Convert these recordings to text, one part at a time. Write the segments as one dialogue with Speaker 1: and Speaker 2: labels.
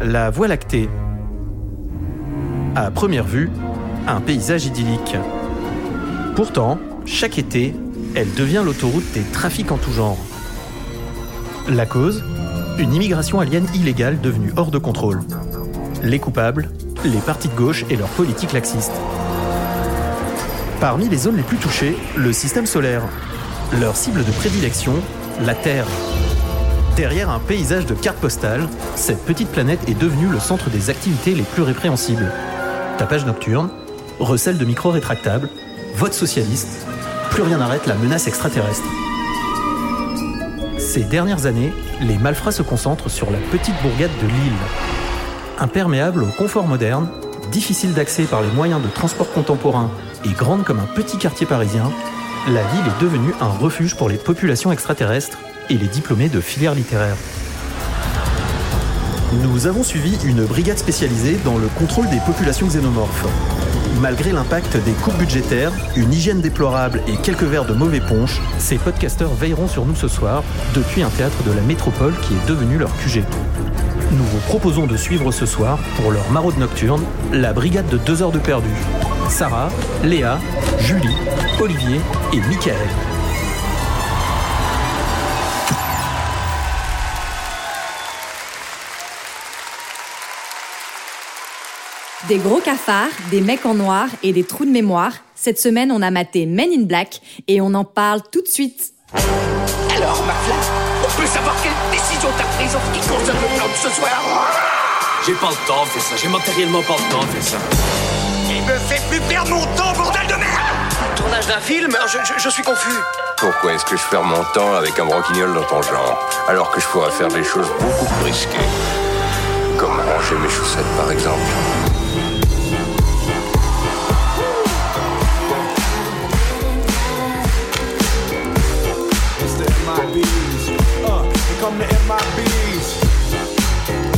Speaker 1: la Voie lactée. À première vue, un paysage idyllique. Pourtant, chaque été, elle devient l'autoroute des trafics en tout genre. La cause Une immigration alien illégale devenue hors de contrôle. Les coupables, les partis de gauche et leur politique laxiste. Parmi les zones les plus touchées, le système solaire. Leur cible de prédilection, la Terre. Derrière un paysage de cartes postales, cette petite planète est devenue le centre des activités les plus répréhensibles. Tapage nocturne, recel de micro-rétractables, vote socialiste, plus rien n'arrête la menace extraterrestre. Ces dernières années, les malfrats se concentrent sur la petite bourgade de Lille. Imperméable au confort moderne, difficile d'accès par les moyens de transport contemporains et grande comme un petit quartier parisien, la ville est devenue un refuge pour les populations extraterrestres et les diplômés de filières littéraires. Nous avons suivi une brigade spécialisée dans le contrôle des populations xénomorphes. Malgré l'impact des coupes budgétaires, une hygiène déplorable et quelques verres de mauvais punch, ces podcasteurs veilleront sur nous ce soir depuis un théâtre de la métropole qui est devenu leur QG. Nous vous proposons de suivre ce soir, pour leur maraude nocturne, la brigade de 2 heures de perdu. Sarah, Léa, Julie, Olivier et Michael.
Speaker 2: Des gros cafards, des mecs en noir et des trous de mémoire. Cette semaine, on a maté Men in Black et on en parle tout de suite.
Speaker 3: Alors, Mafla, on peut savoir quelle décision t'as prise en ce qui concerne le plan de ce soir
Speaker 4: J'ai pas le temps de faire ça, j'ai matériellement pas le temps de faire ça.
Speaker 3: Il me fait plus perdre mon temps, bordel de merde
Speaker 4: Tournage d'un film je, suis confus.
Speaker 5: Pourquoi est-ce que je perds mon temps avec un broquignol dans ton genre, alors que je pourrais faire des choses beaucoup plus risquées Comme ranger mes chaussettes, par exemple.
Speaker 6: It's the MIBs. Uh, here come the MIBs.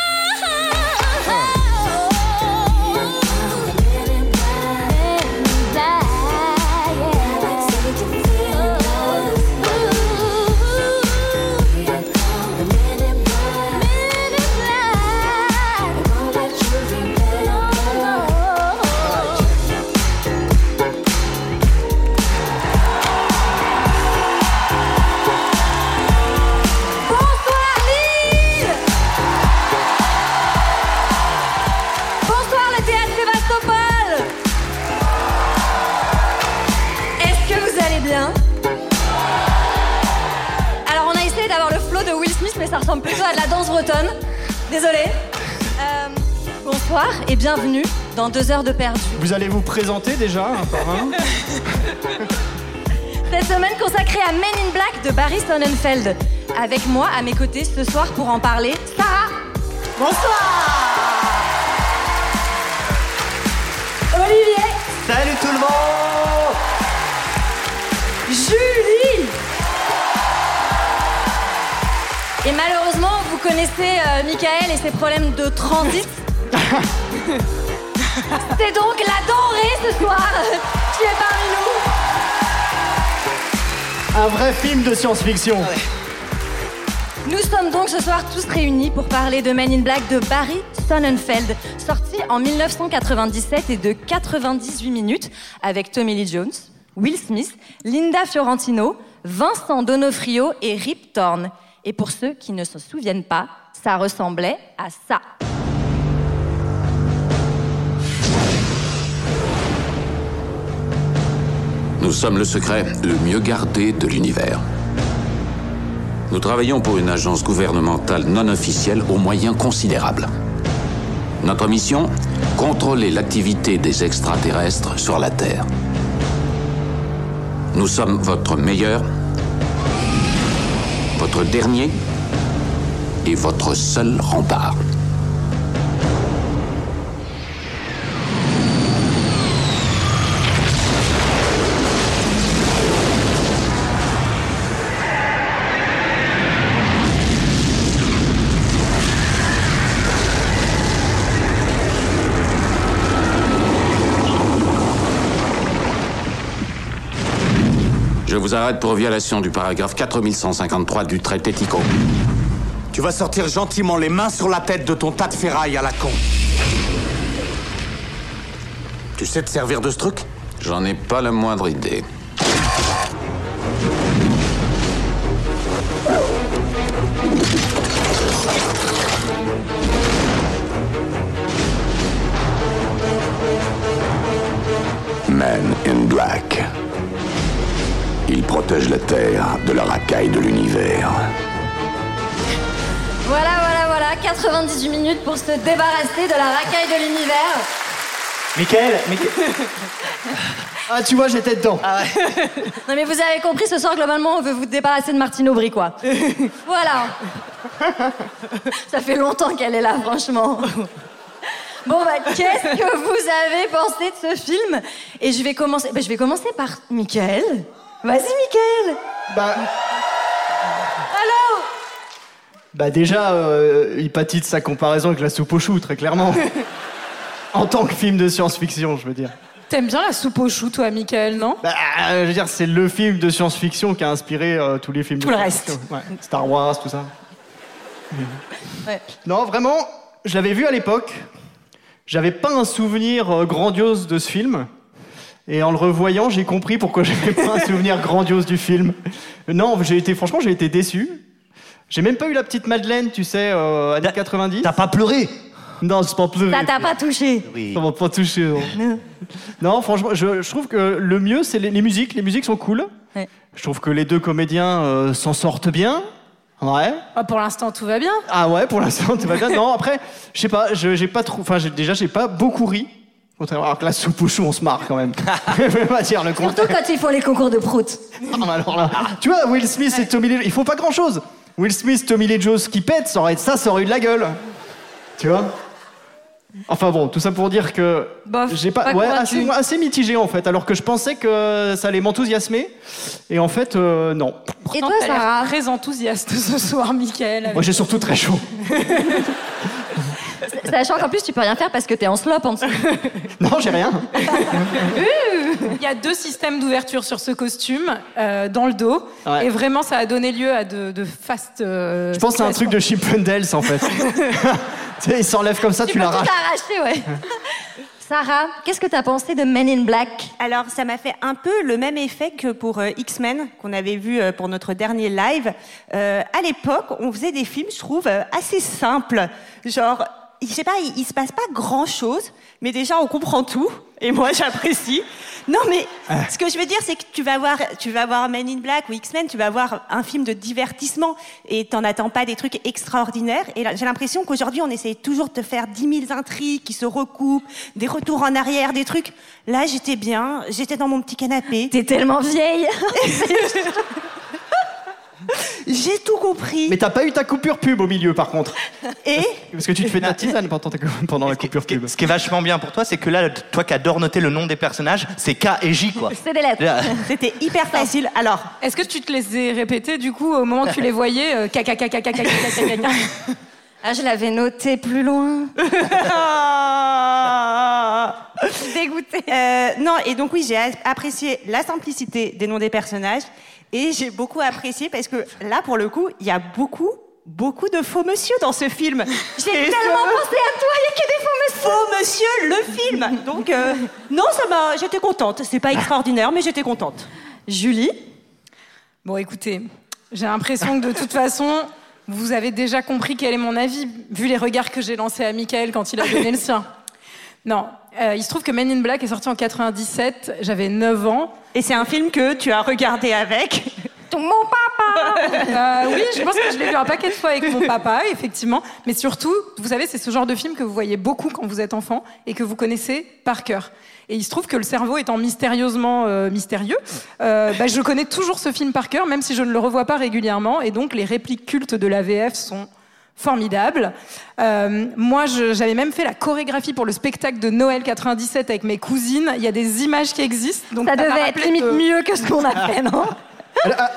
Speaker 7: Bonsoir Lille Bonsoir le théâtre Sébastopol Est-ce que vous allez bien Alors on a essayé d'avoir le flow de Will Smith mais ça ressemble plutôt à de la danse bretonne. Désolée. Euh, bonsoir et bienvenue dans deux heures de perdu.
Speaker 8: Vous allez vous présenter déjà hein, un par un
Speaker 2: Cette semaine consacrée à Men in Black de Barry Sonnenfeld. Avec moi à mes côtés ce soir pour en parler, Sarah. Bonsoir. Olivier.
Speaker 8: Salut tout le monde
Speaker 2: Julie. Et malheureusement, vous connaissez euh, Michael et ses problèmes de transit. C'est donc la denrée ce soir qui est parmi nous.
Speaker 8: Un vrai film de science-fiction.
Speaker 2: Nous sommes donc ce soir tous réunis pour parler de Men in Black de Barry Sonnenfeld, sorti en 1997 et de 98 minutes avec Tommy Lee Jones, Will Smith, Linda Fiorentino, Vincent Donofrio et Rip Torn. Et pour ceux qui ne se souviennent pas, ça ressemblait à ça.
Speaker 9: Nous sommes le secret le mieux gardé de l'univers. Nous travaillons pour une agence gouvernementale non officielle aux moyens considérables. Notre mission Contrôler l'activité des extraterrestres sur la Terre. Nous sommes votre meilleur, votre dernier est votre seul rempart. Je vous arrête pour violation du paragraphe 4153 du traité TICO.
Speaker 10: Tu vas sortir gentiment les mains sur la tête de ton tas de ferraille à la con. Tu sais te servir de ce truc
Speaker 9: J'en ai pas la moindre idée.
Speaker 11: Man in Black. Ils protègent la Terre de la racaille de l'univers.
Speaker 12: Voilà, voilà, voilà, 98 minutes pour se débarrasser de la racaille de l'univers.
Speaker 8: Michael, Ah, tu vois, j'étais dedans.
Speaker 12: Non mais vous avez compris, ce soir globalement on veut vous débarrasser de Martine Aubry quoi. voilà. Ça fait longtemps qu'elle est là franchement. Bon bah qu'est-ce que vous avez pensé de ce film Et je vais commencer, bah, je vais commencer par Michael. Vas-y Michael.
Speaker 8: Bah,
Speaker 12: Alors
Speaker 8: bah déjà, euh, il pâtit de sa comparaison avec la soupe aux choux, très clairement. en tant que film de science-fiction, je veux dire.
Speaker 7: T'aimes bien la soupe aux choux, toi, Michael, non
Speaker 8: Bah, euh, je veux dire, c'est le film de science-fiction qui a inspiré euh, tous les films.
Speaker 7: Tout
Speaker 8: de
Speaker 7: le
Speaker 8: science-fiction.
Speaker 7: reste.
Speaker 8: Ouais, Star Wars, tout ça.
Speaker 12: Ouais.
Speaker 8: Non, vraiment, je l'avais vu à l'époque. J'avais pas un souvenir euh, grandiose de ce film. Et en le revoyant, j'ai compris pourquoi j'avais pas un souvenir grandiose du film. Non, j'ai été, franchement, j'ai été déçu. J'ai même pas eu la petite Madeleine, tu sais, euh, années 90.
Speaker 13: T'as pas pleuré
Speaker 8: Non, c'est pas pleurer.
Speaker 12: Ça t'a pas touché.
Speaker 13: Oui.
Speaker 8: Ça m'a pas touché. Non, Non, franchement, je, je trouve que le mieux, c'est les, les musiques. Les musiques sont cool.
Speaker 12: Ouais.
Speaker 8: Je trouve que les deux comédiens euh, s'en sortent bien. Ouais.
Speaker 7: Ah, Pour l'instant, tout va bien.
Speaker 8: Ah ouais, pour l'instant, tout va bien. Non, après, je sais pas, je- j'ai pas trop. Enfin, j'ai- déjà, j'ai pas beaucoup ri. Contrairement- Alors que la soupe aux choux, on se marre quand même. Je vais pas dire le
Speaker 12: Surtout
Speaker 8: contraire.
Speaker 12: quand ils font les concours de prout.
Speaker 8: Ah, alors là, tu vois, Will Smith et Tommy Lee, ils font pas grand chose. Will Smith, Tommy Lee Jones qui pètent, ça aurait, ça, ça aurait eu de la gueule. Tu vois Enfin bon, tout ça pour dire que
Speaker 7: Bof,
Speaker 8: j'ai pas,
Speaker 7: pas
Speaker 8: ouais, assez,
Speaker 7: convaincu.
Speaker 8: assez mitigé en fait, alors que je pensais que ça allait m'enthousiasmer, et en fait euh, non.
Speaker 12: Et
Speaker 7: Non,
Speaker 12: toi
Speaker 7: t'as l'air
Speaker 12: Sarah
Speaker 7: Très enthousiaste ce soir, Michael. avec-
Speaker 8: Moi j'ai surtout très chaud.
Speaker 12: Sachant qu'en plus tu peux rien faire parce que t'es en slope en dessous.
Speaker 8: Non, j'ai rien.
Speaker 7: Il y a deux systèmes d'ouverture sur ce costume, euh, dans le dos.
Speaker 8: Ouais.
Speaker 7: Et vraiment, ça a donné lieu à de, de fast. euh,
Speaker 8: Je pense que c'est un truc de Chippendales en fait. tu sais, il s'enlève comme ça, tu
Speaker 12: peux tout
Speaker 8: l'arraches.
Speaker 12: arracher, ouais. Sarah, qu'est-ce que t'as pensé de Men in Black
Speaker 2: Alors, ça m'a fait un peu le même effet que pour euh, X-Men, qu'on avait vu euh, pour notre dernier live. Euh, à l'époque, on faisait des films, je trouve, euh, assez simples. Genre, je sais pas, il, il se passe pas grand-chose, mais déjà, on comprend tout. Et moi, j'apprécie. Non, mais ce que je veux dire, c'est que tu vas voir, tu vas voir Men in Black ou X-Men, tu vas voir un film de divertissement et t'en attends pas des trucs extraordinaires. Et là, j'ai l'impression qu'aujourd'hui, on essaye toujours de te faire 10 000 intrigues qui se recoupent, des retours en arrière, des trucs. Là, j'étais bien, j'étais dans mon petit canapé.
Speaker 12: T'es tellement vieille.
Speaker 2: J'ai tout compris.
Speaker 8: Mais t'as pas eu ta coupure pub au milieu par contre,
Speaker 2: Et
Speaker 8: parce que tu te fais de la tisane pendant, ta- pendant la coupure
Speaker 13: Ce qui
Speaker 8: pub.
Speaker 13: est- Ce qui est vachement bien pour toi, c'est que là, toi qui adore noter le nom des personnages, c'est K et J, quoi.
Speaker 12: C'est des lettres.
Speaker 13: Là,
Speaker 2: c'était hyper facile. Alors,
Speaker 7: Est-ce que tu te les ai répétés du coup au moment que tu les voyais euh, caca, caca, caca, caca, caca, caca.
Speaker 12: Ah, je l'avais noté plus loin.
Speaker 2: Dégoûtée. Euh, non, et donc oui, j'ai a- apprécié la simplicité des noms des personnages et j'ai beaucoup apprécié parce que là, pour le coup, il y a beaucoup, beaucoup de faux monsieur dans ce film. J'ai tellement pensé à toi, il y a que des faux monsieur. Faux monsieur, le film. Donc euh, non, ça m'a, j'étais contente. C'est pas extraordinaire, mais j'étais contente.
Speaker 12: Julie
Speaker 7: Bon, écoutez, j'ai l'impression que de toute façon, vous avez déjà compris quel est mon avis, vu les regards que j'ai lancés à Michael quand il a donné le sien. Non, euh, il se trouve que Men in Black est sorti en 97, j'avais 9 ans.
Speaker 2: Et c'est un film que tu as regardé avec.
Speaker 12: Ton mon papa
Speaker 7: Euh, oui, je pense que je l'ai vu un paquet de fois avec mon papa, effectivement. Mais surtout, vous savez, c'est ce genre de film que vous voyez beaucoup quand vous êtes enfant et que vous connaissez par cœur. Et il se trouve que le cerveau étant mystérieusement euh, mystérieux, euh, bah, je connais toujours ce film par cœur, même si je ne le revois pas régulièrement. Et donc, les répliques cultes de la VF sont formidable. Euh, moi, je- j'avais même fait la chorégraphie pour le spectacle de Noël 97 avec mes cousines. Il y a des images qui existent. Donc
Speaker 2: Ça
Speaker 7: m'a
Speaker 2: devait
Speaker 7: rappelé
Speaker 2: être limite
Speaker 7: de-
Speaker 2: mieux que ce qu'on a fait, non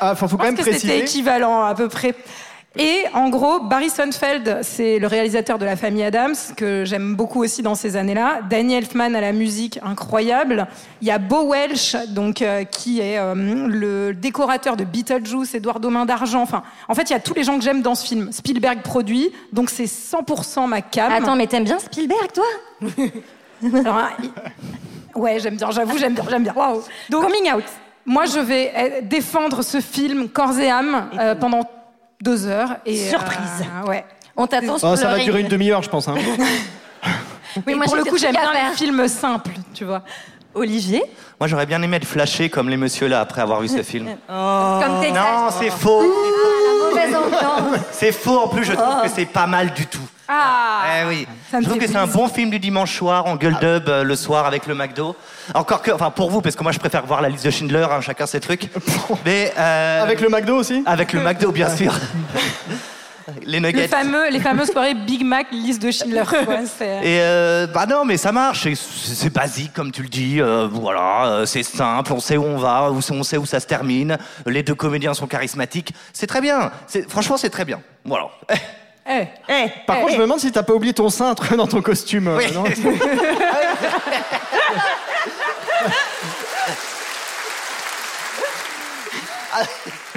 Speaker 8: Ah, faut quand
Speaker 7: pense
Speaker 8: même
Speaker 7: que c'était
Speaker 8: préciser.
Speaker 7: équivalent à peu près. Et en gros, Barry Sunfeld, c'est le réalisateur de La Famille Adams, que j'aime beaucoup aussi dans ces années-là. Danny Elfman à la musique incroyable. Il y a Beau Welch, donc, euh, qui est euh, le décorateur de Beetlejuice, Eduardo Main d'Argent. Enfin, en fait, il y a tous les gens que j'aime dans ce film. Spielberg produit, donc c'est 100% ma cam.
Speaker 2: Attends, mais t'aimes bien Spielberg, toi
Speaker 7: Alors, hein, il- ouais, j'aime bien, j'avoue, j'aime bien, j'aime bien. Waouh. Donc, Coming out. Moi, je vais euh, défendre ce film corps et âme euh, pendant deux heures. Et,
Speaker 2: Surprise.
Speaker 7: euh, ouais.
Speaker 2: On t'attend
Speaker 8: Oh, ça va durer une demi-heure, je pense. hein.
Speaker 7: Oui,
Speaker 2: Et
Speaker 7: moi,
Speaker 2: pour
Speaker 7: pour le
Speaker 2: le
Speaker 7: coup, j'aime
Speaker 2: truc à
Speaker 7: bien les
Speaker 2: faire.
Speaker 7: films simples, tu vois.
Speaker 2: Olivier
Speaker 9: Moi, j'aurais bien aimé être flashé comme les messieurs là après avoir vu ce film.
Speaker 2: Comme
Speaker 9: non, c'est faux.
Speaker 2: Mauvaise ambiance.
Speaker 9: C'est faux en plus, je trouve
Speaker 2: Oh.
Speaker 9: que c'est pas mal du tout.
Speaker 7: Ah
Speaker 9: Eh oui.
Speaker 7: Ça me
Speaker 9: Je trouve
Speaker 7: fait
Speaker 9: que c'est un
Speaker 7: plaisir.
Speaker 9: bon film du dimanche soir en gueule dub euh, le soir avec le McDo. Encore que, enfin pour vous, parce que moi je préfère voir la liste de Schindler, hein, chacun ses trucs. Mais
Speaker 8: Avec le McDo aussi
Speaker 9: Avec le McDo, bien sûr. les
Speaker 7: Les,
Speaker 9: nuggets.
Speaker 7: fameux, les fameuses soirées Big Mac, liste de Schindler. quoi, c'est-
Speaker 9: Et euh, bah non, mais ça marche. Et C'est c'est basique, comme tu le dis. euh, voilà, euh, c'est simple. On sait où on va, où- on sait où ça se termine. Les deux comédiens sont charismatiques. C'est très bien. C'est- Franchement, c'est très bien. Voilà.
Speaker 7: Eh.
Speaker 8: Par
Speaker 7: Eh.
Speaker 8: contre, je me demande si t'as pas oublié ton cintre dans ton costume. euh,
Speaker 9: Oui.
Speaker 8: non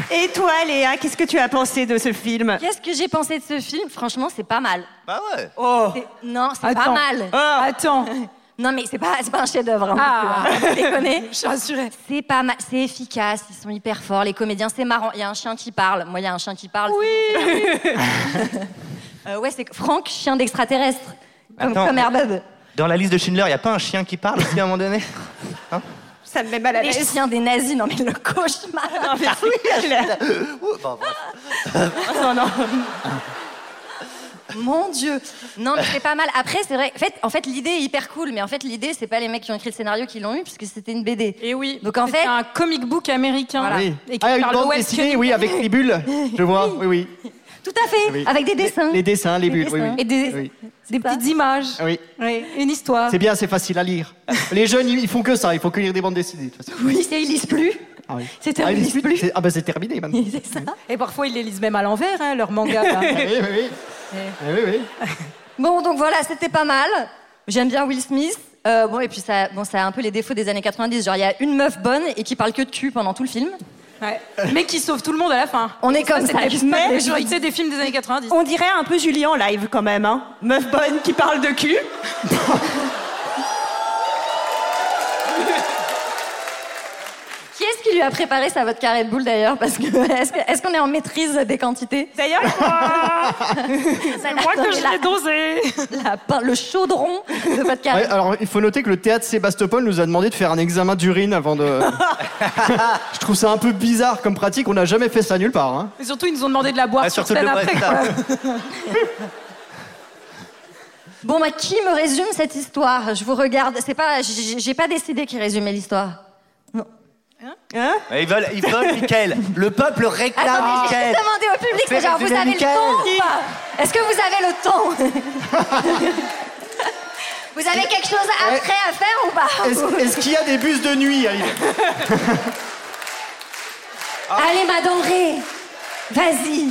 Speaker 14: Et toi, Léa, qu'est-ce que tu as pensé de ce film
Speaker 2: Qu'est-ce que j'ai pensé de ce film Franchement, c'est pas mal.
Speaker 9: Bah ouais.
Speaker 14: Oh
Speaker 2: C'est- Non, c'est pas
Speaker 7: Attends. Oh.
Speaker 2: mal.
Speaker 7: Attends.
Speaker 2: Non, mais c'est pas, c'est pas un chef-d'œuvre. Hein,
Speaker 7: Ah.
Speaker 2: tu vois. Faut déconner.
Speaker 7: Je suis rassurée.
Speaker 2: C'est pas mal. C'est efficace. Ils sont hyper forts. Les comédiens, c'est marrant. Il y a un chien qui parle. Moi, il y a un chien qui parle. Oui. Euh, ouais, c'est Franck, chien d'extraterrestre. Comme,
Speaker 9: Attends.
Speaker 2: comme Airbud.
Speaker 9: Dans la liste de Schindler, il n'y a pas un chien qui parle aussi à un moment donné
Speaker 14: Ça me met mal à
Speaker 2: Les
Speaker 14: l'aise.
Speaker 2: chiens des nazis. Non, mais le cauchemar.
Speaker 14: mais oui, Léa.
Speaker 9: Bon, bref.
Speaker 14: Non, non.
Speaker 2: Mon Dieu Non, mais c'est pas mal. Après, c'est vrai. En fait, en fait l'idée est hyper cool, mais en fait, l'idée, c'est pas les mecs qui ont écrit le scénario qui l'ont eu, puisque c'était une BD.
Speaker 7: Et Eh oui.
Speaker 2: Donc, en
Speaker 7: c'est
Speaker 2: fait-
Speaker 7: un comic book américain.
Speaker 8: Oui.
Speaker 7: Et qui
Speaker 8: Ah, une
Speaker 7: parle de
Speaker 8: bande
Speaker 7: Wes
Speaker 8: dessinée,
Speaker 7: Craven.
Speaker 8: oui, avec les bulles. Je vois, oui, oui.
Speaker 2: Tout à fait
Speaker 8: Oui.
Speaker 2: Avec des
Speaker 8: Les-
Speaker 2: dessins.
Speaker 8: Les dessins, les
Speaker 2: Des
Speaker 8: bulles, oui,
Speaker 2: dessins.
Speaker 8: oui.
Speaker 7: Et des,
Speaker 8: Oui. Ah
Speaker 7: des petites images.
Speaker 8: Oui.
Speaker 7: Ouais, Une histoire.
Speaker 8: C'est bien, c'est facile à lire. Les jeunes, ils font que ça, ils font que lire des bandes dessinées. de toute façon.
Speaker 2: Oui, c'est ils lisent plus.
Speaker 8: Ah, oui.
Speaker 2: C'est
Speaker 8: Ah, ils
Speaker 2: terminé.
Speaker 8: lisent plus. C'est- Ah, bah c'est terminé maintenant.
Speaker 2: c'est ça.
Speaker 7: Et parfois, ils les lisent même à l'envers, hein, leur manga. là.
Speaker 8: oui, oui, oui. Eh oui, oui.
Speaker 2: Bon, donc voilà, c'était pas mal. J'aime bien Will Smith. Euh, bon, et puis ça, bon, ça a un peu les défauts des années 90. Genre, il y a une meuf bonne et qui parle que de cul pendant tout le film.
Speaker 7: Ouais. Mais qui sauve tout le monde à la fin.
Speaker 2: On est comme ça,
Speaker 7: C'est
Speaker 2: justement.
Speaker 7: la majorité des films des années 90.
Speaker 14: On dirait un peu Julie en live quand même, hein. Meuf bonne qui parle de cul.
Speaker 2: Qui est-ce qui lui a préparé sa vodka Red Bull d'ailleurs Parce que est-ce que- est-ce qu'on est, en maîtrise des quantités
Speaker 14: D'ailleurs,
Speaker 2: C'est
Speaker 7: Moi que je l'ai dosé.
Speaker 2: le chaudron de vodka
Speaker 8: Ouais,
Speaker 2: Red
Speaker 8: alors, il faut noter que le théâtre Sébastopol nous a demandé de faire un examen d'urine avant de. je trouve ça un peu bizarre comme pratique, on n'a jamais fait ça nulle part. hein.
Speaker 7: Et surtout, ils nous ont demandé de la boire
Speaker 9: Ah,
Speaker 7: sur
Speaker 9: surtout de
Speaker 7: scène
Speaker 9: le
Speaker 7: après.
Speaker 9: boire,
Speaker 7: quoi.
Speaker 2: Bon, bah, qui me résume cette histoire Je vous regarde. C'est pas, j'ai j'ai pas décidé qui résumait l'histoire.
Speaker 14: hein
Speaker 9: Mais Ils veulent, ils veulent Michael. Le peuple réclame
Speaker 2: Attendez, j'ai
Speaker 9: Michael.
Speaker 2: juste demandé au public,
Speaker 9: Fais
Speaker 2: c'est genre, vous
Speaker 9: résumer
Speaker 2: avez
Speaker 9: Michael.
Speaker 2: le temps ou pas Est-ce que vous avez le temps Vous avez quelque chose après à faire ou pas
Speaker 8: Est-ce est-ce qu'il y a des bus de nuit Aline
Speaker 2: Allez, ma denrée Vas-y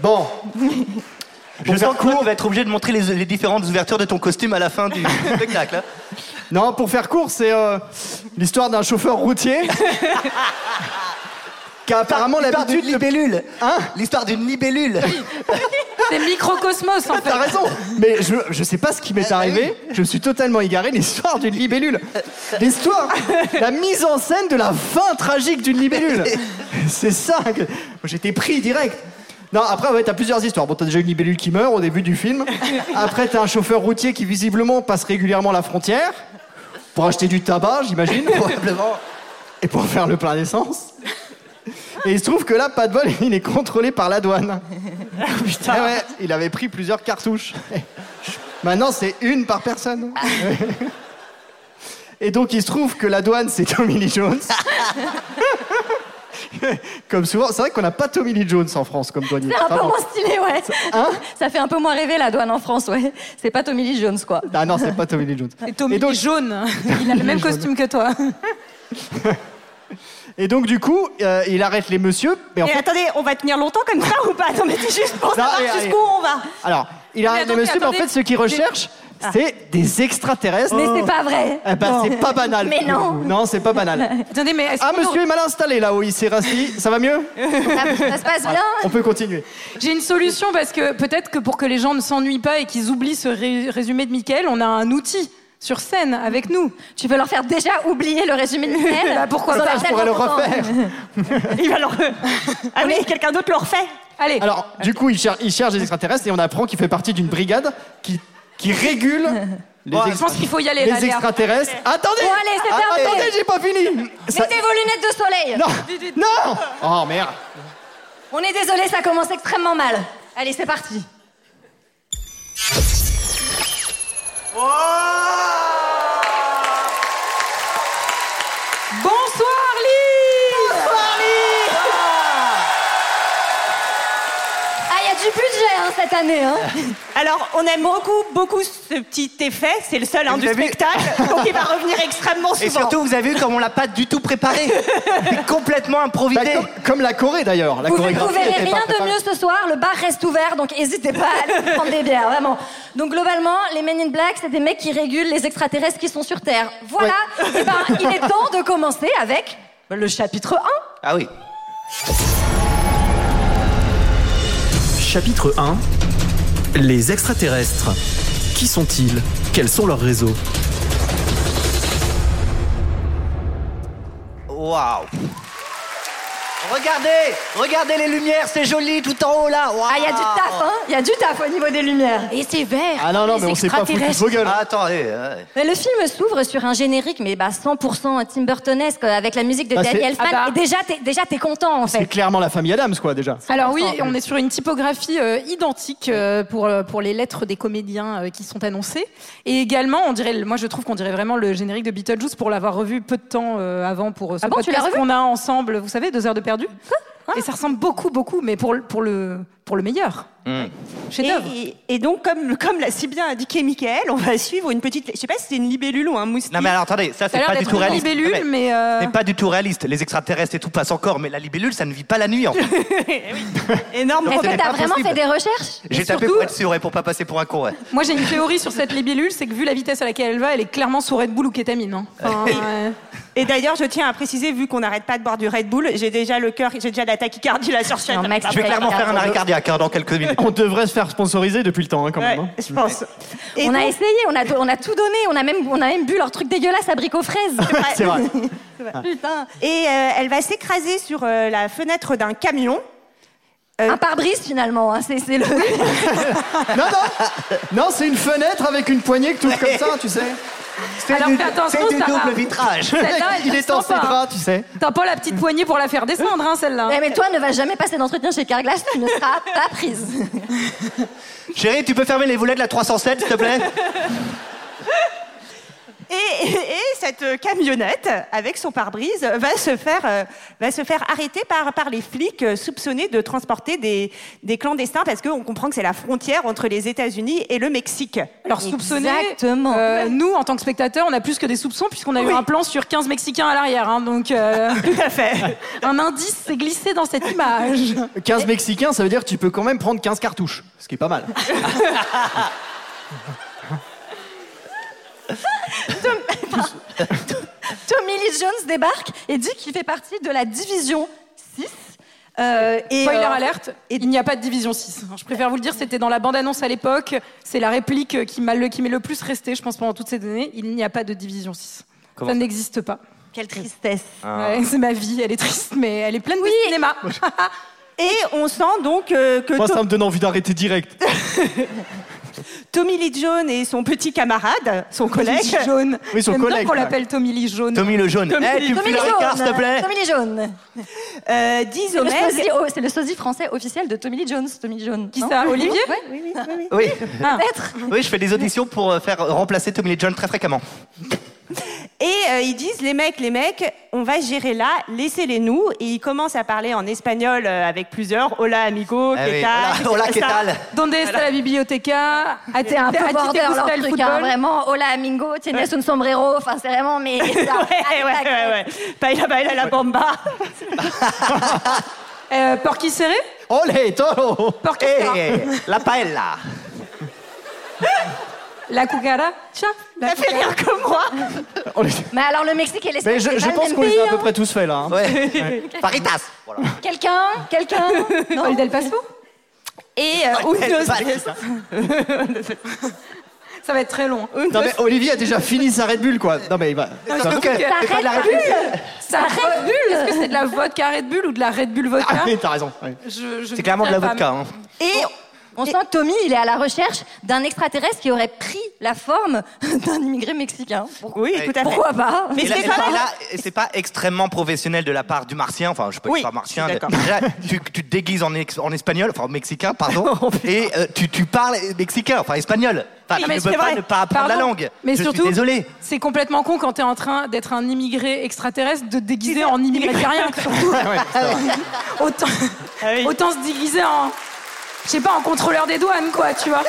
Speaker 8: Bon,
Speaker 9: Je sens que tu vas être obligé de montrer les, les différentes ouvertures de ton costume à la fin du spectacle. hein.
Speaker 8: non, pour faire court, c'est euh, l'histoire d'un chauffeur routier. qui a apparemment
Speaker 9: L'histoire
Speaker 8: l'habitude.
Speaker 9: d'une libellule.
Speaker 8: Hein
Speaker 9: L'histoire d'une libellule.
Speaker 7: C'est microcosmos, en fait.
Speaker 8: T'as raison, mais je, je sais pas ce qui m'est arrivé. Je me suis totalement égaré. L'histoire d'une libellule. L'histoire, la mise en scène de la fin tragique d'une libellule. C'est ça. que- moi, J'étais pris direct. Non, après, ouais, t'as plusieurs histoires. Bon, t'as déjà une libellule qui meurt au début du film. Après, t'as un chauffeur routier qui, visiblement, passe régulièrement la frontière pour acheter du tabac, j'imagine, probablement, et pour faire le plein d'essence. Et il se trouve que là, pas de bol, il est contrôlé par la douane. Putain. Eh ouais, il avait pris plusieurs cartouches. Maintenant, c'est une par personne. Et donc, il se trouve que la douane, c'est Tommy Lee Jones. comme souvent, c'est vrai qu'on n'a pas Tommy Lee Jones en France comme douanier.
Speaker 2: C'est un peu
Speaker 8: Pardon.
Speaker 2: moins stylé, ouais.
Speaker 9: Hein
Speaker 2: ça fait un peu moins rêver la douane en France, ouais. C'est pas Tommy Lee Jones, quoi.
Speaker 8: Ah non, c'est pas Tommy Lee Jones.
Speaker 7: Et Tommy est jaune. Il a le même costume que toi.
Speaker 8: Et donc du coup, euh, il arrête les messieurs. Mais en
Speaker 9: Et
Speaker 8: fait,
Speaker 9: attendez, on va tenir longtemps comme ça ou pas Attends, mais c'est juste pour
Speaker 8: Non,
Speaker 9: savoir
Speaker 8: et- et-
Speaker 9: jusqu'où on va.
Speaker 8: alors, il arrête
Speaker 9: attendez,
Speaker 8: les messieurs, mais en fait,
Speaker 9: attendez.
Speaker 8: ce qu'il recherche,
Speaker 9: Ah.
Speaker 8: c'est des extraterrestres.
Speaker 7: Mais c'est pas vrai.
Speaker 8: Eh
Speaker 9: bah.
Speaker 8: ben,
Speaker 7: Non.
Speaker 8: c'est pas banal.
Speaker 7: Mais non.
Speaker 8: Non, c'est pas banal.
Speaker 7: Attendez, mais est-ce
Speaker 8: Ah,
Speaker 7: qu'on-
Speaker 8: monsieur est mal installé là-haut, il s'est rassis. Ça va mieux
Speaker 7: Ça- ça se passe
Speaker 8: Voilà,
Speaker 7: bien
Speaker 8: On peut continuer.
Speaker 7: J'ai une solution parce que peut-être que pour que les gens ne s'ennuient pas et qu'ils oublient ce ré- résumé de Mickaël, on a un outil sur scène avec nous.
Speaker 2: Tu veux leur faire déjà oublier le résumé de Mickaël
Speaker 7: Bah, pourquoi
Speaker 2: Ça
Speaker 7: pas
Speaker 2: va
Speaker 7: Je pourrais le
Speaker 2: tellement longtemps.
Speaker 7: refaire.
Speaker 9: Il va leur.
Speaker 2: Ah,
Speaker 9: Allez, quelqu'un d'autre le refait.
Speaker 7: Allez.
Speaker 8: Alors, du coup, il, cher- il cherche des extraterrestres et on apprend qu'il fait partie d'une brigade qui, qui régule les,
Speaker 7: Ouais, je
Speaker 8: ex-
Speaker 7: pense qu'il faut y aller,
Speaker 8: les
Speaker 7: là, Léa.
Speaker 8: extraterrestres. Attendez Ah,
Speaker 2: Bon, allez, c'est terminé.
Speaker 8: Attendez, j'ai pas fini Ça-
Speaker 2: Mettez vos lunettes de soleil
Speaker 8: Non Non Oh merde
Speaker 2: On est désolé, ça commence extrêmement mal. Allez, c'est parti.
Speaker 7: Bonsoir Lille Bonsoir
Speaker 2: Ah, il y a du budget hein, cette année. Hein.
Speaker 9: Alors, on aime beaucoup, beaucoup ce petit effet. C'est le seul hein,
Speaker 4: Vous
Speaker 9: du
Speaker 4: avez vu
Speaker 9: spectacle. Donc, il va revenir extrêmement souvent.
Speaker 4: Et surtout, vous avez vu comme on l'a pas du tout préparé. C'est complètement improvisé.
Speaker 8: Bah, comme, comme la Corée d'ailleurs. La
Speaker 2: Vous, vous
Speaker 8: chorégraphie
Speaker 2: verrez
Speaker 8: était pas
Speaker 2: rien de
Speaker 8: préparée.
Speaker 2: mieux ce soir, le bar reste ouvert, donc n'hésitez pas à aller prendre des bières, vraiment. Donc globalement, les Men in Black, c'est des mecs qui régulent les extraterrestres qui sont sur Terre. Voilà, Eh ben, il est temps de commencer avec le chapitre 1.
Speaker 4: Ah oui.
Speaker 1: Chapitre 1 Les extraterrestres. Qui sont-ils Quels sont leurs réseaux
Speaker 4: Waouh. Regardez, regardez les lumières, c'est joli tout en haut là. Waouh.
Speaker 2: Ah, il y a du taf, hein Il y a du taf au niveau des lumières. Et c'est vert.
Speaker 8: Ah non, non, mais on s'est pas foutu de vos gueules.
Speaker 4: Ah, attends, allez, allez.
Speaker 2: Mais le film s'ouvre sur un générique, mais bah 100% Tim Burtonesque, euh, avec la musique de
Speaker 8: Bah, c'est-
Speaker 2: Danny Elfman.
Speaker 7: Ah bah.
Speaker 2: Et déjà, t'es, déjà, t'es content, en
Speaker 8: C'est
Speaker 2: fait.
Speaker 8: clairement la famille Adams quoi déjà.
Speaker 7: Alors oui, on est sur une typographie euh, identique euh, pour, euh, pour les lettres des comédiens euh, qui sont annoncées. Et également, on dirait, moi je trouve qu'on dirait vraiment le générique de Beetlejuice pour l'avoir revu peu de temps euh, avant pour euh, ce
Speaker 2: Ah bon, tu l'as
Speaker 7: podcast
Speaker 2: revu
Speaker 7: qu'on a ensemble, vous savez, deux heures de perdu.
Speaker 9: Hein
Speaker 7: Et ça ressemble beaucoup, beaucoup, mais pour, le- pour, le, pour le meilleur. Chef
Speaker 9: Et,
Speaker 7: d'œuvre.
Speaker 9: et- et donc, comme, comme l'a si bien indiqué Michael, on va suivre une petite. Je sais pas si c'est une libellule ou un moustique.
Speaker 4: Non mais alors attendez, ça
Speaker 7: Ça a
Speaker 4: c'est
Speaker 7: l'air
Speaker 4: pas du
Speaker 7: d'être
Speaker 4: tout
Speaker 7: une
Speaker 4: réaliste.
Speaker 7: libellule,
Speaker 4: Non,
Speaker 7: mais, euh,
Speaker 4: c'est pas du tout réaliste. Les extraterrestres et tout passe encore, mais la libellule, ça ne vit pas la nuit en fait.
Speaker 9: Énorme.
Speaker 4: Non,
Speaker 2: Est-ce
Speaker 4: c'était
Speaker 2: que t'as
Speaker 4: pas
Speaker 2: vraiment
Speaker 4: possible.
Speaker 2: fait des recherches
Speaker 4: J'ai tapé
Speaker 7: surtout-
Speaker 4: pour être sûr et pour pas passer pour un con. ouais.
Speaker 7: Moi j'ai une théorie sur cette libellule, c'est que vu la vitesse à laquelle elle va, elle est clairement sous Red Bull ou kétamine. hein. Enfin, ouais.
Speaker 9: Et d'ailleurs, je tiens à préciser, vu qu'on n'arrête pas de boire du Red Bull, j'ai déjà le cœur, j'ai déjà la tachycardie là sur scène.
Speaker 2: Non, Max,
Speaker 4: Je vais
Speaker 2: Ouais,
Speaker 4: clairement faire un arrêt cardiaque hein, dans quelques minutes.
Speaker 8: On devrait se faire sponsoriser depuis le temps hein, quand
Speaker 9: Ouais,
Speaker 8: même. hein.
Speaker 9: je pense. Et
Speaker 2: On a
Speaker 9: donc-
Speaker 2: essayé, on a, on a tout donné, on a même, on a même bu leur truc dégueulasse abricot fraise.
Speaker 8: C'est vrai.
Speaker 2: Putain.
Speaker 9: Et euh, elle va s'écraser sur euh, la fenêtre d'un camion.
Speaker 2: Un pare-brise finalement, hein, c'est c'est le.
Speaker 8: Non non. Non, c'est une fenêtre avec une poignée qui ouvre comme ça, tu sais.
Speaker 4: C'est
Speaker 7: Alors,
Speaker 4: du,
Speaker 7: fais attention,
Speaker 4: c'est du
Speaker 7: ça va.
Speaker 4: double vitrage.
Speaker 7: Celle-là, elle
Speaker 8: Il est en
Speaker 7: se sent pas, hein.
Speaker 8: cédra, tu sais.
Speaker 7: T'as pas la petite poignée pour la faire descendre, hein, celle-là.
Speaker 2: Eh, mais toi ne vas jamais passer d'entretien chez Carglass, tu ne seras pas prise.
Speaker 4: Chérie, tu peux fermer les volets de la 307 s'il te plaît
Speaker 9: Et, et- et cette euh, camionnette, avec son pare-brise, va se faire, euh, va se faire arrêter par, par les flics euh, soupçonnés de transporter des, des clandestins parce qu'on comprend que c'est la frontière entre les États-Unis et le Mexique.
Speaker 7: Alors soupçonner,
Speaker 2: Exactement.
Speaker 7: euh, nous en tant que spectateurs, on a plus que des soupçons puisqu'on a eu
Speaker 9: Oui.
Speaker 7: un plan sur 15 Mexicains à l'arrière. hein, donc euh,
Speaker 9: Tout à fait.
Speaker 7: un indice s'est glissé dans cette image.
Speaker 8: 15 Mexicains, ça veut dire que tu peux quand même prendre 15 cartouches, ce qui est pas mal.
Speaker 2: Tommy Lee Jones débarque et dit qu'il fait partie de la division 6. euh, et,
Speaker 7: Spoiler
Speaker 2: euh,
Speaker 7: alerte, il n'y a pas de division 6. Je préfère vous le dire, c'était dans la bande-annonce à l'époque. C'est la réplique qui m'a le, qui m'est le plus restée, je pense, pendant toutes ces années. Il n'y a pas de division 6.
Speaker 4: Comment
Speaker 7: ça
Speaker 4: ça
Speaker 7: n'existe pas.
Speaker 9: Quelle tristesse.
Speaker 8: Ah.
Speaker 7: Ouais, c'est ma vie, elle est triste, mais elle est pleine de cinéma.
Speaker 9: Et on sent donc euh, que
Speaker 8: Moi,
Speaker 9: To-
Speaker 8: ça me donne envie d'arrêter direct.
Speaker 9: Tommy Lee Jones et son petit camarade, son collègue,
Speaker 7: Tommy Lee jaune.
Speaker 8: Oui, son
Speaker 7: J'aime bien
Speaker 8: collègue,
Speaker 7: qu'on
Speaker 8: là.
Speaker 7: l'appelle Tommy Lee jaune.
Speaker 4: Tommy le jaune. Eh, tu me
Speaker 2: Tommy Lee
Speaker 4: files le Ricard, s'il te plaît
Speaker 2: Tommy Lee Jones.
Speaker 9: euh, disent au
Speaker 2: Le
Speaker 9: mec-
Speaker 2: sosie- oh, C'est le sosie français officiel de Tommy Lee Jones. Tommy Lee Jones.
Speaker 7: Qui
Speaker 2: non
Speaker 7: ça, Olivier
Speaker 2: Ouais,
Speaker 9: Oui, oui, oui, oui.
Speaker 4: Oui.
Speaker 7: Ah.
Speaker 2: peut-être.
Speaker 4: oui, je fais des auditions pour euh, faire remplacer Tommy Lee Jones très fréquemment.
Speaker 7: Et euh, ils disent, les mecs, les mecs, on va gérer là, laissez-les nous. Et ils commencent à parler en espagnol euh, avec plusieurs. Hola, amigo,
Speaker 4: Eh
Speaker 8: Ah
Speaker 7: ¿qué
Speaker 8: oui,
Speaker 7: tal
Speaker 8: hola, hola, ¿qué
Speaker 7: Ça.
Speaker 8: tal
Speaker 15: Donde está la biblioteca Ah, t'es un
Speaker 2: C'est
Speaker 15: peu
Speaker 2: un
Speaker 15: border,
Speaker 2: border leur
Speaker 15: le
Speaker 2: truc, hein,
Speaker 15: football.
Speaker 2: vraiment. Hola, amigo, tienes un sombrero. Enfin, c'est vraiment, mais.
Speaker 7: ouais, ouais, ouais, ouais. Baila, baila la bomba.
Speaker 15: Euh, Porky serré
Speaker 8: Olé, toro Eh, La paella
Speaker 15: La cucara Tiens,
Speaker 7: ça fait rien que moi.
Speaker 2: Mais alors, le Mexique et
Speaker 8: Mais
Speaker 2: l'Espagne,
Speaker 8: je,
Speaker 2: c'est
Speaker 8: je
Speaker 2: pas le
Speaker 8: pense
Speaker 2: même
Speaker 8: qu'on les
Speaker 2: pays.
Speaker 8: a à peu
Speaker 2: hein.
Speaker 8: près tous faits là. hein.
Speaker 2: Ouais.
Speaker 8: Paritas
Speaker 2: Quelqu'un Quelqu'un Non
Speaker 15: Paul Del Paso
Speaker 7: Et euh, Unos-
Speaker 15: Ça va être très long.
Speaker 8: Non mais Olivier a déjà fini sa Red Bull quoi. Non mais il va.
Speaker 15: Ça
Speaker 8: Surtout qu'elle- elle fait de la
Speaker 15: Red
Speaker 8: Red Bull.
Speaker 15: Bull Ça Red Bull Est-ce que c'est de la vodka Red Bull ou de la Red Bull vodka
Speaker 8: Ah oui, t'as raison. ouais.
Speaker 15: Je- je
Speaker 8: C'est clairement de la
Speaker 15: dirais pas,
Speaker 8: vodka.
Speaker 15: mais-
Speaker 8: hein.
Speaker 2: Et on sent que Tommy, il est à la recherche d'un extraterrestre qui aurait pris la forme d'un immigré mexicain. Pourquoi,
Speaker 7: Oui, tout à fait.
Speaker 2: pourquoi pas
Speaker 7: Mais
Speaker 8: Et là-
Speaker 7: c'est
Speaker 8: et
Speaker 7: pas
Speaker 8: là- et là,
Speaker 15: hein
Speaker 8: c'est pas extrêmement professionnel de la part du martien. Enfin, je peux
Speaker 7: Oui,
Speaker 8: pas martien.
Speaker 7: je suis
Speaker 8: mais-
Speaker 7: d'accord.
Speaker 8: Là, tu, tu te déguises en, ex- en espagnol, enfin en mexicain, pardon. et euh, tu, tu parles mexicain, enfin espagnol. Enfin,
Speaker 15: Oh, Oui,
Speaker 8: tu
Speaker 15: mais
Speaker 8: ne
Speaker 15: c'est
Speaker 8: peux pas
Speaker 15: vrai.
Speaker 8: ne pas apprendre la
Speaker 15: Pardon,
Speaker 8: langue.
Speaker 15: Mais
Speaker 8: je
Speaker 15: surtout,
Speaker 8: suis désolé.
Speaker 15: C'est complètement con quand t'es en train d'être un immigré extraterrestre de te déguiser en immigré carien, surtout. autant, autant se déguiser en. Je sais pas, en contrôleur des douanes, quoi, tu vois.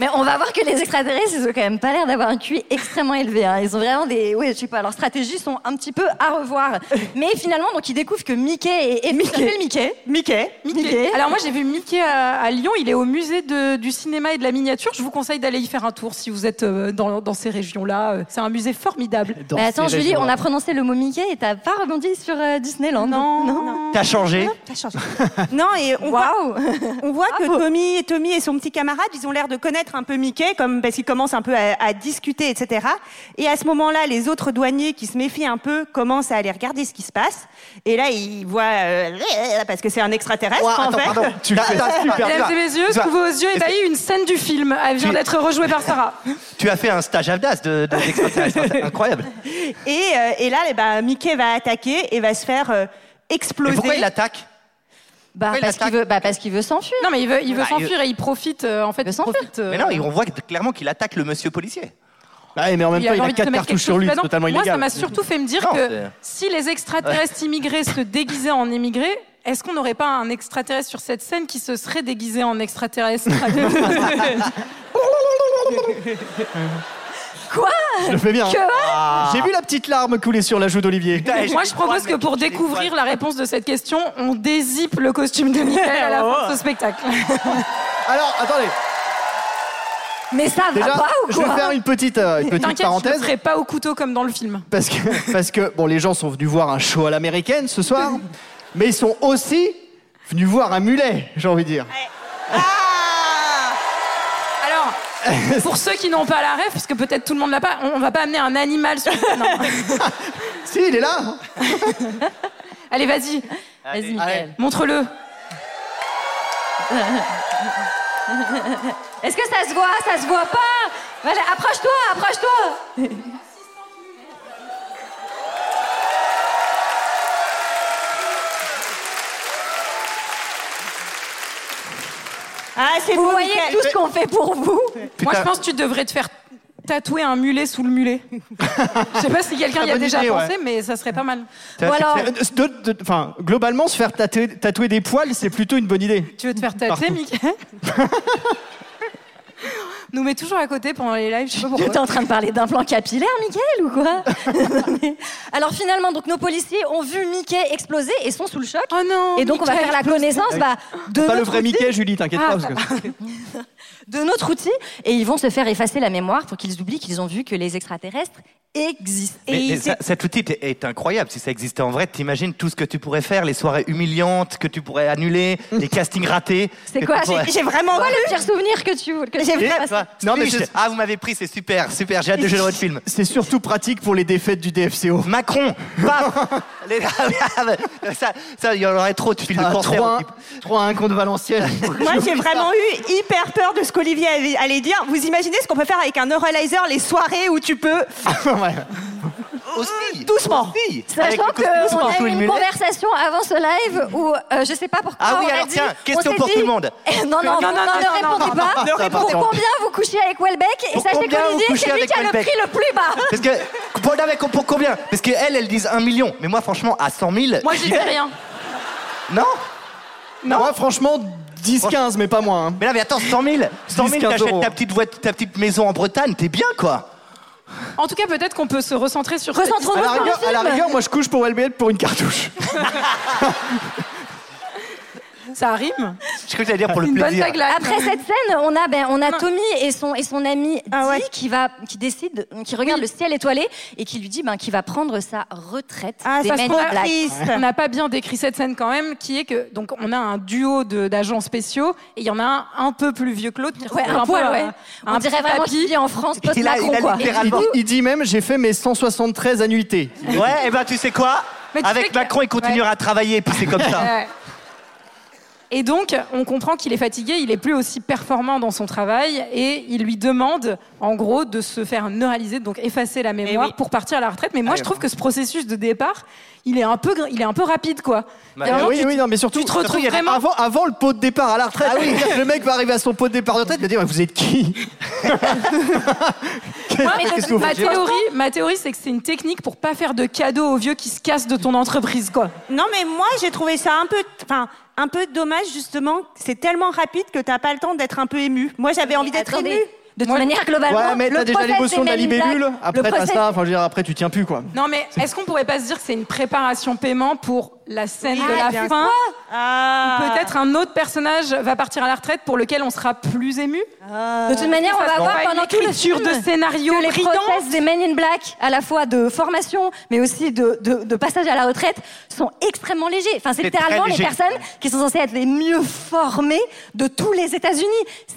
Speaker 2: Mais on va voir que les extraterrestres, ils ont quand même pas l'air d'avoir un QI extrêmement élevé. hein. Ils ont vraiment des. Oui, je sais pas, leurs stratégies sont un petit peu à revoir. Mais finalement, donc, ils découvrent que Mickey est. Mickey. Mickey.
Speaker 7: Mickey.
Speaker 2: Mickey.
Speaker 15: Alors moi j'ai vu Mickey à, à Lyon, il est au musée de- du cinéma et de la miniature. Je vous conseille d'aller y faire un tour si vous êtes euh, dans, dans ces régions-là. Euh, C'est un musée formidable.
Speaker 8: Dans
Speaker 2: Mais Bah, attends,
Speaker 8: ces
Speaker 2: Julie, on
Speaker 8: régions-là.
Speaker 2: a prononcé le mot Mickey et t'as pas rebondi sur euh, Disneyland. Non, non.
Speaker 8: T'as changé.
Speaker 15: Hein
Speaker 7: T'as changé. Non, et on voit, on voit que
Speaker 8: Ah.
Speaker 7: Tommy, Tommy et son petit camarade, ils ont l'air de connaître un peu Mickey, comme, parce qu'ils commencent un peu à, à discuter, etc. Et à ce moment-là, les autres douaniers qui se méfient un peu commencent à aller regarder ce qui se passe. Et là, ils voient, euh, parce que c'est un extraterrestre,
Speaker 8: Ouais,
Speaker 7: en
Speaker 8: attends,
Speaker 7: fait.
Speaker 8: pardon. Tu
Speaker 7: Attends,
Speaker 8: fais-
Speaker 7: attends,
Speaker 8: tu fais-
Speaker 15: Mesdames et
Speaker 8: tu
Speaker 15: messieurs,
Speaker 8: fais-
Speaker 15: sous vos yeux ébahis, une scène du film Elle vient
Speaker 8: Tu-
Speaker 15: d'être rejouée par Sarah.
Speaker 8: Tu as fait un stage Avdas de, de d'extraterrestre. C'est incroyable.
Speaker 7: Et, euh, et là, eh ben, Mickey va attaquer et va se faire euh, exploser.
Speaker 8: Mais pourquoi il attaque
Speaker 2: Bah,
Speaker 8: Pourquoi il
Speaker 2: parce qu'il veut, bah, parce qu'il veut s'enfuir.
Speaker 15: Non mais il veut, il veut
Speaker 8: Ah, il-
Speaker 15: s'enfuir et il profite euh, en fait. Il profite, euh,
Speaker 8: Mais non, on voit clairement qu'il attaque le monsieur policier.
Speaker 16: Ouais, Ah, mais en même
Speaker 15: il
Speaker 16: temps,
Speaker 15: avait
Speaker 16: il a
Speaker 15: envie de
Speaker 16: quatre
Speaker 15: te mettre
Speaker 16: cartouches
Speaker 15: quelque
Speaker 16: sur lui,
Speaker 15: chose
Speaker 16: c'est
Speaker 15: dedans.
Speaker 2: Bah
Speaker 16: totalement
Speaker 15: Moi,
Speaker 16: illégal.
Speaker 15: ça m'a surtout fait me dire
Speaker 8: Non,
Speaker 15: que
Speaker 8: c'est-
Speaker 15: si les extraterrestres immigrés se déguisaient en immigrés, est-ce qu'on n'aurait pas un extraterrestre sur cette scène qui se serait déguisé en extraterrestre
Speaker 2: Quoi
Speaker 16: Je le fais bien.
Speaker 2: Que-
Speaker 8: Ah.
Speaker 16: J'ai vu la petite larme couler sur la joue d'Olivier.
Speaker 15: Moi, je propose que pour découvrir la réponse de cette question, on dézippe le costume de Mickey à la
Speaker 16: Oh.
Speaker 15: fin de ce spectacle.
Speaker 16: Alors, attendez.
Speaker 2: Mais ça va
Speaker 16: Déjà,
Speaker 2: pas ou
Speaker 16: je vais
Speaker 2: quoi
Speaker 16: faire une petite, euh, une petite
Speaker 15: T'inquiète, je ne
Speaker 16: parenthèse.
Speaker 15: serai pas au couteau comme dans le film.
Speaker 16: Parce que, parce que, bon, les gens sont venus voir un show à l'américaine ce soir, mais ils sont aussi venus voir un mulet, j'ai envie de dire.
Speaker 15: Alors, pour ceux qui n'ont pas la rêve, parce que peut-être tout le monde l'a pas, on, on va pas amener un animal sur non.
Speaker 16: Si, il est là hein.
Speaker 15: Allez, vas-y,
Speaker 2: Vas-y, Michael.
Speaker 15: montre-le.
Speaker 2: Est-ce que ça se voit Ça se voit pas Voilà, Approche-toi, approche-toi
Speaker 7: Ah, c'est
Speaker 2: Vous
Speaker 7: vous,
Speaker 2: voyez
Speaker 7: Mickey.
Speaker 2: tout ce qu'on fait pour vous
Speaker 15: Moi, je pense que tu devrais te faire tatouer un mulet sous le mulet. Je sais pas si quelqu'un y a
Speaker 16: Bonne
Speaker 15: déjà
Speaker 16: idée, ouais.
Speaker 15: pensé, mais ça serait pas mal.
Speaker 16: C'est-
Speaker 2: alors-
Speaker 16: c'est- euh, de- de- Enfin, globalement, se faire tatouer, tatouer des poils, c'est plutôt une bonne idée.
Speaker 15: Tu veux te faire
Speaker 16: Par
Speaker 15: tâter,
Speaker 16: contre.
Speaker 15: Mickey Nous met toujours à côté pendant les lives, je sais pas
Speaker 2: T'es
Speaker 15: pourquoi.
Speaker 2: en train de parler d'implant capillaire, Michael, ou quoi Non, mais- Alors finalement, donc nos policiers ont vu Mickey exploser et sont sous le choc.
Speaker 15: Oh non
Speaker 2: Et donc on va
Speaker 15: Mickey.
Speaker 2: faire la connaissance bah, de,
Speaker 16: Pas
Speaker 2: notre
Speaker 16: le vrai
Speaker 2: outil,
Speaker 16: Mickey, Julie, t'inquiète
Speaker 15: Ah,
Speaker 16: pas. parce que-
Speaker 2: de notre outil et ils vont se faire effacer la mémoire pour qu'ils oublient qu'ils ont vu que les extraterrestres existent.
Speaker 8: Mais-
Speaker 2: Et
Speaker 8: mais
Speaker 2: ils-
Speaker 8: ça- cet outil est, est incroyable. Si ça existait en vrai, t'imagines tout ce que tu pourrais faire, les soirées humiliantes que tu pourrais annuler, les castings ratés.
Speaker 2: C'est
Speaker 8: que
Speaker 2: quoi
Speaker 8: tu pourrais-
Speaker 2: J'ai-
Speaker 7: J'ai vraiment
Speaker 2: Quoi
Speaker 7: cru.
Speaker 2: le pire souvenir que tu veux que tu-
Speaker 7: J'ai-
Speaker 8: Et, toi,
Speaker 16: Non, mais
Speaker 8: Twitch.
Speaker 16: je-
Speaker 8: Ah, vous m'avez pris, c'est super, super, j'ai hâte de jouer dans votre film.
Speaker 16: C'est surtout pratique pour les défaites du DFCO.
Speaker 8: Macron, paf Les- Ça, ça, il y en aurait trop de films de
Speaker 16: Ah,
Speaker 8: cancer.
Speaker 16: 3-1 3-1 contre Valenciennes.
Speaker 7: Moi, j'ai vraiment eu hyper peur de ce qu'Olivier allait- allait dire. Vous imaginez ce qu'on peut faire avec un neuralizer, les soirées où tu peux.
Speaker 16: Ouais.
Speaker 4: Aussi.
Speaker 7: Doucement.
Speaker 4: Aussi. Avec
Speaker 2: Sachant
Speaker 4: le costume
Speaker 2: qu'on a
Speaker 4: partout
Speaker 2: eu une
Speaker 4: émulé.
Speaker 2: conversation avant ce live où euh, je sais pas pourquoi.
Speaker 4: Ah oui,
Speaker 2: on a
Speaker 4: alors
Speaker 2: dit-
Speaker 4: tiens, question
Speaker 2: on s'est
Speaker 4: pour
Speaker 2: dit-
Speaker 4: tout le monde.
Speaker 2: non, non,
Speaker 4: Non, non,
Speaker 2: non,
Speaker 4: non,
Speaker 2: ne
Speaker 4: non,
Speaker 2: répondez pas.
Speaker 4: non, non, non,
Speaker 2: Pour
Speaker 4: pardon.
Speaker 2: combien vous couchez avec Welbeck Et
Speaker 4: Pour
Speaker 2: sachez
Speaker 4: combien vous
Speaker 2: qu'Olivier,
Speaker 4: couchez
Speaker 2: c'est lui
Speaker 4: avec
Speaker 2: qui a le
Speaker 4: Welbeck
Speaker 2: prix le plus bas.
Speaker 4: Parce que, pour, non, mais pour combien Parce qu'elles, elles disent 1 million. Mais moi, franchement, à 100 000.
Speaker 7: Moi, j'y
Speaker 4: vais.
Speaker 7: fais rien.
Speaker 4: Non
Speaker 8: Non. Moi, franchement, 10, 15, mais pas moins.
Speaker 4: Mais là, mais attends, 100 000 100 000,
Speaker 8: 10, 15
Speaker 4: t'achètes
Speaker 8: euros.
Speaker 4: ta petite, voit- ta petite maison en Bretagne, t'es bien, quoi
Speaker 7: En tout cas, peut-être qu'on peut se recentrer sur.
Speaker 8: à la, rigueur, à la rigueur, moi je couche pour LBL pour une cartouche.
Speaker 7: Ça rime.
Speaker 4: Je crois que t'allais dire pour le
Speaker 7: Une bonne
Speaker 4: plaisir.
Speaker 7: tagline. Blague.
Speaker 2: Après cette scène, on a, ben, on
Speaker 7: Ah.
Speaker 2: a Tommy et son, et son ami Dee qui, va, qui décide, qui regarde le ciel étoilé et qui lui dit ben, qu'il va prendre sa retraite
Speaker 7: Ah,
Speaker 2: des Men in Black.
Speaker 7: On n'a pas bien décrit cette scène quand même, qui est que donc on a un duo de- d'agents spéciaux et il y en a un un peu plus vieux que l'autre. qui
Speaker 2: Ouais,
Speaker 7: ressemble
Speaker 2: un
Speaker 7: peu
Speaker 2: poil,
Speaker 7: à-
Speaker 2: ouais.
Speaker 7: à
Speaker 2: On
Speaker 7: un
Speaker 2: dirait
Speaker 7: petit
Speaker 2: vraiment
Speaker 7: papy.
Speaker 2: qu'il vit en France
Speaker 8: Il, a-
Speaker 2: post-Macron,
Speaker 8: il a
Speaker 2: quoi.
Speaker 8: littéralement- il dit même j'ai fait mes 173 annuités.
Speaker 4: Ouais, et ben tu sais quoi
Speaker 7: Mais tu sais
Speaker 4: Avec
Speaker 7: que-
Speaker 4: Macron, il continuera
Speaker 7: Ouais.
Speaker 4: à travailler, puis c'est comme ça.
Speaker 7: Ouais. Et donc, on comprend qu'il est fatigué, il est plus aussi performant dans son travail, et il lui demande, en gros, de se faire neuraliser, donc effacer la mémoire pour partir à la retraite. Mais moi,
Speaker 8: Ah,
Speaker 7: je
Speaker 8: oui.
Speaker 7: trouve que ce processus de départ, il est un peu, gr- il est un peu rapide, quoi. Il y a
Speaker 8: Bah, Mais
Speaker 7: vraiment-
Speaker 8: oui, oui, non, mais surtout,
Speaker 7: tu te retrouves
Speaker 8: surtout, il y avait
Speaker 7: vraiment-
Speaker 8: avant, avant le pot de départ à la retraite. C'est-à-dire que le mec va arriver à son pot de départ de retraite, il va dire Mais Vous êtes qui
Speaker 7: Moi,
Speaker 8: Qu'est-ce que vous
Speaker 7: ma
Speaker 8: faites
Speaker 7: théorie, ma théorie, c'est que c'est une technique pour pas faire de cadeaux aux vieux qui se cassent de ton entreprise, quoi.
Speaker 9: Non, mais moi, j'ai trouvé ça un peu, enfin, un peu dommage, justement. C'est tellement rapide que t'as pas le temps d'être un peu ému. Moi, j'avais envie d'être
Speaker 2: attendez,
Speaker 9: ému.
Speaker 2: de toute
Speaker 7: Moi-
Speaker 2: manière, globalement,
Speaker 8: Ouais, mais
Speaker 2: le
Speaker 8: t'as déjà
Speaker 2: process des
Speaker 8: l'émotion de la
Speaker 2: Men in
Speaker 8: libellule.
Speaker 2: Black-
Speaker 8: Après,
Speaker 2: le
Speaker 8: t'as
Speaker 2: process-
Speaker 8: ça. Enfin, je veux dire, après, tu tiens plus, quoi.
Speaker 7: Non, mais est-ce qu'on pourrait pas se dire que c'est une préparation paiement pour la scène
Speaker 9: Oui,
Speaker 7: de
Speaker 9: ah,
Speaker 7: la
Speaker 9: bien
Speaker 7: fin
Speaker 9: sûr. Ah.
Speaker 7: où Peut-être un autre personnage va partir à la retraite pour lequel on sera plus ému
Speaker 2: De toute manière, on va voir pendant tout le
Speaker 7: sur
Speaker 2: film
Speaker 7: de scénario
Speaker 2: que les
Speaker 7: brillante.
Speaker 2: process des Men in Black, à la fois de formation, mais aussi de, de- de passage à la retraite, sont extrêmement légers. Enfin, c'est
Speaker 4: C'est très
Speaker 2: littéralement les
Speaker 4: léger.
Speaker 2: personnes qui sont censées être les mieux formées de tous les États-Unis.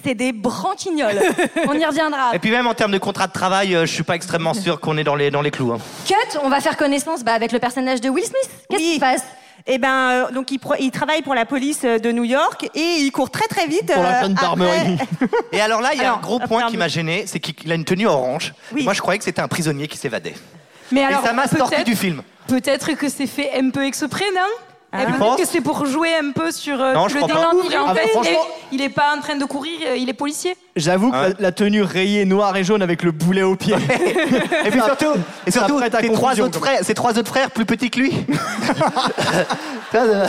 Speaker 2: C'est des branquignoles. on y reviendra.
Speaker 4: Et puis même en termes de contrat de travail, euh, je suis pas extrêmement sûr qu'on est dans les, dans les clous. hein.
Speaker 2: Cut, on va faire connaissance bah, avec le personnage de Will Smith. Qu'est-ce qui se passe
Speaker 9: Eh ben, euh, donc il, pro- il travaille pour la police euh, de New York et il court très très vite.
Speaker 4: Pour la
Speaker 9: euh,
Speaker 4: gendarmerie.
Speaker 9: après-
Speaker 4: Et alors là, il y a
Speaker 9: Alors,
Speaker 4: un gros point qui m'a gêné, c'est qu'il a une tenue orange. Et Moi, je croyais que c'était un prisonnier qui s'évadait.
Speaker 7: Mais
Speaker 4: Et
Speaker 7: alors,
Speaker 4: ça m'a sorti
Speaker 7: peut-être-
Speaker 4: du film.
Speaker 7: Peut-être que c'est fait un peu hein exprès, non
Speaker 4: Tu
Speaker 9: Ah.
Speaker 7: Et peut-être
Speaker 4: penses
Speaker 7: que c'est pour jouer un peu sur euh,
Speaker 8: Non,
Speaker 7: tu
Speaker 8: je
Speaker 7: le
Speaker 8: crois pas.
Speaker 7: découvres, et en
Speaker 8: Ah bah,
Speaker 7: fait, il est-
Speaker 8: franchement-
Speaker 7: il est pas en train de courir, euh, il est policier.
Speaker 8: J'avoue que la, la tenue rayée noire et jaune avec le boulet au pied.
Speaker 4: Et puis surtout, et
Speaker 8: Ça
Speaker 4: surtout
Speaker 8: prête à
Speaker 4: ses, trois
Speaker 8: confusion,
Speaker 4: autres
Speaker 8: quand même.
Speaker 4: frères, ses trois autres frères plus petits que lui. euh,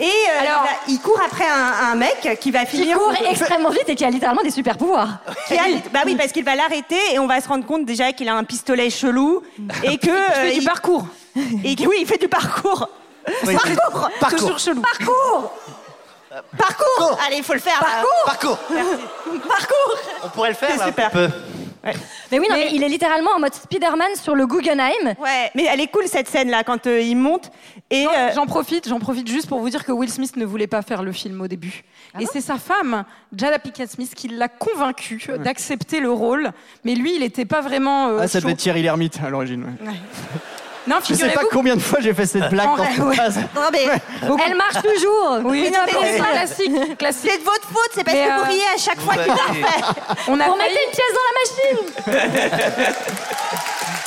Speaker 9: Et euh, il, va- il court après un, un mec qui va
Speaker 2: Qui
Speaker 9: finir.
Speaker 2: court extrêmement vite et qui a littéralement des super pouvoirs.
Speaker 9: qui a- bah oui, parce qu'il va l'arrêter et on va se rendre compte déjà qu'il a un pistolet chelou
Speaker 2: Mm.
Speaker 9: et que.
Speaker 7: Il fait du parcours.
Speaker 9: Et que, oui, il fait du parcours.
Speaker 4: Oui.
Speaker 9: Parcours.
Speaker 4: Parcours.
Speaker 9: Toujours chelou. Parcours. Parcours. Allez, il faut le faire. là.
Speaker 4: Parcours.
Speaker 9: Parcours.
Speaker 4: On pourrait le faire
Speaker 9: C'est
Speaker 4: là, un
Speaker 9: super.
Speaker 4: peu.
Speaker 2: Mais oui, non, mais il est littéralement en mode Spider-Man sur le Guggenheim.
Speaker 9: Ouais, mais elle est cool cette scène là quand euh, il monte et euh,
Speaker 7: J'en profite, j'en profite juste pour vous dire que Will Smith ne voulait pas faire le film au début.
Speaker 2: Ah
Speaker 7: et c'est sa femme, Jada Pinkett Smith, qui l'a convaincu d'accepter le rôle. Mais lui, il n'était pas vraiment. euh,
Speaker 8: Ah, ça
Speaker 7: chaud.
Speaker 8: devait être Thierry Lhermitte à l'origine. ouais.
Speaker 7: Non,
Speaker 8: Je sais pas
Speaker 7: figurez-vous-
Speaker 8: combien de fois j'ai fait cette blague
Speaker 7: En
Speaker 8: dans
Speaker 7: vrai,
Speaker 8: cette
Speaker 7: ouais.
Speaker 8: phase.
Speaker 9: Non, mais
Speaker 7: Beaucoup.
Speaker 2: Elle marche toujours.
Speaker 7: Oui,
Speaker 2: Mais
Speaker 7: non,
Speaker 2: non, mais
Speaker 7: mais
Speaker 2: c'est ça.
Speaker 7: classique, classique.
Speaker 9: c'est de votre faute, c'est parce
Speaker 7: Mais,
Speaker 9: que
Speaker 7: euh,
Speaker 9: vous riez à chaque fois
Speaker 4: bah,
Speaker 9: qu'il
Speaker 4: oui.
Speaker 9: l'a fait.
Speaker 7: On a
Speaker 2: Pour
Speaker 7: failli-
Speaker 2: mettre une pièce dans la machine.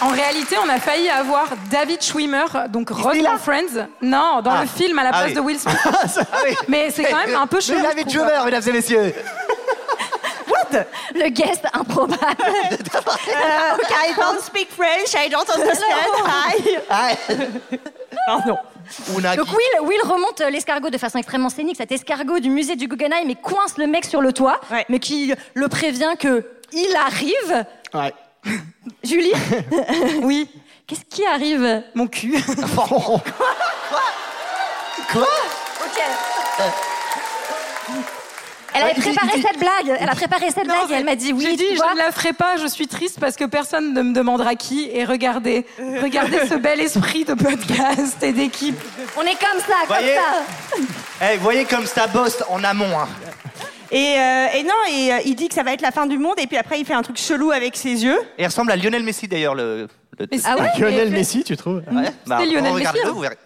Speaker 7: En réalité, on a failli avoir David Schwimmer, donc Ross
Speaker 4: est
Speaker 7: dans
Speaker 4: là
Speaker 7: Friends. Non, dans
Speaker 4: Ah.
Speaker 7: le film à la
Speaker 4: Ah
Speaker 7: place
Speaker 4: oui.
Speaker 7: de Will Smith.
Speaker 4: Ah oui.
Speaker 7: Mais c'est quand même
Speaker 8: euh,
Speaker 7: un peu chelou.
Speaker 4: Mais
Speaker 7: je
Speaker 4: David
Speaker 7: trouve.
Speaker 4: Schwimmer, mesdames et messieurs.
Speaker 2: Le guest improbable.
Speaker 9: Euh, ok, I don't speak French, I don't understand. Hi.
Speaker 4: Ah,
Speaker 9: Pardon.
Speaker 4: on a
Speaker 2: Donc Will, Will remonte euh, l'escargot de façon extrêmement scénique, cet escargot du musée du Guggenheim et coince le mec sur le toit,
Speaker 9: Ouais.
Speaker 2: mais qui le prévient que il arrive.
Speaker 8: Ouais.
Speaker 2: Julie Oui. Qu'est-ce qui arrive
Speaker 7: Mon cul.
Speaker 4: Quoi Quoi
Speaker 2: Elle avait
Speaker 4: Ouais, j'ai-
Speaker 2: préparé
Speaker 4: j'ai-
Speaker 2: cette blague. Elle a préparé cette blague et elle m'a dit oui. tu
Speaker 7: J'ai dit,
Speaker 2: vois.
Speaker 7: je ne la ferai pas, je suis triste parce que personne ne me demandera qui. Et regardez, regardez ce bel esprit de podcast et d'équipe.
Speaker 2: On est comme ça, comme
Speaker 4: Voyez
Speaker 2: ça.
Speaker 4: Eh, voyez comme ça bosse en amont. hein.
Speaker 9: Et, euh, et non, et euh, il dit que ça va être la fin du monde et puis après il fait un truc chelou avec ses yeux.
Speaker 4: Et il ressemble à Lionel Messi d'ailleurs, le. le-
Speaker 7: Mais c'est-
Speaker 2: Ah ouais
Speaker 8: Lionel Messi, tu trouves
Speaker 4: Ouais, bah,
Speaker 7: Lionel Messi,
Speaker 4: regardez-le,
Speaker 7: hein.
Speaker 4: vous verrez.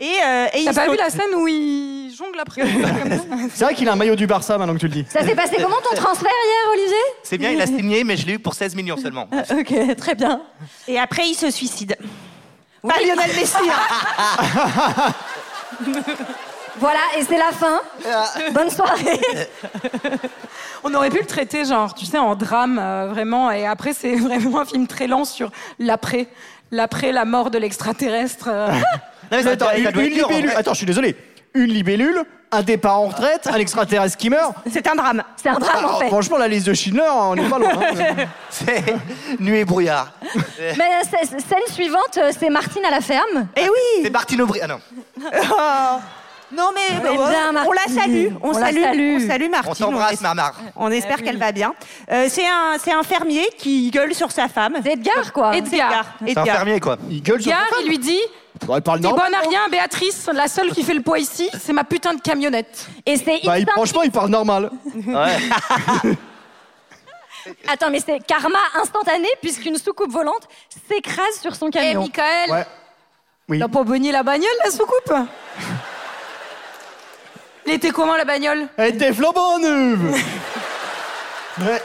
Speaker 9: Et, euh, et
Speaker 7: T'as
Speaker 9: ils
Speaker 7: pas
Speaker 9: sont-
Speaker 7: vu la scène où il jongle après
Speaker 8: C'est vrai qu'il a un maillot du Barça maintenant que tu le dis.
Speaker 2: Ça s'est passé comment ton transfert hier, Olivier
Speaker 4: C'est bien, il a signé, mais je l'ai eu pour 16 millions seulement.
Speaker 9: Ah, ok, très bien. Et après, il se suicide. Pas Lionel Messi. hein.
Speaker 2: Voilà, et c'est la fin.
Speaker 7: Ah.
Speaker 2: Bonne soirée.
Speaker 7: On aurait pu le traiter, genre, tu sais, en drame, euh, vraiment. Et après, c'est vraiment un film très lent sur l'après. L'après, la mort de l'extraterrestre. euh.
Speaker 8: Non, mais
Speaker 7: ça
Speaker 8: attends,
Speaker 7: doit- ça
Speaker 8: une,
Speaker 7: doit être
Speaker 8: une
Speaker 7: dur, en
Speaker 8: libellule.
Speaker 7: vrai.
Speaker 8: Attends, je suis désolé. Une libellule, un départ
Speaker 4: Ah.
Speaker 8: en retraite, un extraterrestre qui meurt. Ah,
Speaker 9: C'est un drame.
Speaker 2: C'est un drame, en fait.
Speaker 8: Franchement, la liste de Schindler, on n'est pas loin. hein.
Speaker 4: C'est nuit et brouillard.
Speaker 2: Mais euh, c- scène suivante, euh, c'est Martine à la ferme.
Speaker 9: Eh oui
Speaker 4: C'est Martine Aubry. Ah non.
Speaker 9: Non
Speaker 7: Eh
Speaker 9: mais
Speaker 7: ben,
Speaker 2: Elle est
Speaker 9: bah,
Speaker 2: Eh bien,
Speaker 9: on la
Speaker 2: Martine.
Speaker 9: salue, on,
Speaker 2: On la
Speaker 9: salue,
Speaker 2: salue.
Speaker 9: on salue Martine.
Speaker 4: On t'embrasse,
Speaker 9: es-
Speaker 4: Marmar.
Speaker 9: On espère qu'elle va bien. Euh, c'est un, c'est un fermier qui gueule sur sa femme. C'est
Speaker 2: Edgar quoi.
Speaker 7: Edgar.
Speaker 4: C'est un fermier, quoi.
Speaker 8: Il gueule sur
Speaker 7: Edgar,
Speaker 8: sa femme.
Speaker 7: il lui dit
Speaker 8: Bah, il parle
Speaker 7: T'es
Speaker 8: normal.
Speaker 7: bonne à rien, Béatrice, la seule qui fait le poids ici, c'est ma putain de camionnette.
Speaker 2: Et c'est
Speaker 8: Bah, il- franchement, il parle normal.
Speaker 2: Attends, mais c'est karma instantané puisqu'une soucoupe volante s'écrase sur son camion.
Speaker 7: Eh, Michael
Speaker 8: Ouais. Oui.
Speaker 7: T'as pas bonné la bagnole, la soucoupe Il était comment, la bagnole
Speaker 8: Elle était flambant neuve. Ouais.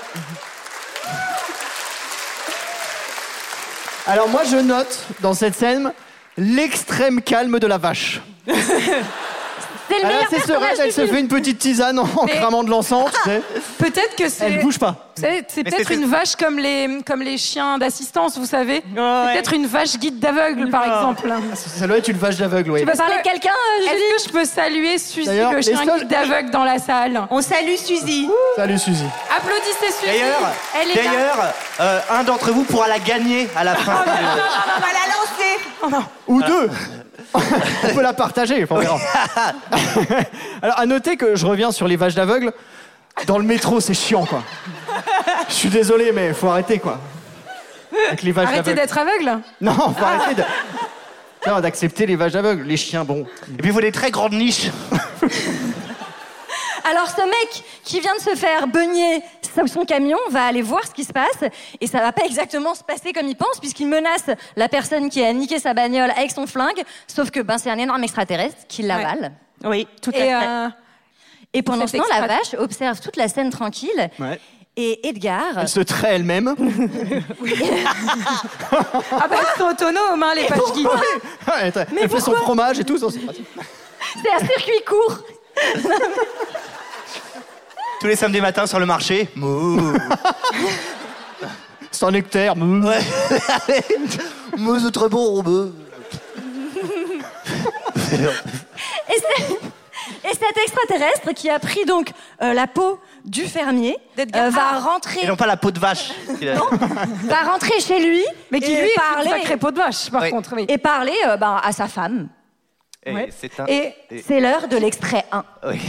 Speaker 8: Alors moi, je note dans cette scène l'extrême calme de la vache.
Speaker 2: C'est le
Speaker 8: Elle est
Speaker 2: meilleur
Speaker 8: assez Ah, sereine,
Speaker 2: personnage
Speaker 8: elle
Speaker 2: du
Speaker 8: se
Speaker 2: film.
Speaker 8: fait une petite tisane en
Speaker 7: Mais-
Speaker 8: cramant de l'encens, tu sais.
Speaker 7: Peut-être que c'est...
Speaker 8: Elle bouge pas.
Speaker 7: C'est c'est
Speaker 8: Mais
Speaker 7: peut-être
Speaker 8: c'était-
Speaker 7: une vache comme les, comme les chiens d'assistance, vous savez. C'est Peut-être une vache guide d'aveugle, par exemple.
Speaker 2: Ah,
Speaker 8: Ça doit être une vache d'aveugle, oui.
Speaker 7: Tu veux parler de
Speaker 2: quelqu'un,
Speaker 7: Est-ce que je peux saluer Suzy,
Speaker 8: D'ailleurs,
Speaker 7: le
Speaker 8: les
Speaker 7: chien
Speaker 8: seuls-
Speaker 7: guide d'aveugle dans la salle
Speaker 9: On salue Suzy.
Speaker 8: Salut Suzy.
Speaker 7: Applaudissez Suzy.
Speaker 4: D'ailleurs,
Speaker 7: Elle est là.
Speaker 4: d'ailleurs, euh, un d'entre vous pourra la gagner à la fin.
Speaker 9: On va la lancer.
Speaker 7: Ah.
Speaker 8: Ou deux On peut la partager, enfin, on verra. Alors, à noter que je reviens sur les vaches d'aveugle. Dans le métro, c'est chiant, quoi. Je suis désolé, mais faut arrêter, quoi. Avec les vaches
Speaker 7: Arrêtez
Speaker 8: d'aveugle.
Speaker 7: d'être Ah. aveugle.
Speaker 8: Non, faut arrêter de- Non, d'accepter les vaches d'aveugle. Les chiens, bon.
Speaker 4: Et puis, vous des très grandes niches.
Speaker 2: Alors ce mec qui vient de se faire beugner sous son camion va aller voir ce qui se passe et ça va pas exactement se passer comme il pense puisqu'il menace la personne qui a niqué sa bagnole avec son flingue sauf que ben c'est un énorme extraterrestre qui l'avale.
Speaker 9: Oui, tout à
Speaker 7: Et,
Speaker 9: fait.
Speaker 7: euh,
Speaker 2: Et pendant
Speaker 7: Cet
Speaker 2: ce temps la
Speaker 7: extra-
Speaker 2: vache observe toute la scène tranquille
Speaker 8: Ouais.
Speaker 2: et Edgar
Speaker 8: Elle se traite elle-même.
Speaker 7: Ah bah, ils sont autonomes, hein, les vaches guides.
Speaker 8: Elle tra- elle fait son fromage et tout. ça, c'est pratique.
Speaker 2: c'est un circuit court.
Speaker 4: Tous les samedis matins sur le marché. Mouh.
Speaker 8: C'est un nectar. mou.
Speaker 4: Ouais. Mouh, c'est très bon, mouh.
Speaker 2: Et, c'est- et cet extraterrestre qui a pris donc euh, la peau du fermier euh,
Speaker 7: Ah.
Speaker 2: va rentrer
Speaker 4: Et non pas la peau de vache. qu'il a-
Speaker 2: va rentrer chez lui
Speaker 7: Mais qui
Speaker 2: et
Speaker 7: lui est
Speaker 2: parler
Speaker 7: une sacrée peau de vache, par
Speaker 4: Oui.
Speaker 7: contre. oui.
Speaker 2: et parler euh, ben, à sa femme.
Speaker 4: Et
Speaker 7: Ouais.
Speaker 4: Eh, c'est un-
Speaker 7: Et
Speaker 4: et-
Speaker 2: C'est l'heure de l'extrait 1.
Speaker 4: oui.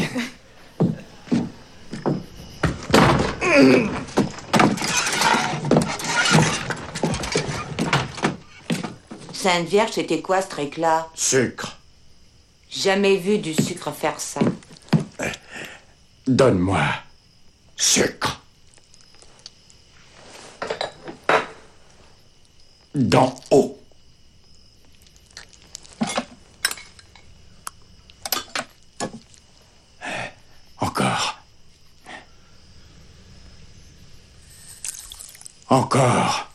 Speaker 17: Sainte Vierge, c'était quoi ce truc-là
Speaker 18: Sucre,
Speaker 17: Jamais vu du sucre faire ça.
Speaker 18: donne-moi. Sucre. D'en haut. Encore. Encore.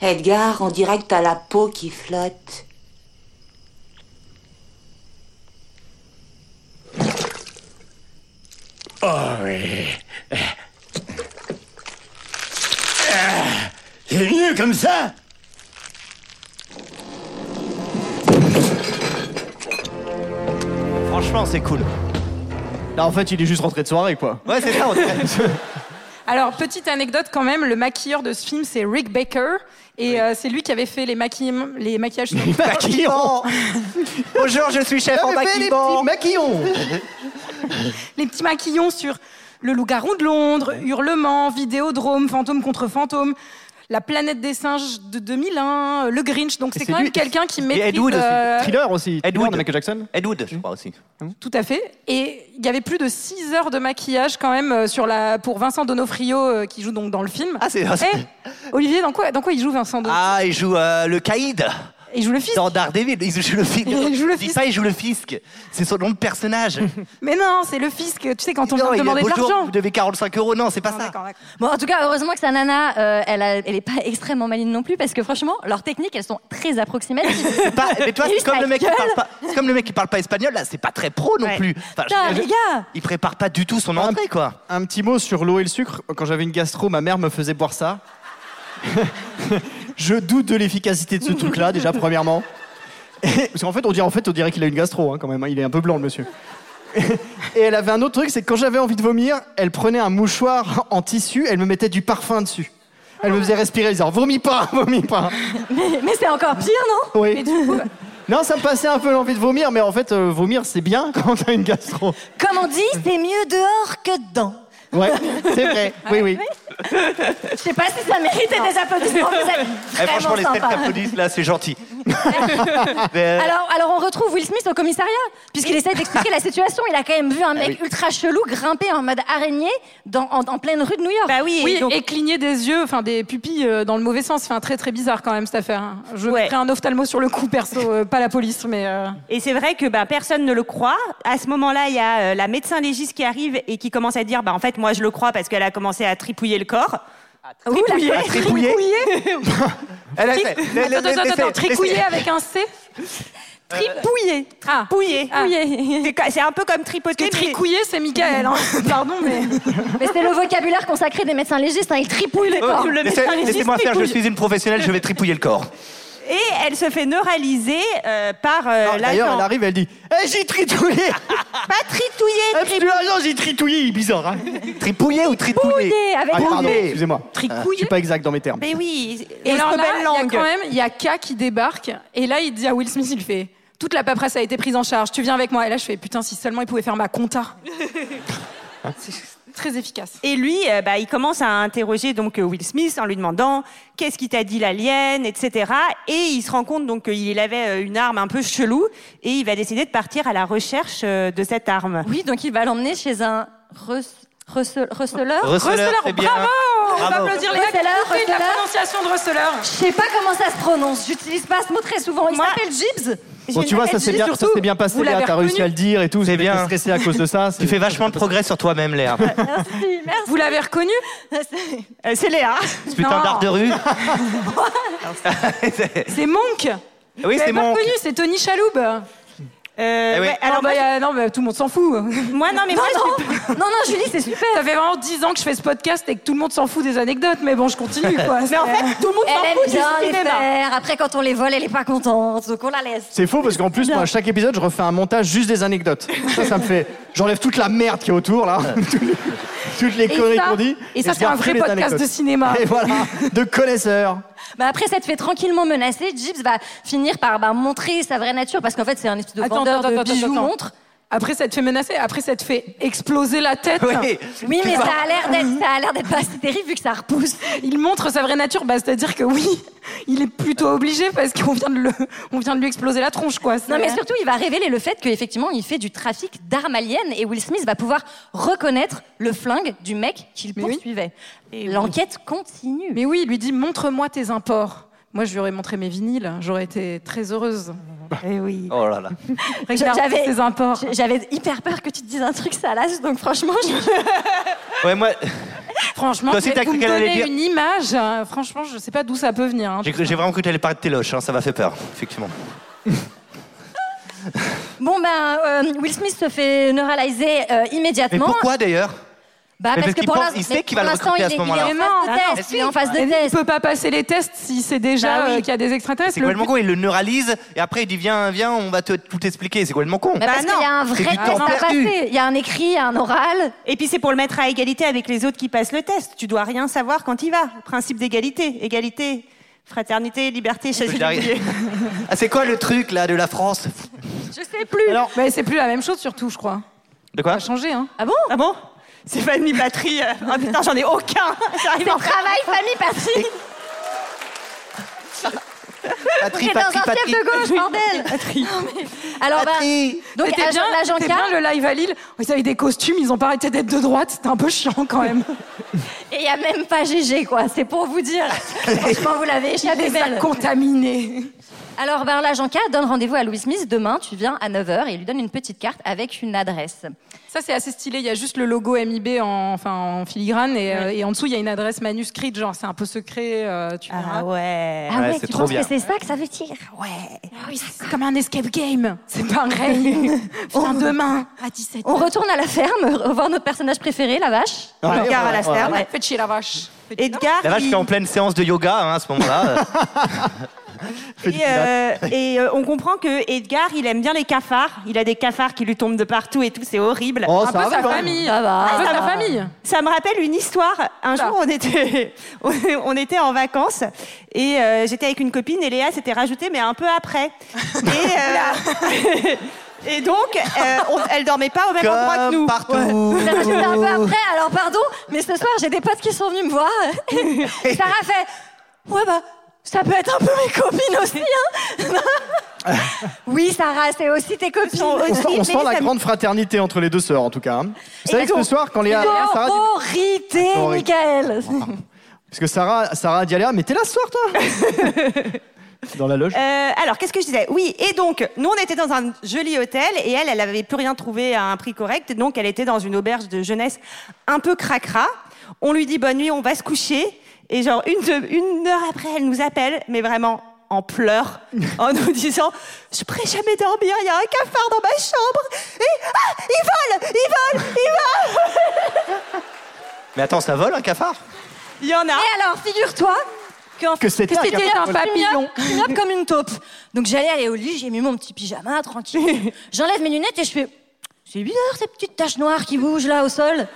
Speaker 17: Edgar, on dirait que t'as la peau qui flotte.
Speaker 18: Oh oui. Ah, C'est mieux comme ça
Speaker 4: Franchement, c'est cool.
Speaker 8: Là, en fait, il est juste rentré de soirée, quoi.
Speaker 4: Ouais, c'est ça. on dirait.
Speaker 7: Alors, petite anecdote quand même, le maquilleur de ce film, c'est Rick Baker. Et euh, c'est lui qui avait fait les, maquillements- les maquillages. sur-
Speaker 8: Maquillon
Speaker 4: Bonjour, je suis chef en
Speaker 8: Elle fait les
Speaker 4: maquillant.
Speaker 8: petits Maquillon
Speaker 7: les petits maquillons sur Le Loup-garou de Londres, Hurlement, Vidéodrome, Fantôme contre Fantôme. La planète des singes de 2001, Le Grinch. Donc
Speaker 8: Et
Speaker 7: c'est
Speaker 8: c'est
Speaker 7: quand même
Speaker 8: lui-
Speaker 7: quelqu'un qui
Speaker 8: et
Speaker 7: maîtrise.
Speaker 8: Ed Wood aussi.
Speaker 7: euh,
Speaker 8: Thriller aussi.
Speaker 4: Ed
Speaker 8: Thriller
Speaker 4: Wood.
Speaker 8: de Michael Jackson.
Speaker 4: Ed Wood, je crois aussi.
Speaker 7: Tout à fait. Et il y avait plus de 6 heures de maquillage quand même euh, sur la, pour Vincent Donofrio euh, qui joue donc dans le film. Ah,
Speaker 4: c'est-
Speaker 7: Olivier, dans quoi, dans quoi il joue Vincent Donofrio
Speaker 4: Ah, il joue euh, le caïd.
Speaker 7: Il joue le fisc.
Speaker 4: Dans Daredevil, il joue le fisc.
Speaker 7: Il joue le
Speaker 4: Dis pas, il joue le fisc. C'est son nom de personnage.
Speaker 7: Mais non, c'est le fisc. Tu sais, quand on vient
Speaker 4: Non,
Speaker 7: de
Speaker 4: il a
Speaker 7: demander de
Speaker 4: beau jour,
Speaker 7: l'argent.
Speaker 4: Vous devez 45 euros. Non, c'est
Speaker 7: Ah,
Speaker 4: pas ça.
Speaker 2: Bon, en tout cas, heureusement que sa nana, euh, elle, a- elle est pas extrêmement maligne non plus, parce que franchement, leurs techniques, elles sont très approximatives.
Speaker 4: C'est pas- mais toi,
Speaker 2: Et
Speaker 4: c'est
Speaker 2: juste
Speaker 4: comme
Speaker 2: la
Speaker 4: le mec qui
Speaker 2: gueule.
Speaker 4: parle pas. c'est comme le mec qui parle pas espagnol. Là, c'est pas très pro non
Speaker 2: Ouais.
Speaker 4: plus. Enfin, je-
Speaker 2: Putain, les gars
Speaker 4: Il prépare pas du tout son entrée, quoi.
Speaker 8: Un petit mot sur l'eau et le sucre. Quand j'avais une gastro, ma mère me faisait boire ça. je doute de l'efficacité de ce truc-là, déjà, premièrement. Et- Parce qu'en fait, on dirait, en fait, on dirait qu'il a une gastro, hein, quand même. hein. Il est un peu blanc, le monsieur. Et elle avait un autre truc, c'est que quand j'avais envie de vomir, elle prenait un mouchoir en tissu, elle me mettait du parfum dessus. Elle me faisait respirer, elle disait Oh, vomis pas, vomis pas.
Speaker 2: Mais, c'est encore pire,
Speaker 8: non Oui. Non, ça me passait un peu l'envie de vomir, mais en fait, euh, vomir, c'est bien quand t'as une gastro.
Speaker 2: Comme on dit, c'est mieux dehors que dedans.
Speaker 8: Ouais, c'est vrai. Oui, oui.
Speaker 2: Je sais pas si ça méritait des applaudissements, vous êtes
Speaker 4: Eh, franchement,
Speaker 2: vraiment
Speaker 4: les têtes
Speaker 2: sympa.
Speaker 4: t'applaudissent, là, c'est gentil. euh, Mais-
Speaker 2: Alors, alors on retrouve Will Smith au commissariat, puisqu'il essaie d'expliquer la situation. Il a quand même vu un mec
Speaker 7: Ah oui.
Speaker 2: ultra chelou grimper en mode araignée dans, en, en pleine rue de New York. Bah
Speaker 7: Oui, et cligner des yeux, enfin des pupilles euh, dans le mauvais sens. Enfin, très très bizarre quand même cette affaire. hein. Je
Speaker 9: Ouais.
Speaker 7: mettrais un ophtalmo sur le coup, perso, euh, pas la police, mais. euh,
Speaker 9: Et c'est vrai que bah, personne ne le croit. À ce moment-là, il y a euh, la médecin légiste qui arrive et qui commence à dire bah, En fait, moi, je le crois parce qu'elle a commencé à tripouiller le corps.
Speaker 7: Ah, Tripouiller.
Speaker 9: À tripouiller.
Speaker 4: Elle a
Speaker 7: Tri-
Speaker 4: fait- la- la-
Speaker 7: Attends, attends,
Speaker 4: laissez-
Speaker 7: attends, tricouiller
Speaker 4: laissez-
Speaker 7: avec un C Euh, Tripouiller.
Speaker 9: Tripouiller. C'est co- C'est un peu comme tripoter. mais-
Speaker 7: Tricouiller, Ah. c'est Michael. hein. Pardon, mais.
Speaker 2: Mais c'est le vocabulaire consacré des médecins légistes, hein, ils tripouillent les corps.
Speaker 4: Laissez- Laissez-moi faire, je suis une professionnelle, je vais tripouiller le corps.
Speaker 9: Et elle se fait neuraliser euh, par euh, l'agent.
Speaker 8: D'ailleurs, elle arrive, elle dit Eh, j'ai tritouillé
Speaker 9: Pas tritouiller,
Speaker 8: tripouillé. Ah non, j'ai tritouillé, bizarre. Hein.
Speaker 4: Tripouillé ou tritouillé
Speaker 2: Pouillé, avec
Speaker 8: ah, pardon,
Speaker 4: Pouillé.
Speaker 8: excusez-moi.
Speaker 7: Tricouillé.
Speaker 8: Je suis pas exact dans mes termes.
Speaker 9: Mais oui.
Speaker 7: Et alors là,
Speaker 9: belle
Speaker 7: il y a
Speaker 9: langue.
Speaker 7: quand même, il y a K qui débarque, et là, il dit à Will Smith, il fait toute la paperasse a été prise en charge, tu viens avec moi. Et là, je fais putain, si seulement il pouvait faire ma compta. C'est très efficace.
Speaker 9: Et lui, euh, bah, il commence à interroger donc euh, Will Smith en lui demandant qu'est-ce qui t'a dit l'alien, etc. Et il se rend compte donc qu'il avait euh, une arme un peu chelou et il va décider de partir à la recherche euh, de cette arme.
Speaker 2: Oui, donc il va l'emmener chez un rece- rece- receleur.
Speaker 7: Receleur,
Speaker 2: Receleur,
Speaker 7: c'est bien. bravo On va
Speaker 2: Bravo.
Speaker 7: applaudir les gars qui
Speaker 2: Receleur,
Speaker 7: ont fait de la
Speaker 2: receleur.
Speaker 7: prononciation de receleur.
Speaker 2: Je sais pas comment ça se prononce, j'utilise pas ce mot très souvent. Il s'appelle Gibbs.
Speaker 8: Bon, tu vois, ça s'est bien, ça s'est bien passé, Léa, t'as réussi à le dire et tout.
Speaker 4: C'est bien.
Speaker 8: stressé à cause de ça.
Speaker 4: Tu fais vachement de progrès sur toi-même, Léa.
Speaker 2: Merci, merci.
Speaker 7: Vous l'avez reconnu
Speaker 9: Euh, c'est Léa.
Speaker 4: Ce putain d'art de rue.
Speaker 7: C'est Monk. Vous l'avez
Speaker 4: c'est
Speaker 7: pas
Speaker 4: Monk.
Speaker 7: reconnu, c'est Tony Chaloub.
Speaker 9: Euh,
Speaker 4: Eh oui.
Speaker 9: ouais,
Speaker 7: non,
Speaker 9: alors
Speaker 7: bah, y a- non, bah, tout le monde s'en fout.
Speaker 9: moi, non, mais moi, je-
Speaker 7: non, non, Julie, c'est super. Ça fait vraiment 10 ans que je fais ce podcast et que tout le monde s'en fout des anecdotes, mais bon, je continue, quoi.
Speaker 9: Mais en fait, tout le monde s'en
Speaker 2: Elle
Speaker 9: fout
Speaker 2: aime
Speaker 9: du
Speaker 2: bien les
Speaker 9: cinéma.
Speaker 2: faire. Après, quand on les vole, elle est pas contente, donc on la laisse.
Speaker 8: C'est faux parce qu'en plus, moi, à chaque épisode, je refais un montage juste des anecdotes. Ça, ça me fait. J'enlève toute la merde qui est autour, là. Toutes les
Speaker 2: Et
Speaker 8: conneries
Speaker 2: ça-
Speaker 8: qu'on dit.
Speaker 2: et ça,
Speaker 8: je
Speaker 2: c'est un
Speaker 8: garde
Speaker 2: vrai
Speaker 8: que les
Speaker 2: podcast
Speaker 8: anecdotes.
Speaker 2: de cinéma.
Speaker 8: Et voilà, de connaisseurs.
Speaker 2: Bah après s'être fait tranquillement menacer, Gibbs va finir par bah, montrer sa vraie nature parce qu'en fait c'est un espèce de vendeur de bijoux montre.
Speaker 7: Après, ça te fait menacer, après, ça te fait exploser la tête.
Speaker 4: Oui.
Speaker 2: Oui, mais ça Mhm. a l'air d'être ça a l'air d'être pas assez terrible vu que ça repousse.
Speaker 7: Il montre sa vraie nature, bah, c'est-à-dire que oui, il est plutôt obligé parce qu'on vient, de le- on vient de lui exploser la tronche, quoi. C'est-
Speaker 2: Non mais surtout il va révéler le fait qu'effectivement il fait du trafic d'armes aliens et Will Smith va pouvoir reconnaître le flingue du mec qu'il
Speaker 7: oui.
Speaker 2: poursuivait. L'enquête continue.
Speaker 7: Mais oui, il lui dit montre-moi tes imports. Moi, je lui aurais montré mes vinyles, j'aurais été très heureuse.
Speaker 9: Eh oui.
Speaker 4: Oh là là.
Speaker 7: Regarde ses imports.
Speaker 2: j'- j'avais hyper peur que tu te dises un truc salace donc franchement je-
Speaker 4: Ouais, moi,
Speaker 7: Franchement,
Speaker 4: Toi aussi, t'as
Speaker 7: vous
Speaker 4: cru
Speaker 7: me
Speaker 4: qu'elle allait
Speaker 7: donnez
Speaker 4: dire- Bah
Speaker 7: une image. euh, Franchement, je sais pas d'où ça peut venir. hein.
Speaker 4: j'ai cru- j'ai vraiment cru que t'allais parler de tes loches, hein, ça m'a fait peur, effectivement.
Speaker 2: Bon ben euh, Will Smith se fait neuraliser euh,
Speaker 4: Mais
Speaker 2: immédiatement.
Speaker 4: pourquoi d'ailleurs
Speaker 2: Bah parce
Speaker 4: Mais parce
Speaker 2: que
Speaker 4: qu'il
Speaker 2: pour
Speaker 4: pense-
Speaker 2: l'ins-
Speaker 4: il sait
Speaker 2: mais
Speaker 4: qu'il
Speaker 2: pour
Speaker 4: va le
Speaker 2: l'instant,
Speaker 4: recruter à
Speaker 2: il est-
Speaker 4: ce moment-là.
Speaker 2: Il est
Speaker 7: Mais non,
Speaker 2: en phase de
Speaker 7: ah non,
Speaker 2: test.
Speaker 7: mais
Speaker 2: Il est en phase de
Speaker 7: Il
Speaker 2: test.
Speaker 7: peut pas passer les tests si c'est déjà
Speaker 2: Bah oui.
Speaker 7: euh, qu'il y a des extraterrestres.
Speaker 4: C'est
Speaker 7: Le
Speaker 4: complètement
Speaker 7: but-
Speaker 4: con, il le neuralise et après il dit viens, viens, on va te tout expliquer, c'est complètement con.
Speaker 2: Bah parce qu'il y a un
Speaker 4: C'est
Speaker 2: vrai
Speaker 4: du
Speaker 2: test
Speaker 4: temps
Speaker 2: à
Speaker 4: perdu.
Speaker 2: passer. Il y a un écrit, il y a un oral.
Speaker 9: Et puis c'est pour le mettre à égalité avec les autres qui passent le test. Tu dois rien savoir quand il va. Principe d'égalité, égalité, fraternité, liberté,
Speaker 4: Solidarité.
Speaker 9: chacun.
Speaker 4: Ah, c'est quoi le truc là de la France
Speaker 2: Je sais plus.
Speaker 7: Alors, mais c'est plus la même chose surtout, je crois.
Speaker 4: De quoi
Speaker 7: Changé, hein.
Speaker 2: Ah bon
Speaker 9: Ah bon Ah, C'est famille, patrie. euh, Oh putain, j'en ai aucun. J'arrive
Speaker 2: C'est
Speaker 9: en
Speaker 2: travail, famille, patrie. Vous êtes dans un fief de gauche, bordel Non, mais- Alors, bah, donc,
Speaker 7: C'était bien,
Speaker 2: agent- l'agent
Speaker 7: c'était
Speaker 2: K,
Speaker 7: bien le live à Lille. Ils avaient des costumes, ils ont pas arrêté d'être de droite. C'était un peu chiant quand même.
Speaker 2: et il n'y a même pas GG, quoi. C'est pour vous dire. Franchement, vous l'avez
Speaker 7: Il y a
Speaker 2: échappé
Speaker 7: des
Speaker 2: belle.
Speaker 7: sacs contaminés.
Speaker 2: Alors, ben, l'agent K donne rendez-vous à Louis Smith demain. Tu viens à 9h et il lui donne une petite carte avec une adresse.
Speaker 7: Ça, c'est assez stylé. Il y a juste le logo MIB en, enfin, en filigrane et, euh, et en dessous, il y a une adresse manuscrite. Genre, c'est un peu secret. euh, tu ah
Speaker 9: ouais.
Speaker 7: Ah
Speaker 4: Ouais, c'est trop bien.
Speaker 7: ça que ça veut dire Ouais. Ah c'est comme un escape game. C'est pareil. On demain à 17
Speaker 2: On retourne à la ferme, voir notre personnage préféré, la vache.
Speaker 4: Ouais,
Speaker 2: Edgar
Speaker 4: ouais,
Speaker 2: à la
Speaker 4: ouais,
Speaker 2: ferme.
Speaker 4: ouais.
Speaker 7: Faites chier la vache.
Speaker 9: Edgar,
Speaker 4: La vache
Speaker 9: il-
Speaker 4: qui est en pleine séance de yoga hein, à ce moment-là.
Speaker 9: Et, euh, et, euh, on comprend que Edgar, il aime bien les cafards. Il a des cafards qui lui tombent de partout et tout, c'est horrible.
Speaker 4: Oh, Un ça peu va, sa quand même. famille.
Speaker 9: Ça va.
Speaker 7: Un peu sa
Speaker 9: Ça me-
Speaker 7: Ah, famille.
Speaker 9: Ça me rappelle une histoire. Un jour, on était, on, on était en vacances et euh, j'étais avec une copine et Léa s'était rajoutée, mais un peu après. Et, euh, et donc, euh, on- elle dormait pas au même endroit que nous.
Speaker 2: Ouais. Ça, C'était
Speaker 7: Oh.
Speaker 2: un
Speaker 8: Oh.
Speaker 2: peu après, alors pardon, mais ce soir j'ai des potes qui sont venus me voir. Et Sarah fait Ouais, bah, ça peut être un peu mes copines aussi, hein Oui, Sarah, c'est aussi tes copines.
Speaker 8: On sent, on
Speaker 2: mais
Speaker 8: sent
Speaker 2: ça
Speaker 8: la
Speaker 2: me-
Speaker 8: grande fraternité entre les deux sœurs, en tout cas. hein. Vous savez que ce soir, quand Léa. Sarah Ah, dit-
Speaker 2: Sororité,
Speaker 8: Sororité.
Speaker 2: Michael
Speaker 8: Parce que Sarah, Sarah a dit à Léa, mais t'es là ce soir, toi Dans la loge.
Speaker 9: Euh, alors, qu'est-ce que je disais Oui, et donc, nous, on était dans un joli hôtel et elle, elle n'avait plus rien trouvé à un prix correct. Donc, elle était dans une auberge de jeunesse un peu cracra. On lui dit bonne nuit, on va se coucher. Et genre, une, de- une heure après, elle nous appelle, mais vraiment en pleurs, en nous disant Je pourrais jamais dormir, il y a un cafard dans ma chambre. Et, ah, il vole, il vole, il vole
Speaker 4: Mais attends, ça vole un cafard
Speaker 9: Il y en a.
Speaker 2: Et alors, figure-toi qu'en-
Speaker 4: Que c'était un
Speaker 2: ignoble,
Speaker 4: papillon.
Speaker 2: ignoble, ignoble comme une taupe. Donc j'allais aller au lit, j'ai mis mon petit pyjama tranquille. J'enlève mes lunettes et je fais C'est bizarre ces petites taches noires qui bougent là au sol.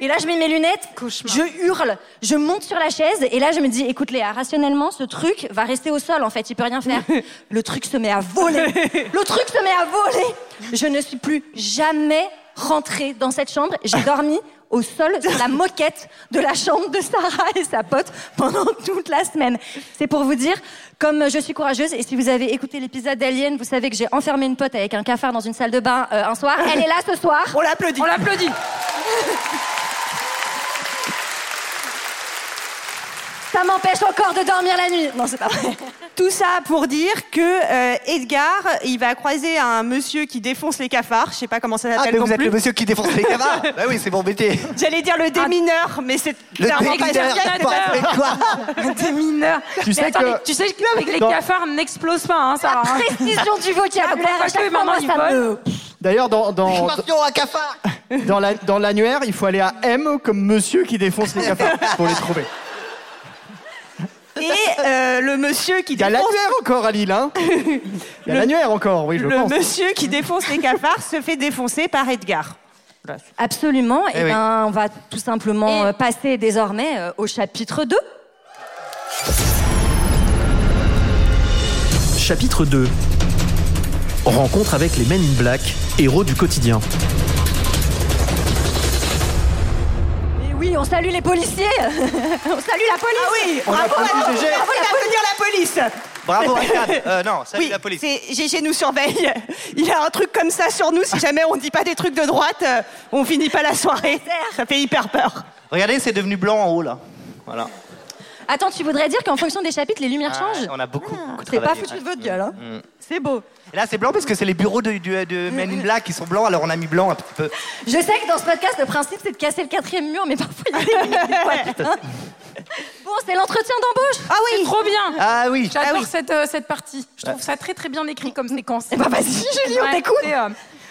Speaker 2: Et là, je mets mes lunettes, je hurle, je monte sur la chaise, et là, je me dis, écoute Léa, rationnellement, ce truc va rester au sol, en fait, il peut rien faire. Le truc se met à voler. Le truc se met à voler. Je ne suis plus jamais rentrée dans cette chambre. J'ai dormi au sol sur la moquette de la chambre de Sarah et sa pote pendant toute la semaine. C'est pour vous dire, comme je suis courageuse, et si vous avez écouté l'épisode d'Alien, vous savez que j'ai enfermé une pote avec un cafard dans une salle de bain euh, un soir. Elle est là ce soir.
Speaker 9: On l'applaudit.
Speaker 7: On l'applaudit.
Speaker 2: Ça m'empêche encore de dormir la nuit. Non, c'est pas vrai.
Speaker 9: Tout ça pour dire que euh, Edgar, il va croiser un monsieur qui défonce les cafards. Je sais pas comment ça
Speaker 4: Ah,
Speaker 9: s'appelle
Speaker 4: mais
Speaker 9: non
Speaker 4: vous êtes
Speaker 9: plus.
Speaker 4: le monsieur qui défonce les cafards Bah oui, c'est mon métier.
Speaker 9: J'allais dire le démineur, mais c'est
Speaker 4: Le
Speaker 9: clairement pas
Speaker 4: démineur,
Speaker 9: Jean-Pierre,
Speaker 4: quoi,
Speaker 9: c'est pas-
Speaker 7: Des mineurs.
Speaker 8: Tu sais
Speaker 7: Mais attendez,
Speaker 8: que-
Speaker 7: tu sais qu'avec les
Speaker 8: Dans-
Speaker 7: cafards, on n'explose pas, hein, Sarah. hein.
Speaker 2: Précision du vocabulaire.
Speaker 7: Ah,
Speaker 2: à
Speaker 7: parce que
Speaker 2: chaque fois,
Speaker 7: maman,
Speaker 2: moi,
Speaker 7: il
Speaker 2: ça
Speaker 7: vole.
Speaker 2: me-
Speaker 8: D'ailleurs, dans, dans,
Speaker 4: un cafard
Speaker 8: dans la- dans l'annuaire, il faut aller à M comme monsieur qui défonce les cafards pour les trouver.
Speaker 9: Et euh, le monsieur qui
Speaker 8: Il y a
Speaker 9: défonce,
Speaker 8: l'annuaire encore à Lille, hein Il y a
Speaker 9: Le-
Speaker 8: l'annuaire encore, oui, je
Speaker 9: le
Speaker 8: pense.
Speaker 9: monsieur qui défonce les cafards se fait défoncer par Edgar.
Speaker 2: Absolument. Et
Speaker 8: Eh oui.
Speaker 2: ben, on va tout simplement euh, passer désormais euh, au chapitre 2.
Speaker 1: Chapitre 2 Rencontre avec les Men in Black, héros du quotidien.
Speaker 2: Et oui, on salue les policiers. on salue la police.
Speaker 9: Ah oui, bravo,
Speaker 4: applaudit
Speaker 9: à-
Speaker 4: GG.
Speaker 9: bravo à tenir la police.
Speaker 4: Bravo, Ricard. Euh, non, salut
Speaker 9: Oui,
Speaker 4: la police.
Speaker 9: c'est GG nous surveille. Il a un truc comme ça sur nous. Si jamais on dit pas des trucs de droite, euh, on finit pas la soirée. Ça fait hyper peur.
Speaker 4: Regardez, c'est devenu blanc en haut, là. Voilà.
Speaker 2: Attends, tu voudrais dire qu'en fonction des chapitres, les lumières changent
Speaker 4: On a beaucoup, beaucoup
Speaker 2: C'est pas
Speaker 4: travaillé.
Speaker 2: foutu de votre gueule. hein.
Speaker 4: Mm.
Speaker 2: C'est beau.
Speaker 4: Et Là, c'est blanc parce que c'est les bureaux de, du- de Men in Black qui sont blancs, alors on a mis blanc un petit peu.
Speaker 2: Je sais que dans ce podcast, le principe, c'est de casser le quatrième mur, mais parfois, il y a des limites, quoi, putain. Bon, c'est l'entretien d'embauche.
Speaker 9: Ah oui.
Speaker 7: Trop bien.
Speaker 4: Ah oui.
Speaker 7: J'adore cette, euh, cette partie. Je trouve ça très très bien écrit
Speaker 9: Mm.
Speaker 7: comme séquence. Eh
Speaker 9: Bah
Speaker 2: ben, vas-y, Julie, on t'écoute.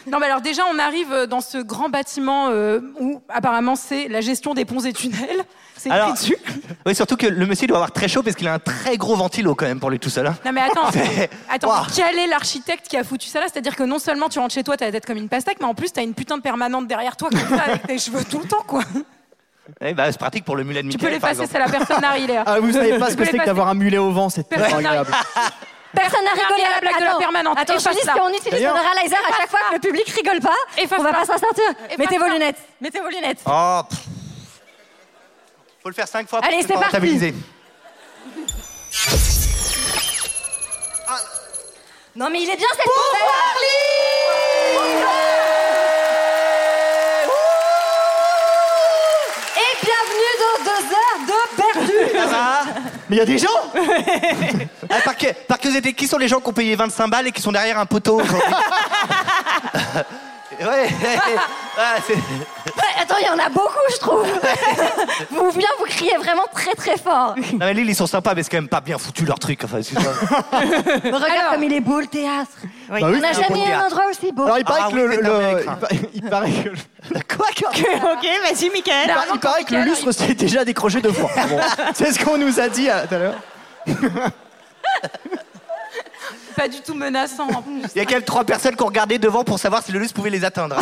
Speaker 7: Non, mais alors déjà, on arrive euh, dans ce grand bâtiment euh, où apparemment c'est la gestion des ponts et tunnels. C'est écrit
Speaker 4: Alors,
Speaker 7: dessus.
Speaker 4: oui, surtout que le monsieur doit avoir très chaud parce qu'il a un très gros ventilo quand même pour lui tout seul. hein.
Speaker 7: Non mais attends,
Speaker 4: C'est-
Speaker 7: attends
Speaker 4: Ouah.
Speaker 7: quel est l'architecte qui a foutu ça là C'est-à-dire que non seulement tu rentres chez toi, t'as la tête comme une pastèque, mais en plus t'as une putain de permanente derrière toi comme ça avec tes cheveux tout le temps quoi.
Speaker 4: Eh ben, c'est pratique pour le mulet de
Speaker 7: Tu peux
Speaker 4: Michael, par
Speaker 7: l'effacer,
Speaker 4: exemple.
Speaker 7: c'est la personne arrière.
Speaker 8: Ah, vous savez pas ce que c'est que d'avoir un mulet au vent, c'est tellement
Speaker 7: Personne n'a-
Speaker 8: agréable.
Speaker 2: Ah, Personne n'a rigolé
Speaker 7: à la blague de la
Speaker 2: Attends,
Speaker 7: permanente.
Speaker 2: Attends, je
Speaker 7: Efface
Speaker 2: dis,
Speaker 7: ça.
Speaker 2: si on utilise
Speaker 7: D'ailleurs-
Speaker 2: le réalizer à chaque
Speaker 7: Efface
Speaker 2: fois
Speaker 7: ça.
Speaker 2: que le public rigole pas,
Speaker 7: Efface
Speaker 2: on va
Speaker 7: ça.
Speaker 2: pas s'en sortir.
Speaker 7: Efface
Speaker 2: Mettez vos
Speaker 7: ça.
Speaker 2: lunettes. Mettez vos lunettes.
Speaker 4: Oh, pff. Faut le faire cinq fois pour
Speaker 2: Allez,
Speaker 4: se
Speaker 2: c'est parti.
Speaker 4: rentabiliser.
Speaker 7: Non, mais il est bien cette
Speaker 19: Pour
Speaker 7: nouvelle. Et bienvenue dans deux heures de perdu
Speaker 4: Mais il y a des gens Ah, par, que, par curiosité, qui sont les gens qui ont payé 25 balles et qui sont derrière un poteau aujourd'hui Ouais, ouais, ouais, c'est-
Speaker 7: Ouais, Attends, il y en a beaucoup, je trouve. vous bien, vous criez vraiment très très fort.
Speaker 4: Non, mais Lille, ils sont sympas, mais c'est quand même pas bien foutu leur truc. Enfin, c'est ça.
Speaker 7: Mais regarde comme il est beau le théâtre.
Speaker 4: Oui.
Speaker 7: On
Speaker 4: Bah oui,
Speaker 7: n'a
Speaker 4: c'est un beau
Speaker 7: jamais eu un
Speaker 4: théâtre.
Speaker 7: endroit aussi beau.
Speaker 4: Alors, il paraît Ah, que le- oui, c'est le-
Speaker 8: Euh, il, pa- il paraît que...
Speaker 4: Quoi
Speaker 2: Ok, vas-y,
Speaker 8: Il,
Speaker 2: Michael.
Speaker 8: par- il paraît que le lustre s'est déjà décroché deux fois. Bon, c'est ce qu'on nous a dit à- tout à l'heure.
Speaker 9: Pas du tout menaçant en plus.
Speaker 4: Il y a quand même trois personnes qui ont regardé devant pour savoir si le lustre pouvait les atteindre.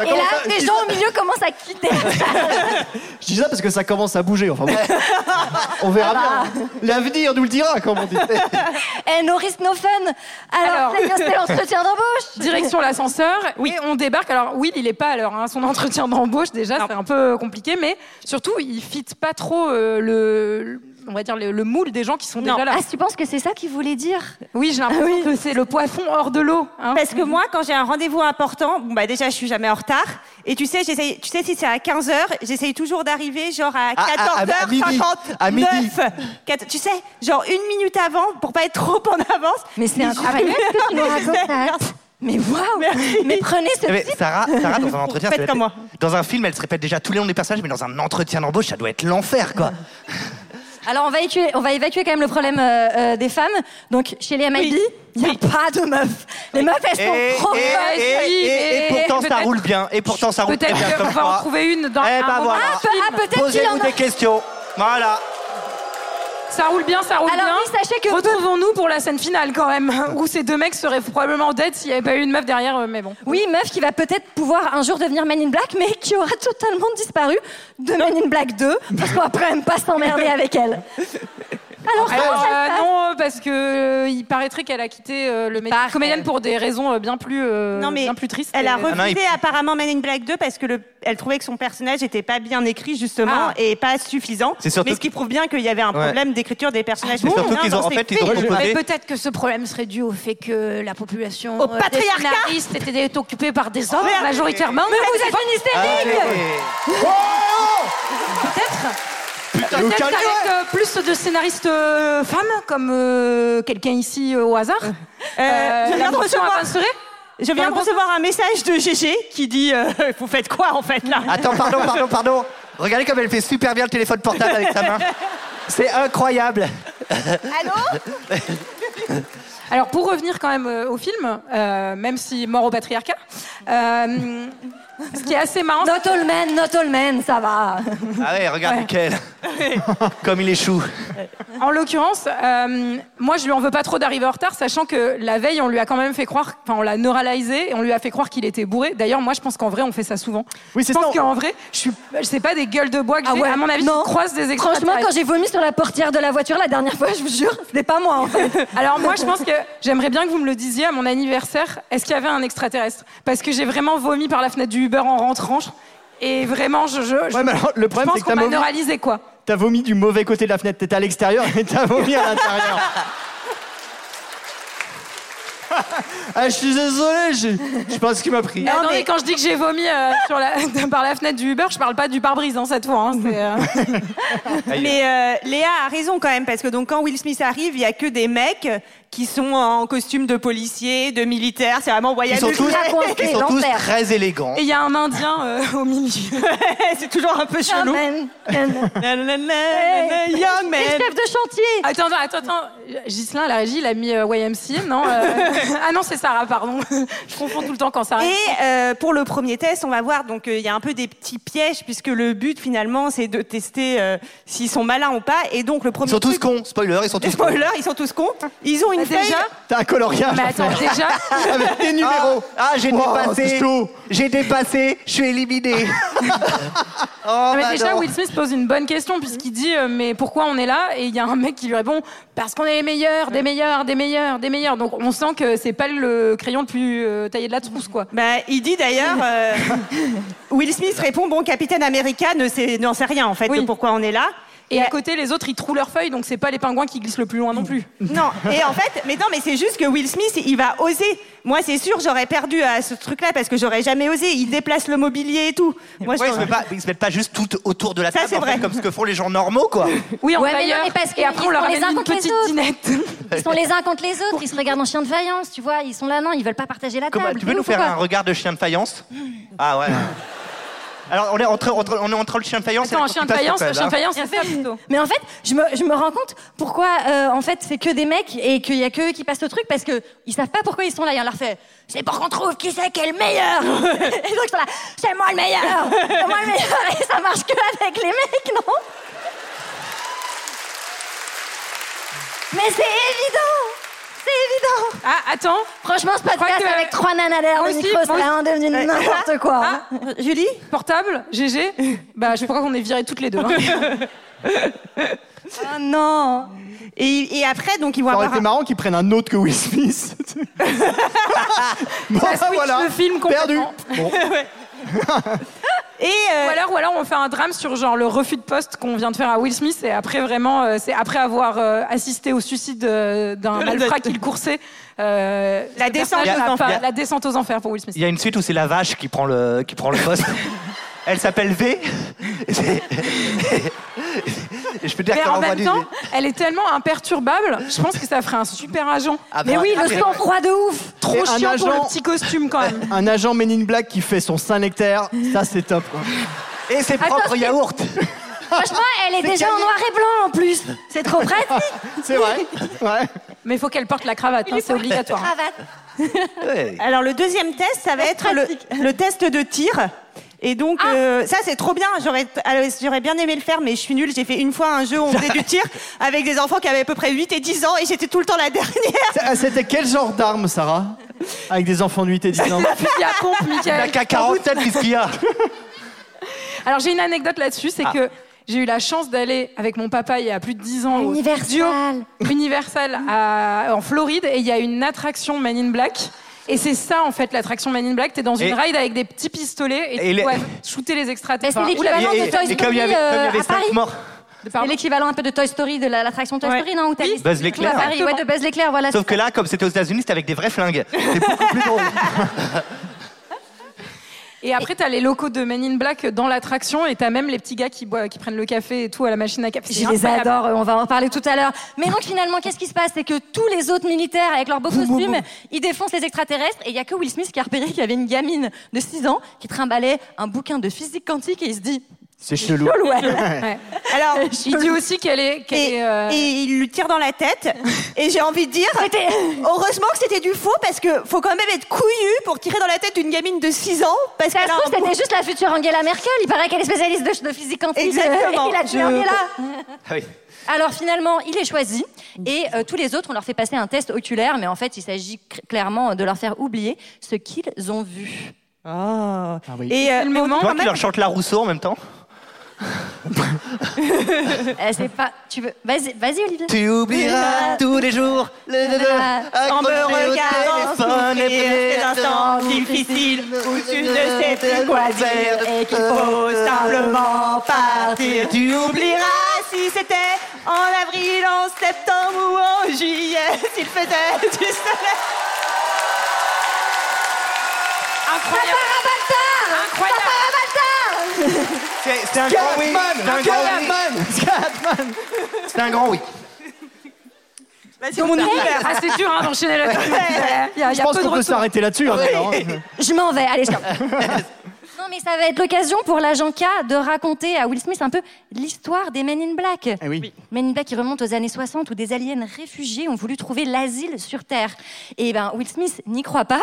Speaker 7: Et là, les gens au milieu commencent à quitter.
Speaker 8: Je dis ça parce que ça commence à bouger. Enfin, bon, on verra
Speaker 7: Ah
Speaker 2: bah.
Speaker 8: bien. L'avenir nous le dira, comme on dit.
Speaker 7: Eh, no risk, no fun. Alors, c'est bien, c'est l'entretien d'embauche.
Speaker 9: Direction l'ascenseur. Oui. Et on débarque. Alors, Will, il est pas à l'heure. hein. Son entretien d'embauche, déjà, c'est un peu compliqué. Mais surtout, il fit pas trop euh, le, on va dire, le, le moule des gens qui sont
Speaker 2: Non.
Speaker 9: déjà là.
Speaker 2: Ah,
Speaker 7: tu penses que c'est ça qu'il voulait dire
Speaker 9: Oui, j'ai l'impression que c'est le poisson hors de l'eau. hein.
Speaker 2: Parce que moi, quand j'ai un rendez-vous important, bon bah déjà, je suis jamais en retard. Et tu sais, j'essaye, tu sais, si c'est à 15h, j'essaye toujours d'arriver genre à
Speaker 4: Ah, ah, à- à midi.
Speaker 2: 14h59.
Speaker 4: À midi.
Speaker 2: Quat- tu sais, genre une minute avant pour pas être trop en avance.
Speaker 7: Mais c'est incroyable que tu nous racontes ça. Mais waouh Mais prenez ce
Speaker 4: Mais
Speaker 7: type.
Speaker 4: Eh ben, Sarah, Sarah, dans un entretien, ça
Speaker 2: Faites
Speaker 4: doit
Speaker 2: comme
Speaker 4: être- dans un film, elle se répète déjà tous les noms des personnages, mais dans un entretien d'embauche, ça doit être l'enfer, quoi.
Speaker 7: Alors, on va, évacuer, on va évacuer quand même le problème euh, euh, des femmes. Donc, chez les MIB, il n'y a pas de meufs. Les meufs, elles
Speaker 2: Oh,
Speaker 7: sont
Speaker 4: Et,
Speaker 7: trop
Speaker 4: et-
Speaker 7: folles.
Speaker 4: et- eh, et- et pourtant, ça roule bien. Et pourtant, ça roule très
Speaker 9: Peut-être
Speaker 4: bien.
Speaker 9: qu'on
Speaker 4: comme
Speaker 9: va en
Speaker 4: quoi.
Speaker 9: trouver une dans
Speaker 4: Eh
Speaker 9: un
Speaker 4: ben
Speaker 9: moment.
Speaker 4: voilà.
Speaker 9: Ah, peut- ah, peut-être qu'il
Speaker 4: Posez-vous
Speaker 9: en a-
Speaker 4: des questions. Voilà.
Speaker 9: Ça roule bien, ça roule
Speaker 7: Alors,
Speaker 9: bien.
Speaker 7: oui, sachez que-
Speaker 9: Retrouvons-nous pour la scène finale quand même, où ces deux mecs seraient probablement en dette s'il n'y avait pas eu une meuf derrière, euh, mais bon.
Speaker 7: Oui, meuf qui va peut-être pouvoir un jour devenir Man in Black, mais qui aura totalement disparu de Man in Black 2, parce qu'on va quand même pas s'emmerder avec elle. Alors, comment
Speaker 9: Alors,
Speaker 7: ça se
Speaker 9: euh,
Speaker 7: passe
Speaker 9: non, parce que euh, il paraîtrait qu'elle a quitté euh, le métier de comédienne pour des raisons euh, bien plus, euh,
Speaker 2: Non, mais
Speaker 9: bien plus tristes.
Speaker 2: Elle a
Speaker 9: Et-
Speaker 4: Ah
Speaker 2: refusé apparemment Man in Black 2 parce que le- elle trouvait que son personnage n'était pas bien écrit justement et pas suffisant.
Speaker 4: C'est surtout
Speaker 2: Mais ce qui prouve bien qu'il y avait un
Speaker 4: Ouais.
Speaker 2: problème d'écriture des personnages.
Speaker 4: C'est surtout
Speaker 2: féminins
Speaker 4: qu'ils ont-
Speaker 2: dans
Speaker 4: en
Speaker 2: ces
Speaker 4: fait, ils ont
Speaker 2: films.
Speaker 4: proposé-
Speaker 2: Mais peut-
Speaker 20: Peut-être que ce problème serait dû au fait que la population
Speaker 2: Au
Speaker 20: euh, des
Speaker 2: patriarcat
Speaker 20: scénaristes était occupée par des hommes
Speaker 2: Merde.
Speaker 20: majoritairement. Ah,
Speaker 7: Mais vous êtes une
Speaker 4: Ah,
Speaker 7: hystérique
Speaker 9: Peut-être
Speaker 4: le
Speaker 9: avec
Speaker 4: calme,
Speaker 9: euh, plus de scénaristes euh, femmes, comme euh, quelqu'un ici euh, au hasard.
Speaker 2: Euh, je viens de
Speaker 9: l'attention
Speaker 2: recevoir-
Speaker 9: avancerait.
Speaker 2: Je viens de recevoir un message de GG qui dit euh, Vous faites quoi en fait là
Speaker 4: Attends, pardon, pardon, pardon. Regardez comme elle fait super bien le téléphone portable avec sa main. C'est incroyable.
Speaker 2: Allô
Speaker 9: Alors pour revenir quand même euh, au film, euh, même si mort au patriarcat, euh, ce qui est assez marrant,
Speaker 7: Not all men, not all men, ça va.
Speaker 4: Ah ouais, regarde Mickaël. Comme il échoue.
Speaker 9: en l'occurrence, euh, moi je lui en veux pas trop d'arriver en retard, sachant que la veille on lui a quand même fait croire, enfin on l'a neuralisé et on lui a fait croire qu'il était bourré. D'ailleurs moi je pense qu'en vrai on fait ça souvent.
Speaker 8: Oui, c'est
Speaker 9: je
Speaker 8: ça,
Speaker 9: pense
Speaker 8: on-
Speaker 9: qu'en vrai, je suis, c'est pas des gueules de bois que
Speaker 7: Ah
Speaker 9: j'ai.
Speaker 7: ouais,
Speaker 9: à mon avis,
Speaker 7: non.
Speaker 9: je croise des extraterrestres.
Speaker 7: Franchement, quand j'ai vomi sur la portière de la voiture la dernière fois, je vous jure, ce n'est pas moi. En fait.
Speaker 9: Alors moi, je pense que j'aimerais bien que vous me le disiez à mon anniversaire. Est-ce qu'il y avait un extraterrestre Parce que j'ai vraiment vomi par la fenêtre du Uber en rentrant. Et vraiment, je, je, je-
Speaker 8: Ouais, mais alors, le
Speaker 9: je
Speaker 8: problème,
Speaker 9: pense
Speaker 8: c'est que t'as
Speaker 9: qu'on m'a
Speaker 8: vomi,
Speaker 9: neuralisé, quoi.
Speaker 8: t'as vomi du mauvais côté de la fenêtre. T'étais à l'extérieur et t'as vomi à l'intérieur. ah, je suis désolé, je, je pense qu'il m'a pris.
Speaker 9: Eh, attendez, quand je dis que j'ai vomi euh, sur la, par la fenêtre du Uber, je parle pas du pare-brise hein, cette fois. hein, c'est, euh,
Speaker 2: Mais euh, Léa a raison quand même, parce que donc quand Will Smith arrive, il y a que des mecs qui sont en costume de policiers, de militaires. C'est vraiment
Speaker 4: Ils
Speaker 2: voyage
Speaker 4: sont tous, ils sont tous
Speaker 7: l'enfer.
Speaker 4: très élégants.
Speaker 9: Et il y a un Indien euh, au milieu.
Speaker 2: C'est toujours un peu
Speaker 7: Young
Speaker 2: chelou.
Speaker 7: man, young-
Speaker 2: Na, na, na, na, na, Young
Speaker 7: Et
Speaker 2: man.
Speaker 7: chef de chantier.
Speaker 9: Attends, attends, attends, attends. Ghislain, la régie, il a mis euh, YMCA, non euh, Ah non, c'est Sarah, pardon. je confonds tout le temps quand Sarah.
Speaker 2: Et euh, pour le premier test, on va voir. Donc, euh, il y a un peu des petits pièges, puisque le but finalement, c'est de tester euh, s'ils sont malins ou pas. Et donc, le premier
Speaker 4: Ils sont tous
Speaker 2: truc-
Speaker 4: cons. Spoiler, ils sont tous cons.
Speaker 2: Spoiler, ils sont tous cons. Ils ont une feuille.
Speaker 9: Bah, Déjà,
Speaker 8: T'as un coloriage.
Speaker 9: mais
Speaker 8: à
Speaker 9: attends,
Speaker 8: faire.
Speaker 9: déjà,
Speaker 8: Avec des numéros.
Speaker 4: Ah, j'ai
Speaker 8: Wow, c'est
Speaker 4: dépassé.
Speaker 8: chaud.
Speaker 4: J'ai dépassé. Je suis éliminé. oh,
Speaker 9: Ah, mais
Speaker 4: bah
Speaker 9: déjà,
Speaker 4: non.
Speaker 9: Will Smith pose une bonne question puisqu'il dit euh, mais pourquoi on est là Et il y a un mec qui lui répond parce qu'on est les meilleurs, des meilleurs, des meilleurs, des meilleurs. Donc on sent que c'est pas le crayon le plus euh, taillé de la trousse quoi.
Speaker 2: Bah, il dit d'ailleurs, euh, Will Smith répond, bon, Capitaine America ne sait- n'en sait rien en fait
Speaker 9: Oui.
Speaker 2: de pourquoi on est là.
Speaker 7: Et, à côté, les autres, ils trouent leurs feuilles, donc c'est pas les pingouins qui glissent le plus loin
Speaker 2: Mmh.
Speaker 7: non plus.
Speaker 21: Non, et en fait, mais non, mais c'est juste que Will Smith, il va oser. Moi, c'est sûr, j'aurais perdu à ce truc-là parce que j'aurais jamais osé. Il déplace le mobilier et tout. Moi,
Speaker 4: Ouais,
Speaker 21: je
Speaker 4: ils se mettent pas, ils se mettent pas juste tout autour de la
Speaker 21: Ça,
Speaker 4: table,
Speaker 21: c'est
Speaker 4: en fait,
Speaker 21: vrai.
Speaker 4: comme ce que font les gens normaux, quoi.
Speaker 7: Oui, en
Speaker 2: Ouais, mais non,
Speaker 7: tailleur.
Speaker 2: mais parce que
Speaker 7: et après, on
Speaker 2: ils
Speaker 7: leur
Speaker 2: sont les
Speaker 7: amène
Speaker 2: uns
Speaker 7: une
Speaker 2: contre les
Speaker 7: petite
Speaker 2: autres.
Speaker 7: dinette.
Speaker 2: Ils sont les uns contre les autres, ils se regardent en chien de faïence, tu vois, ils sont là, non, ils veulent pas partager la
Speaker 4: Comment-
Speaker 2: table.
Speaker 4: tu veux
Speaker 2: T'es
Speaker 4: nous
Speaker 2: ouf
Speaker 4: faire
Speaker 2: ou quoi
Speaker 4: un regard de chien de faïence Ah ouais. Alors, on est entre, entre- on est entre le chien de faïence et
Speaker 7: Attends,
Speaker 4: la
Speaker 7: un chien de
Speaker 4: computasse,
Speaker 7: faïence,
Speaker 4: en fait,
Speaker 7: le chien
Speaker 4: hein.
Speaker 7: de faïence, c'est ça plutôt.
Speaker 2: Mais en fait, je me, je me rends compte pourquoi, euh, en fait, c'est que des mecs et qu'il y a que eux qui passent le truc parce que ils savent pas pourquoi ils sont là. Et on leur fait C'est pour qu'on trouve qui c'est qui est le meilleur Et donc, ils sont là C'est moi le meilleur C'est moi le meilleur Et ça marche que avec les mecs, non Mais c'est évident C'est évident
Speaker 7: Ah, attends
Speaker 2: Franchement, ce podcast
Speaker 7: que-
Speaker 2: avec trois nanas derrière
Speaker 7: Moi
Speaker 2: le
Speaker 7: aussi,
Speaker 2: micro, c'est
Speaker 7: moi aussi.
Speaker 2: vraiment devenu
Speaker 7: Ouais.
Speaker 2: n'importe quoi. hein.
Speaker 21: Julie
Speaker 7: Ah. Portable GG Bah, je crois qu'on est virés toutes les deux. hein.
Speaker 2: Ah
Speaker 21: Oh non et, et après, donc, ils vont
Speaker 8: Ça
Speaker 7: Ah
Speaker 8: aurait
Speaker 21: avoir.
Speaker 7: bah.
Speaker 8: été marrant qu'ils prennent un autre que Will Smith. bon,
Speaker 7: Ça switch
Speaker 8: voilà.
Speaker 7: le film
Speaker 8: Perdu.
Speaker 7: complètement.
Speaker 8: Bon.
Speaker 7: Ouais. Ou, alors, ou alors on fait un drame sur genre le refus de poste qu'on vient de faire à Will Smith et après vraiment euh, c'est après avoir euh, assisté au suicide euh, d'un malfrat qui le coursait. euh,
Speaker 21: La
Speaker 7: cette
Speaker 21: descente
Speaker 7: personne
Speaker 4: aux
Speaker 7: a pas-
Speaker 4: enfers.
Speaker 7: La descente aux enfers pour Will Smith.
Speaker 4: Il y a une suite où c'est la vache qui prend le, qui prend le poste. Elle s'appelle V. Et c'est- Et je peux te dire
Speaker 7: Mais
Speaker 4: qu'elle
Speaker 7: en
Speaker 4: envoie
Speaker 7: même
Speaker 4: du-
Speaker 7: temps, elle est tellement imperturbable, je pense que ça ferait un super agent.
Speaker 4: Ah
Speaker 7: mais
Speaker 4: bah,
Speaker 7: oui,
Speaker 4: ah,
Speaker 7: le
Speaker 4: mais-
Speaker 7: sang-froid de ouf
Speaker 8: Et
Speaker 7: Trop
Speaker 8: un
Speaker 7: chiant pour
Speaker 8: agent-
Speaker 7: le petit costume quand même.
Speaker 8: Un agent Men in Black qui fait son Saint-Nectaire, ça c'est top. Quoi.
Speaker 4: Et ses
Speaker 2: Attends,
Speaker 4: propres
Speaker 2: c'est-
Speaker 4: yaourts.
Speaker 2: Franchement, elle est
Speaker 7: C'est
Speaker 2: déjà en
Speaker 7: gagné.
Speaker 2: noir et blanc en plus. C'est trop pratique.
Speaker 8: C'est vrai. Ouais.
Speaker 7: Mais il faut qu'elle porte la cravate, hein, c'est obligatoire.
Speaker 2: Ah,
Speaker 21: Alors, le deuxième test, ça va être le, le test de tir. Et donc,
Speaker 7: Ah.
Speaker 21: euh, ça, c'est trop bien. J'aurais alors, j'aurais bien aimé le faire, mais je suis nulle. J'ai fait une fois un jeu où on faisait du tir avec des enfants qui avaient à peu près 8 et 10 ans et j'étais tout le temps la dernière.
Speaker 8: Ah, C'était quel genre d'arme, Sarah Avec des enfants de 8 et 10 ans.
Speaker 7: Le fusil à pompe, Michael.
Speaker 8: La K-47, qu'est-ce qu'il y a
Speaker 7: Alors j'ai une anecdote là-dessus, c'est
Speaker 8: Ah.
Speaker 7: que j'ai eu la chance d'aller avec mon papa il y a plus de 10 ans au
Speaker 2: Universal.
Speaker 7: studio Universal à- en Floride et il y a une attraction Man in Black. Et c'est ça en fait l'attraction Man in Black, t'es dans une
Speaker 4: Et-
Speaker 7: ride avec des petits pistolets et,
Speaker 4: Et
Speaker 7: tu
Speaker 4: les-
Speaker 7: dois shooter les extraterrestres.
Speaker 2: c'est
Speaker 4: Et-
Speaker 2: l'équivalent
Speaker 4: et-
Speaker 2: de Toy
Speaker 4: et comme il y avait,
Speaker 2: Story, euh,
Speaker 4: comme il y avait
Speaker 2: à
Speaker 4: cinq
Speaker 2: Paris.
Speaker 4: morts.
Speaker 2: C'est l'équivalent un peu de Toy Story, de la- l'attraction Toy Story, non où t'as les-
Speaker 4: Buzz
Speaker 2: tu
Speaker 4: l'éclair.
Speaker 2: vas à Paris, ouais, de Buzz l'éclair, voilà.
Speaker 4: Sauf que là, comme c'était aux États-Unis, c'était avec des vrais flingues. C'est beaucoup plus drôle.
Speaker 7: Et après t'as les locaux de Man in Black dans l'attraction et t'as même les petits gars qui, boivent- qui prennent le café et tout à la machine à café. C'est
Speaker 2: Je les
Speaker 7: incroyable.
Speaker 2: adore, on va en parler tout à l'heure. Mais donc finalement, qu'est-ce qui se passe C'est que tous les autres militaires, avec leurs beaux costumes, ils défoncent les extraterrestres et il y a que Will Smith qui a repéré qu'il y avait une gamine de 6 ans qui trimballait un bouquin de physique quantique et il se dit...
Speaker 8: C'est chelou.
Speaker 2: Chelou, ouais.
Speaker 7: Ouais.
Speaker 21: Alors,
Speaker 7: Il dit aussi qu'elle est... qu'elle
Speaker 21: et,
Speaker 7: est, euh,
Speaker 21: et il lui tire dans la tête. Et j'ai envie de dire,
Speaker 2: C'était-
Speaker 21: heureusement que c'était du faux parce que faut quand même être couillu pour tirer dans la tête d'une gamine de 6 ans. Parce
Speaker 2: Ça
Speaker 21: qu'elle
Speaker 2: se
Speaker 21: a un
Speaker 2: trouve,
Speaker 21: bon-
Speaker 2: c'était juste la future Angela Merkel. Il paraît qu'elle est spécialiste de, de physique quantique.
Speaker 21: Exactement.
Speaker 2: Et il a tué
Speaker 21: Je-
Speaker 2: Angela.
Speaker 4: Ah oui.
Speaker 2: Alors finalement, il est choisi et euh, tous les autres, on leur fait passer un test oculaire, mais en fait, il s'agit cr- clairement de leur faire oublier ce qu'ils ont vu.
Speaker 21: Ah.
Speaker 8: oui.
Speaker 21: Et euh,
Speaker 7: le moment.
Speaker 4: Toi qui leur chante la Rousseau en même temps.
Speaker 2: Euh, c'est pas. Tu veux Vas-y, vas-y, Olivier. Ah,
Speaker 4: Tu oublieras tous les jours. Le, le, le,
Speaker 21: En me
Speaker 4: accroché au
Speaker 21: regardant
Speaker 4: téléphone et
Speaker 21: souffrir ces instants
Speaker 4: prétendant-
Speaker 21: difficiles où tu ne sais plus quoi dire et qu'il faut simplement partir. Tu oublieras si c'était en avril, en septembre ou en juillet, s'il faisait du soleil.
Speaker 7: Incroyable Incroyable
Speaker 4: C'est c'est un grand oui. C'est un grand oui. C'est un grand oui.
Speaker 21: C'est mon univers.
Speaker 7: Ah, c'est dur hein, d'enchaîner la Il y a, il y
Speaker 8: Je
Speaker 7: a
Speaker 8: pense
Speaker 7: peu de
Speaker 8: qu'on peut
Speaker 7: retour.
Speaker 8: s'arrêter là-dessus. hein, maintenant, hein.
Speaker 2: Je m'en vais. Allez, ciao. Non, mais ça va être l'occasion pour l'agent K de raconter à Will Smith un peu l'histoire des Men in Black.
Speaker 8: Eh oui.
Speaker 2: Men in Black qui remonte aux années 60 où des aliens réfugiés ont voulu trouver l'asile sur Terre. Et ben Will Smith n'y croit pas.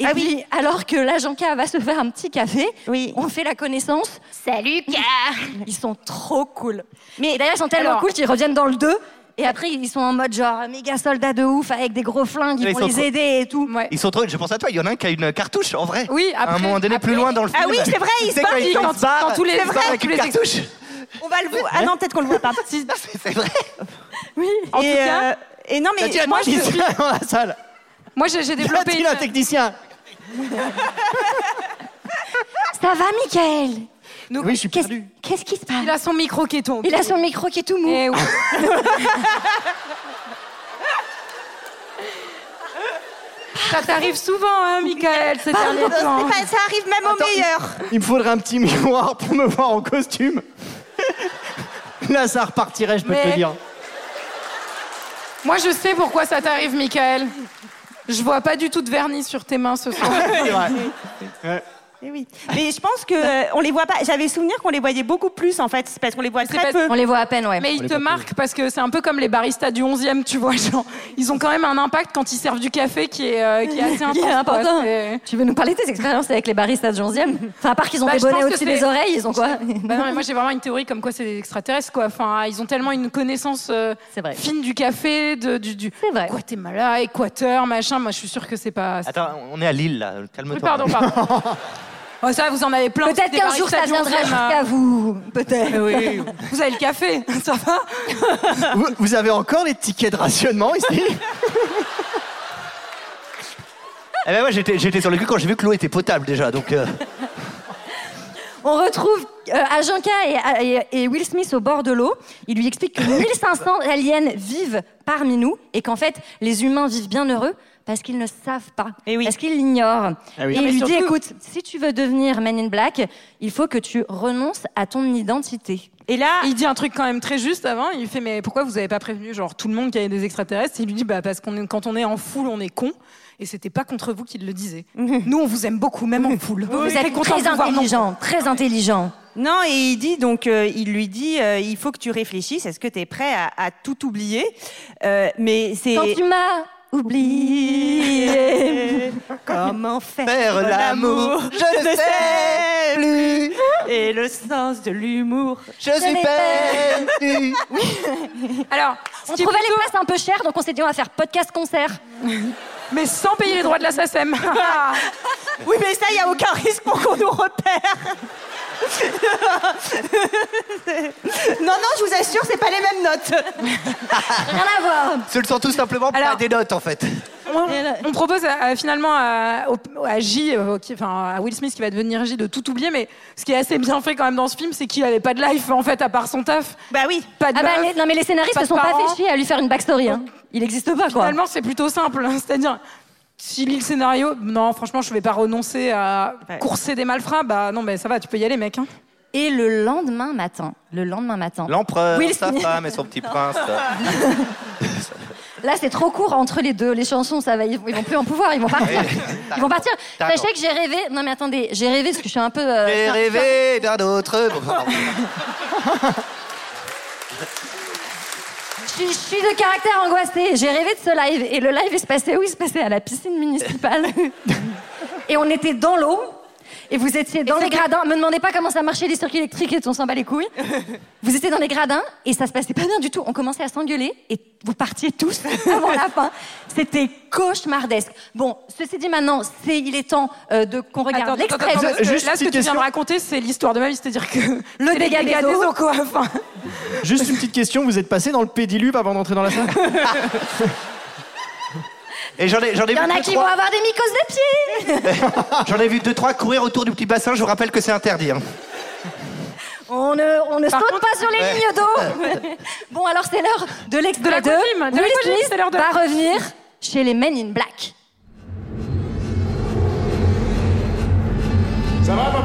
Speaker 2: Et
Speaker 21: Ah
Speaker 2: puis,
Speaker 21: oui.
Speaker 2: alors que l'agent K va se faire un petit café,
Speaker 21: Oui.
Speaker 2: on fait la connaissance. Salut K Ils sont trop cool.
Speaker 21: Mais
Speaker 2: Et d'ailleurs, ils sont tellement
Speaker 7: Alors-
Speaker 2: cool qu'ils reviennent dans le 2. Et après, ils sont en mode genre méga soldats de ouf avec des gros flingues,
Speaker 4: Ils
Speaker 2: ils vont
Speaker 4: sont
Speaker 2: les
Speaker 4: trop-
Speaker 2: aider et tout.
Speaker 7: Ouais.
Speaker 4: Ils sont trop. Je pense à toi. Il y en a un qui a une cartouche en vrai.
Speaker 7: Oui,
Speaker 4: à un
Speaker 7: après-
Speaker 4: moment donné, plus
Speaker 7: après-
Speaker 4: loin dans le film.
Speaker 21: Ah oui, c'est vrai, il
Speaker 4: Tu
Speaker 21: se
Speaker 4: sais quand
Speaker 21: bat.
Speaker 4: il
Speaker 7: quand-
Speaker 4: se barre,
Speaker 7: quand tous les-
Speaker 4: il se barre
Speaker 7: quand
Speaker 4: avec
Speaker 7: tous
Speaker 4: une
Speaker 7: les ex-
Speaker 4: cartouche.
Speaker 21: On va le voir. Ah non, peut-être qu'on le voit pas.
Speaker 7: Si-
Speaker 4: C'est vrai.
Speaker 21: En
Speaker 7: tout cas-
Speaker 22: euh,
Speaker 21: et non, mais
Speaker 8: Tiens,
Speaker 21: moi, je-
Speaker 8: technicien dans la salle.
Speaker 7: Moi, j'ai j'ai
Speaker 8: Y
Speaker 7: développé
Speaker 8: a-t-il un
Speaker 7: une...
Speaker 8: technicien
Speaker 2: Ça va, Michael
Speaker 7: Donc,
Speaker 4: Oui, je suis
Speaker 7: qu'est-ce-
Speaker 4: perdu.
Speaker 7: Qu'est-ce qui se passe Il a son micro qui est tombé.
Speaker 2: Il a son micro qui est tout mou.
Speaker 7: Eh oui. Ça t'arrive souvent, hein, Michael, ces
Speaker 22: Pardon,
Speaker 7: derniers
Speaker 22: c'est
Speaker 7: temps.
Speaker 22: pas- ça arrive même au meilleur.
Speaker 8: Il me faudrait un petit miroir pour me voir en costume. Là, ça repartirait, je peux te
Speaker 7: Mais-
Speaker 8: le dire.
Speaker 7: Moi, je sais pourquoi ça t'arrive, Michael. Je vois pas du tout de vernis sur tes mains ce soir.
Speaker 22: Eh oui. Mais je pense que euh, on les voit pas. J'avais souvenir qu'on les voyait beaucoup plus en fait, c'est parce qu'on les voit très peu.
Speaker 2: On les voit à peine, ouais.
Speaker 7: Mais
Speaker 22: On
Speaker 7: ils
Speaker 22: les
Speaker 7: te
Speaker 22: voit
Speaker 7: marquent parce que c'est un peu comme les baristas du 11e, tu vois. Genre, ils ont quand même un impact quand ils servent du café qui est, euh, qui est assez intense.
Speaker 2: Qui est
Speaker 7: quoi.
Speaker 2: important.
Speaker 7: C'est-
Speaker 2: Tu veux nous parler de tes expériences avec les baristas de 11e Enfin, à part qu'ils ont
Speaker 7: Bah,
Speaker 2: des
Speaker 7: je pense
Speaker 2: bonnets
Speaker 7: que
Speaker 2: au-dessus
Speaker 7: c'est-
Speaker 2: des oreilles, ils ont quoi
Speaker 7: Bah non, mais moi j'ai vraiment une théorie comme quoi c'est des extraterrestres quoi. Enfin, ils ont tellement une connaissance euh, fine du café, de, du, du Guatemala, Équateur, machin. Moi je suis sûre que c'est pas. c'est-
Speaker 4: Attends, on est à Lille, là. Calme-toi.
Speaker 7: Oui, pardon, pardon. Oh, ça, vous en avez plein.
Speaker 2: Peut-être
Speaker 7: des
Speaker 2: qu'un jour,
Speaker 7: baristas
Speaker 2: ça
Speaker 7: du
Speaker 2: viendra
Speaker 7: 11e, hein.
Speaker 2: jusqu'à vous. Peut-être.
Speaker 7: Oui. Vous avez le café, ça va
Speaker 8: vous, vous avez encore les tickets de rationnement ici
Speaker 4: Eh ben, moi, j'étais j'étais sur le cul quand j'ai vu que l'eau était potable déjà, donc. euh,
Speaker 2: On retrouve euh, Ajanka et, et- et Will Smith au bord de l'eau. Il lui explique que 1500 aliens vivent parmi nous et qu'en fait, les humains vivent bien heureux parce qu'ils ne savent pas, parce qu'ils l'ignorent.
Speaker 23: Ah oui.
Speaker 2: Et
Speaker 23: Non, mais
Speaker 2: il lui dit,
Speaker 23: surtout-
Speaker 2: écoute, si tu veux devenir Man in Black, il faut que tu renonces à ton identité.
Speaker 22: Et là,
Speaker 7: il dit un truc quand même très juste avant. Il fait mais pourquoi vous avez pas prévenu genre tout le monde qu'il y avait des extraterrestres Il lui dit bah parce qu'on est- quand on est en foule on est con et c'était pas contre vous qu'il le disait. Nous on vous aime beaucoup même en foule.
Speaker 2: Vous,
Speaker 7: On est
Speaker 2: vous êtes
Speaker 7: contents de
Speaker 2: très
Speaker 7: vous voir nombreux.
Speaker 2: intelligent, très intelligent.
Speaker 22: Non, et il dit donc, euh, il lui dit, euh, il faut que tu réfléchisses. Est-ce que tu es prêt à, à tout oublier Euh, Mais c'est
Speaker 2: Quand tu m'as oublié,
Speaker 22: comment faire,
Speaker 2: Faire
Speaker 22: l'amour
Speaker 2: l'amour,
Speaker 22: Je ne sais plus. Et le sens de l'humour,
Speaker 2: Je suis perdue.
Speaker 7: Alors,
Speaker 2: on trouvait les places un peu chères, donc on s'est dit on va faire podcast concert.
Speaker 7: Mais sans payer les droits de la SACEM.
Speaker 22: oui, mais ça, il n'y a aucun risque pour qu'on nous repère. non, non, je vous assure, c'est pas les mêmes notes.
Speaker 2: Rien à voir.
Speaker 4: Ce ne sont tout simplement pas des notes, en fait.
Speaker 7: On, on propose à- à- finalement à, au- à J, euh, qui- enfin à Will Smith qui va devenir J de tout oublier, mais ce qui est assez bien fait quand même dans ce film, c'est qu'il avait pas de life en fait à part son taf.
Speaker 22: Bah oui.
Speaker 7: Pas de
Speaker 2: Ah bah,
Speaker 7: meuf,
Speaker 2: les- non mais les scénaristes
Speaker 7: pas
Speaker 2: se
Speaker 7: de
Speaker 2: sont pas
Speaker 7: parents.
Speaker 2: fait chier à lui faire une backstory. hein. Il existe pas quoi.
Speaker 7: Finalement, c'est plutôt simple. hein. C'est-à-dire, si lit le scénario, non, franchement, je vais pas renoncer à courser des malfrats. Bah non, mais ça va, tu peux y aller, mec. hein.
Speaker 2: Et le lendemain matin, le lendemain matin.
Speaker 4: L'empereur,
Speaker 2: Will
Speaker 4: sa
Speaker 2: Smith-
Speaker 4: femme et son petit prince.
Speaker 2: Là c'est trop court entre les deux, les chansons, ça va, ils, ils vont plus en pouvoir, ils vont partir. Ils vont partir.
Speaker 4: Eh, T'as raison.
Speaker 2: Sachez que j'ai rêvé. Non mais attendez, j'ai rêvé parce que je suis un peu. euh,
Speaker 4: J'ai
Speaker 2: c'est un-
Speaker 4: rêvé d'un autre. Bon, pardon.
Speaker 2: Je suis, je suis de caractère angoissé. J'ai rêvé de ce live. Et le live, il se passait où Il se passait à la piscine municipale. et on était dans l'eau. Et vous étiez dans les gradins. Me demandez pas comment ça marchait les circuits électriques et on s'en bat les couilles. Vous étiez dans les gradins et ça se passait pas bien du tout. On commençait à s'engueuler et vous partiez tous avant la fin. C'était cauchemardesque. Bon, ceci dit maintenant, c'est il est temps euh, de qu'on regarde
Speaker 7: Attends, attends,
Speaker 2: l'extrait.
Speaker 7: attends, parce que
Speaker 2: de-
Speaker 7: là, ce que tu viens de raconter, c'est l'histoire de ma vie. C'est-à-dire que le
Speaker 2: dégât des eaux.
Speaker 7: quoi. Enfin,
Speaker 8: Juste une petite question, vous êtes passé dans le pédiluve avant d'entrer dans la salle
Speaker 4: Et j'en ai, j'en ai
Speaker 2: Il y en
Speaker 4: vu
Speaker 2: a
Speaker 4: deux,
Speaker 2: qui vont
Speaker 4: trois-
Speaker 2: avoir des mycoses des pieds.
Speaker 4: J'en ai vu deux, trois courir autour du petit bassin. Je vous rappelle que c'est interdit. hein.
Speaker 2: On ne, on ne
Speaker 4: Par
Speaker 2: saute
Speaker 4: contre-
Speaker 2: pas sur les
Speaker 4: Ouais.
Speaker 2: lignes d'eau. bon, alors c'est l'heure de
Speaker 7: De la
Speaker 2: l'extrait 2.
Speaker 7: costume, de la
Speaker 2: Will
Speaker 7: costume,
Speaker 2: Smith Ah.
Speaker 7: c'est l'heure de-
Speaker 2: va revenir chez les Men in Black.
Speaker 24: Ça va, papa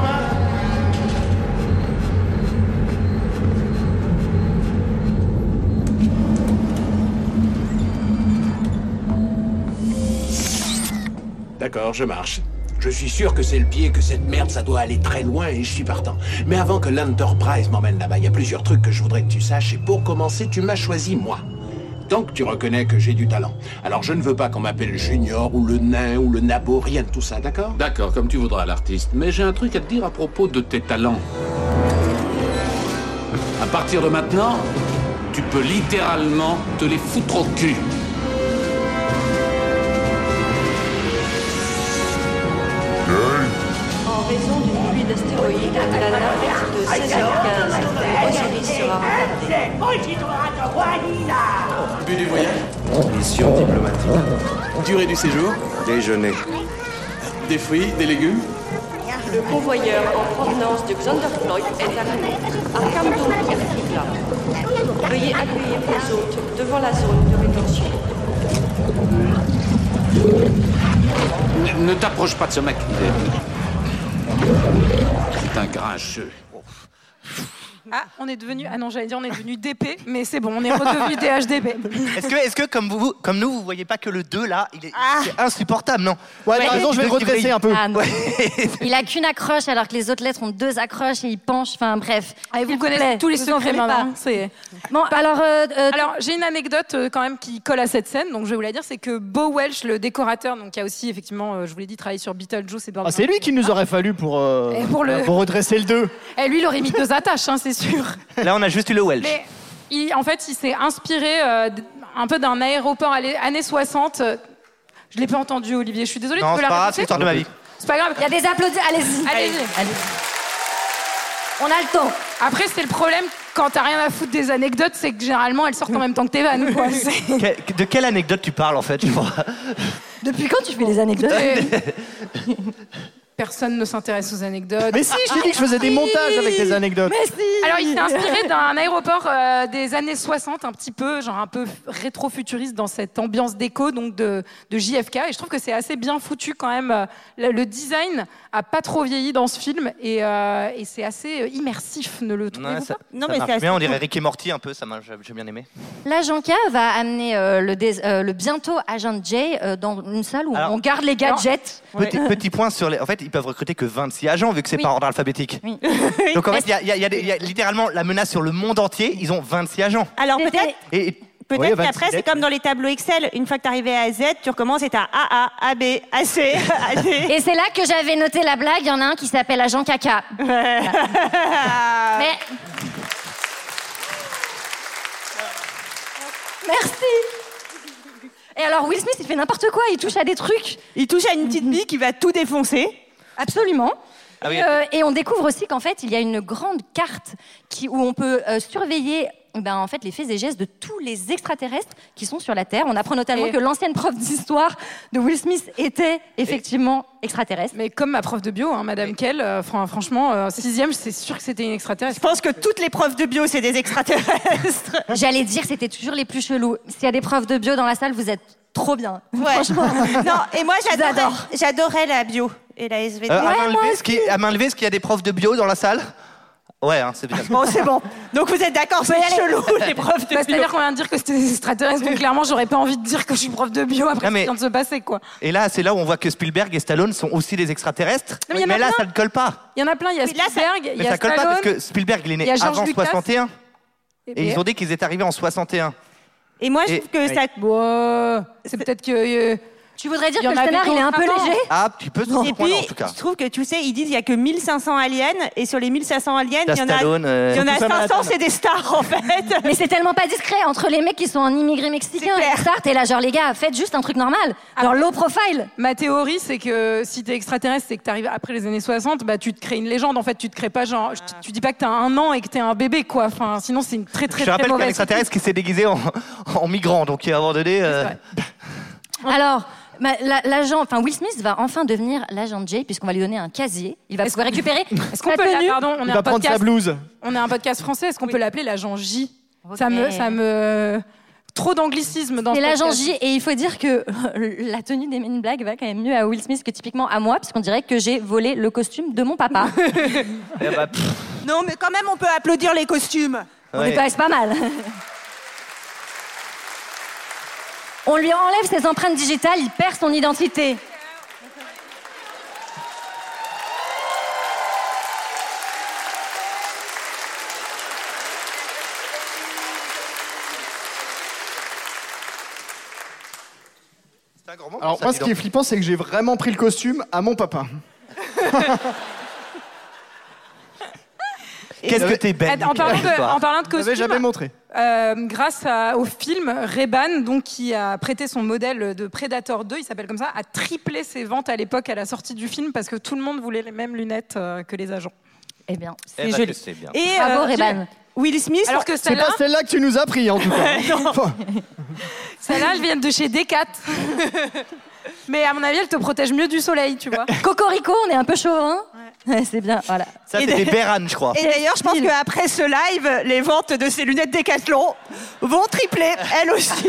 Speaker 9: D'accord, je marche. Je suis sûr que c'est le pied, que cette merde, ça doit aller très loin et je suis partant. Mais avant que l'Enterprise m'emmène là-bas, il y a plusieurs trucs que je voudrais que tu saches et pour commencer, tu m'as choisi moi. Donc tu reconnais que j'ai du talent. Alors je ne veux pas qu'on m'appelle Junior ou le nain ou le nabo, rien de tout ça, d'accord
Speaker 25: D'accord, comme tu voudras, l'artiste. Mais j'ai un truc à te dire à propos de tes talents. À partir de maintenant, tu peux littéralement te les foutre au cul.
Speaker 23: En raison d'une pluie d'astéroïdes, la navette de César 15 Osiris sera
Speaker 9: But du voyage Mission diplomatique. Durée du séjour
Speaker 26: Déjeuner.
Speaker 9: Des fruits, des légumes
Speaker 27: Le convoyeur en provenance de Xanderfloyd est arrivé à Camden-Pertivla. Veuillez accueillir les hôtes devant la zone de rétention.
Speaker 28: Ne- Ne t'approche pas de ce mec. il est- C'est un grincheux.
Speaker 7: Ah, on est devenu. Ah non, j'allais dire on est devenu DP, mais c'est bon, on est redevenu DHDP.
Speaker 4: Est-ce que, est-ce que comme, vous, comme nous, vous voyez pas que le 2 là, il est, c'est insupportable, non
Speaker 8: Ouais, t'as raison, je vais le redresser un peu.
Speaker 2: Ah, non.
Speaker 4: Ouais.
Speaker 2: Il a qu'une accroche alors que les autres lettres ont deux accroches et il penche. Enfin bref.
Speaker 7: Ah, vous connaissez tous les secrets maintenant,
Speaker 2: Bon, alors. euh, euh,
Speaker 7: Alors, j'ai une anecdote euh, quand même qui colle à cette scène, donc je vais vous la dire. C'est que Beau Welch, le décorateur, donc qui a aussi effectivement, euh, je vous l'ai dit, travaillé sur Beetlejuice et Edward
Speaker 8: Ah, c'est lui qu'il nous aurait fallu pour, euh,
Speaker 7: Et pour le-
Speaker 8: redresser le 2.
Speaker 7: Et Eh, lui, il aurait mis deux attaches, hein, c'est sûr.
Speaker 4: Là, on a juste eu le Welsh.
Speaker 7: Mais il- en fait, il s'est inspiré euh, d- un peu d'un aéroport allé- années 60. euh, Je l'ai pas entendu, Olivier. Je suis désolée.
Speaker 4: Non,
Speaker 7: tu peux
Speaker 4: c'est
Speaker 7: la
Speaker 4: pas grave,
Speaker 7: répéter
Speaker 4: c'est l'histoire de ma vie.
Speaker 7: C'est pas grave.
Speaker 2: Il y a des applaudissements. Allez-y.
Speaker 7: Allez-y.
Speaker 2: On a le temps.
Speaker 7: Après, c'est le problème quand t'as rien à foutre des anecdotes, c'est que généralement elles sortent en même temps que tes vannes. quoi. C'est-
Speaker 4: Que- de quelle anecdote tu parles en fait je vois
Speaker 2: Depuis quand tu fais des anecdotes
Speaker 7: Personne ne s'intéresse aux anecdotes.
Speaker 8: Mais si, je t'ai dit que je faisais des montages avec des anecdotes. Mais si.
Speaker 7: Alors, il s'est inspiré d'un aéroport euh, des années 60, un petit peu, genre un peu rétro-futuriste dans cette ambiance déco donc de, de JFK. Et je trouve que c'est assez bien foutu quand même. Euh, Le, le design a pas trop vieilli dans ce film et, euh, et c'est assez euh, immersif, ne le trouvez-vous
Speaker 4: Ouais, ça,
Speaker 7: pas
Speaker 4: ça marche bien, on dirait Rick et Morty un peu, ça m'a- j'ai j'ai bien aimé.
Speaker 2: La Jonca va amener euh, le, dés- euh, le bientôt agent Jay euh, dans une salle où
Speaker 4: Alors-
Speaker 2: on garde les gadgets.
Speaker 4: Petit, petit point sur les. En fait, ils peuvent recruter que 26 agents vu que c'est
Speaker 2: Oui.
Speaker 4: par ordre alphabétique.
Speaker 2: Oui.
Speaker 4: Donc en fait, il y a- il y, a- il y a des- il y a littéralement la menace sur le monde entier, ils ont 26 agents.
Speaker 2: Ah,
Speaker 9: Alors peut-être
Speaker 4: Et, et-
Speaker 9: peut-être
Speaker 8: Bah,
Speaker 4: Oui, 26
Speaker 9: qu'après, c'est
Speaker 4: lettres.
Speaker 9: comme dans les tableaux Excel. Une fois que tu arrivé à Z, tu recommences et tu as A, A, A, B, A, C, A, D.
Speaker 2: Et c'est là que j'avais noté la blague. Il y en a un qui s'appelle Agent Caca. Mais... Merci. Et alors Will Smith, il fait n'importe quoi. Il touche à des trucs.
Speaker 9: Il touche à une petite bille qui va tout défoncer.
Speaker 2: Absolument.
Speaker 9: Ah oui.
Speaker 2: et, euh, et on découvre aussi qu'en fait, il y a une grande carte qui, où on peut euh, surveiller ben, en fait, les faits et gestes de tous les extraterrestres qui sont sur la Terre. On apprend notamment
Speaker 7: Et-
Speaker 2: que l'ancienne prof d'histoire de Will Smith était effectivement extraterrestre.
Speaker 7: Mais comme ma prof de bio, hein, Madame Kell, euh, fran- franchement, euh, sixième, c'est sûr que c'était une extraterrestre.
Speaker 9: Je pense que toutes les profs de bio, c'est des extraterrestres.
Speaker 2: J'allais dire, c'était toujours les plus chelous. S'il y a des profs de bio dans la salle, vous êtes trop bien.
Speaker 9: Ouais.
Speaker 2: Franchement.
Speaker 9: non, et moi, j'adorais, j'adorais la bio et la SVT.
Speaker 4: Euh, à, main levée, est-ce qu'il y a- à main levée, est-ce qu'il y a des profs de bio dans la salle Ouais, hein, c'est bien.
Speaker 9: Bon, c'est bon. Donc vous êtes d'accord, c'est chelou, les
Speaker 7: Bah,
Speaker 9: profs de bio.
Speaker 7: C'est-à-dire qu'on vient de dire que c'était des extraterrestres, donc clairement, j'aurais pas envie de dire que je suis prof de bio après
Speaker 4: Non,
Speaker 7: ce
Speaker 4: mais-
Speaker 7: qui vient de se passer, quoi.
Speaker 4: Et là, c'est là où on voit que Spielberg et Stallone sont aussi des extraterrestres.
Speaker 7: Non, mais il y en a
Speaker 4: là,
Speaker 7: plein.
Speaker 4: ça ne colle pas.
Speaker 7: Il y en a plein, il y a Spielberg, il
Speaker 4: Mais
Speaker 7: y a
Speaker 4: ça colle
Speaker 7: Stallone.
Speaker 4: pas parce que Spielberg, il est
Speaker 7: il y
Speaker 4: né
Speaker 7: a George
Speaker 4: avant
Speaker 7: Lucas.
Speaker 4: 61. Et
Speaker 7: bien-
Speaker 4: ils ont dit qu'ils étaient arrivés en 61.
Speaker 9: Et moi,
Speaker 4: je Et- trouve que ça-
Speaker 7: Wow, c'est peut-être que. euh,
Speaker 2: Tu voudrais dire
Speaker 7: Il y
Speaker 2: que
Speaker 7: en
Speaker 2: le
Speaker 7: avait
Speaker 2: scénar, il est un peu
Speaker 7: autrement.
Speaker 2: léger
Speaker 4: Ah, tu peux
Speaker 9: Et
Speaker 4: ce
Speaker 9: puis,
Speaker 4: point en tout cas.
Speaker 9: je trouve que tu sais, ils disent qu'il n'y a que 1500 aliens, et sur les 1500 aliens,
Speaker 4: T'as
Speaker 9: il y en a,
Speaker 4: Stallone, euh,
Speaker 9: il y en
Speaker 4: Tous
Speaker 9: a
Speaker 4: à
Speaker 9: 500,
Speaker 4: Manhattan.
Speaker 9: c'est des stars en fait.
Speaker 2: Mais c'est tellement pas discret entre les mecs qui sont en immigré mexicain et les stars, t'es là genre les gars, faites juste un truc normal. Alors low profile.
Speaker 7: Ma théorie, c'est que si t'es extraterrestre et que t'arrives après les années 60, bah tu te crées une légende. En fait, tu te crées pas genre, tu, tu dis pas que t'as un an et que t'es un bébé, quoi. Enfin, sinon c'est une très très
Speaker 4: Je te
Speaker 7: très
Speaker 4: rappelle qu'il y a un
Speaker 7: mauvaise.
Speaker 4: extraterrestre qui s'est déguisé en, en migrant, donc il y a un moment donné. euh,
Speaker 2: Alors, ma- la- l'agent, enfin Will Smith va enfin devenir l'agent Jay puisqu'on va lui donner un casier. Il va pouvoir récupérer.
Speaker 7: Est-ce qu'on
Speaker 2: sa
Speaker 7: peut la-
Speaker 2: tenue.
Speaker 7: pardon, on est
Speaker 8: Il
Speaker 7: un
Speaker 8: va prendre
Speaker 7: podcast,
Speaker 8: sa blouse.
Speaker 7: on est un podcast français. Est-ce qu'on peut l'appeler l'agent J Ça
Speaker 2: Ok.
Speaker 7: me, ça me, trop d'anglicisme dans.
Speaker 2: C'est
Speaker 7: ce
Speaker 2: l'agent
Speaker 7: podcast.
Speaker 2: J et il faut dire que la tenue des Men in Black va quand même mieux à Will Smith que typiquement à moi puisqu'on dirait que j'ai volé le costume de mon papa.
Speaker 4: eh bah, pff,
Speaker 9: Non, mais quand même, on peut applaudir les costumes.
Speaker 2: On
Speaker 4: ouais.
Speaker 2: est pas, c'est pas mal. On lui enlève ses empreintes digitales, il perd son identité.
Speaker 8: Alors, moi, ce qui est flippant, c'est que j'ai vraiment pris le costume à mon papa.
Speaker 4: Qu'est-ce que t'es bête.
Speaker 7: En parlant de, en parlant de
Speaker 8: Je l'avais
Speaker 7: costume,
Speaker 8: jamais montré.
Speaker 7: Euh, grâce à- au film, Reban, donc qui a prêté son modèle de Predator 2, il s'appelle comme ça, a triplé ses ventes à l'époque à la sortie du film parce que tout le monde voulait les mêmes lunettes euh, que les agents.
Speaker 2: Eh bien,
Speaker 4: Eh
Speaker 2: c'est
Speaker 4: bah,
Speaker 2: joli.
Speaker 4: que c'est bien.
Speaker 9: Et
Speaker 2: Bravo,
Speaker 9: euh,
Speaker 2: Reban.
Speaker 9: Will Smith,
Speaker 7: Alors que
Speaker 8: C'est
Speaker 7: celle-là,
Speaker 8: pas celle-là que tu nous as pris, en tout cas. Enfin,
Speaker 7: celle-là, elles viennent de chez Decat. Mais à mon avis, elle te protège mieux du soleil, tu vois.
Speaker 2: Cocorico, on est un peu chauvin. Ouais, c'est bien, voilà.
Speaker 4: Ça,
Speaker 3: Et
Speaker 4: c'était
Speaker 3: d'a-
Speaker 4: Béran, je crois.
Speaker 3: Et d'ailleurs, je pense qu'après ce live, les ventes de ces lunettes Decathlon vont tripler, elles aussi.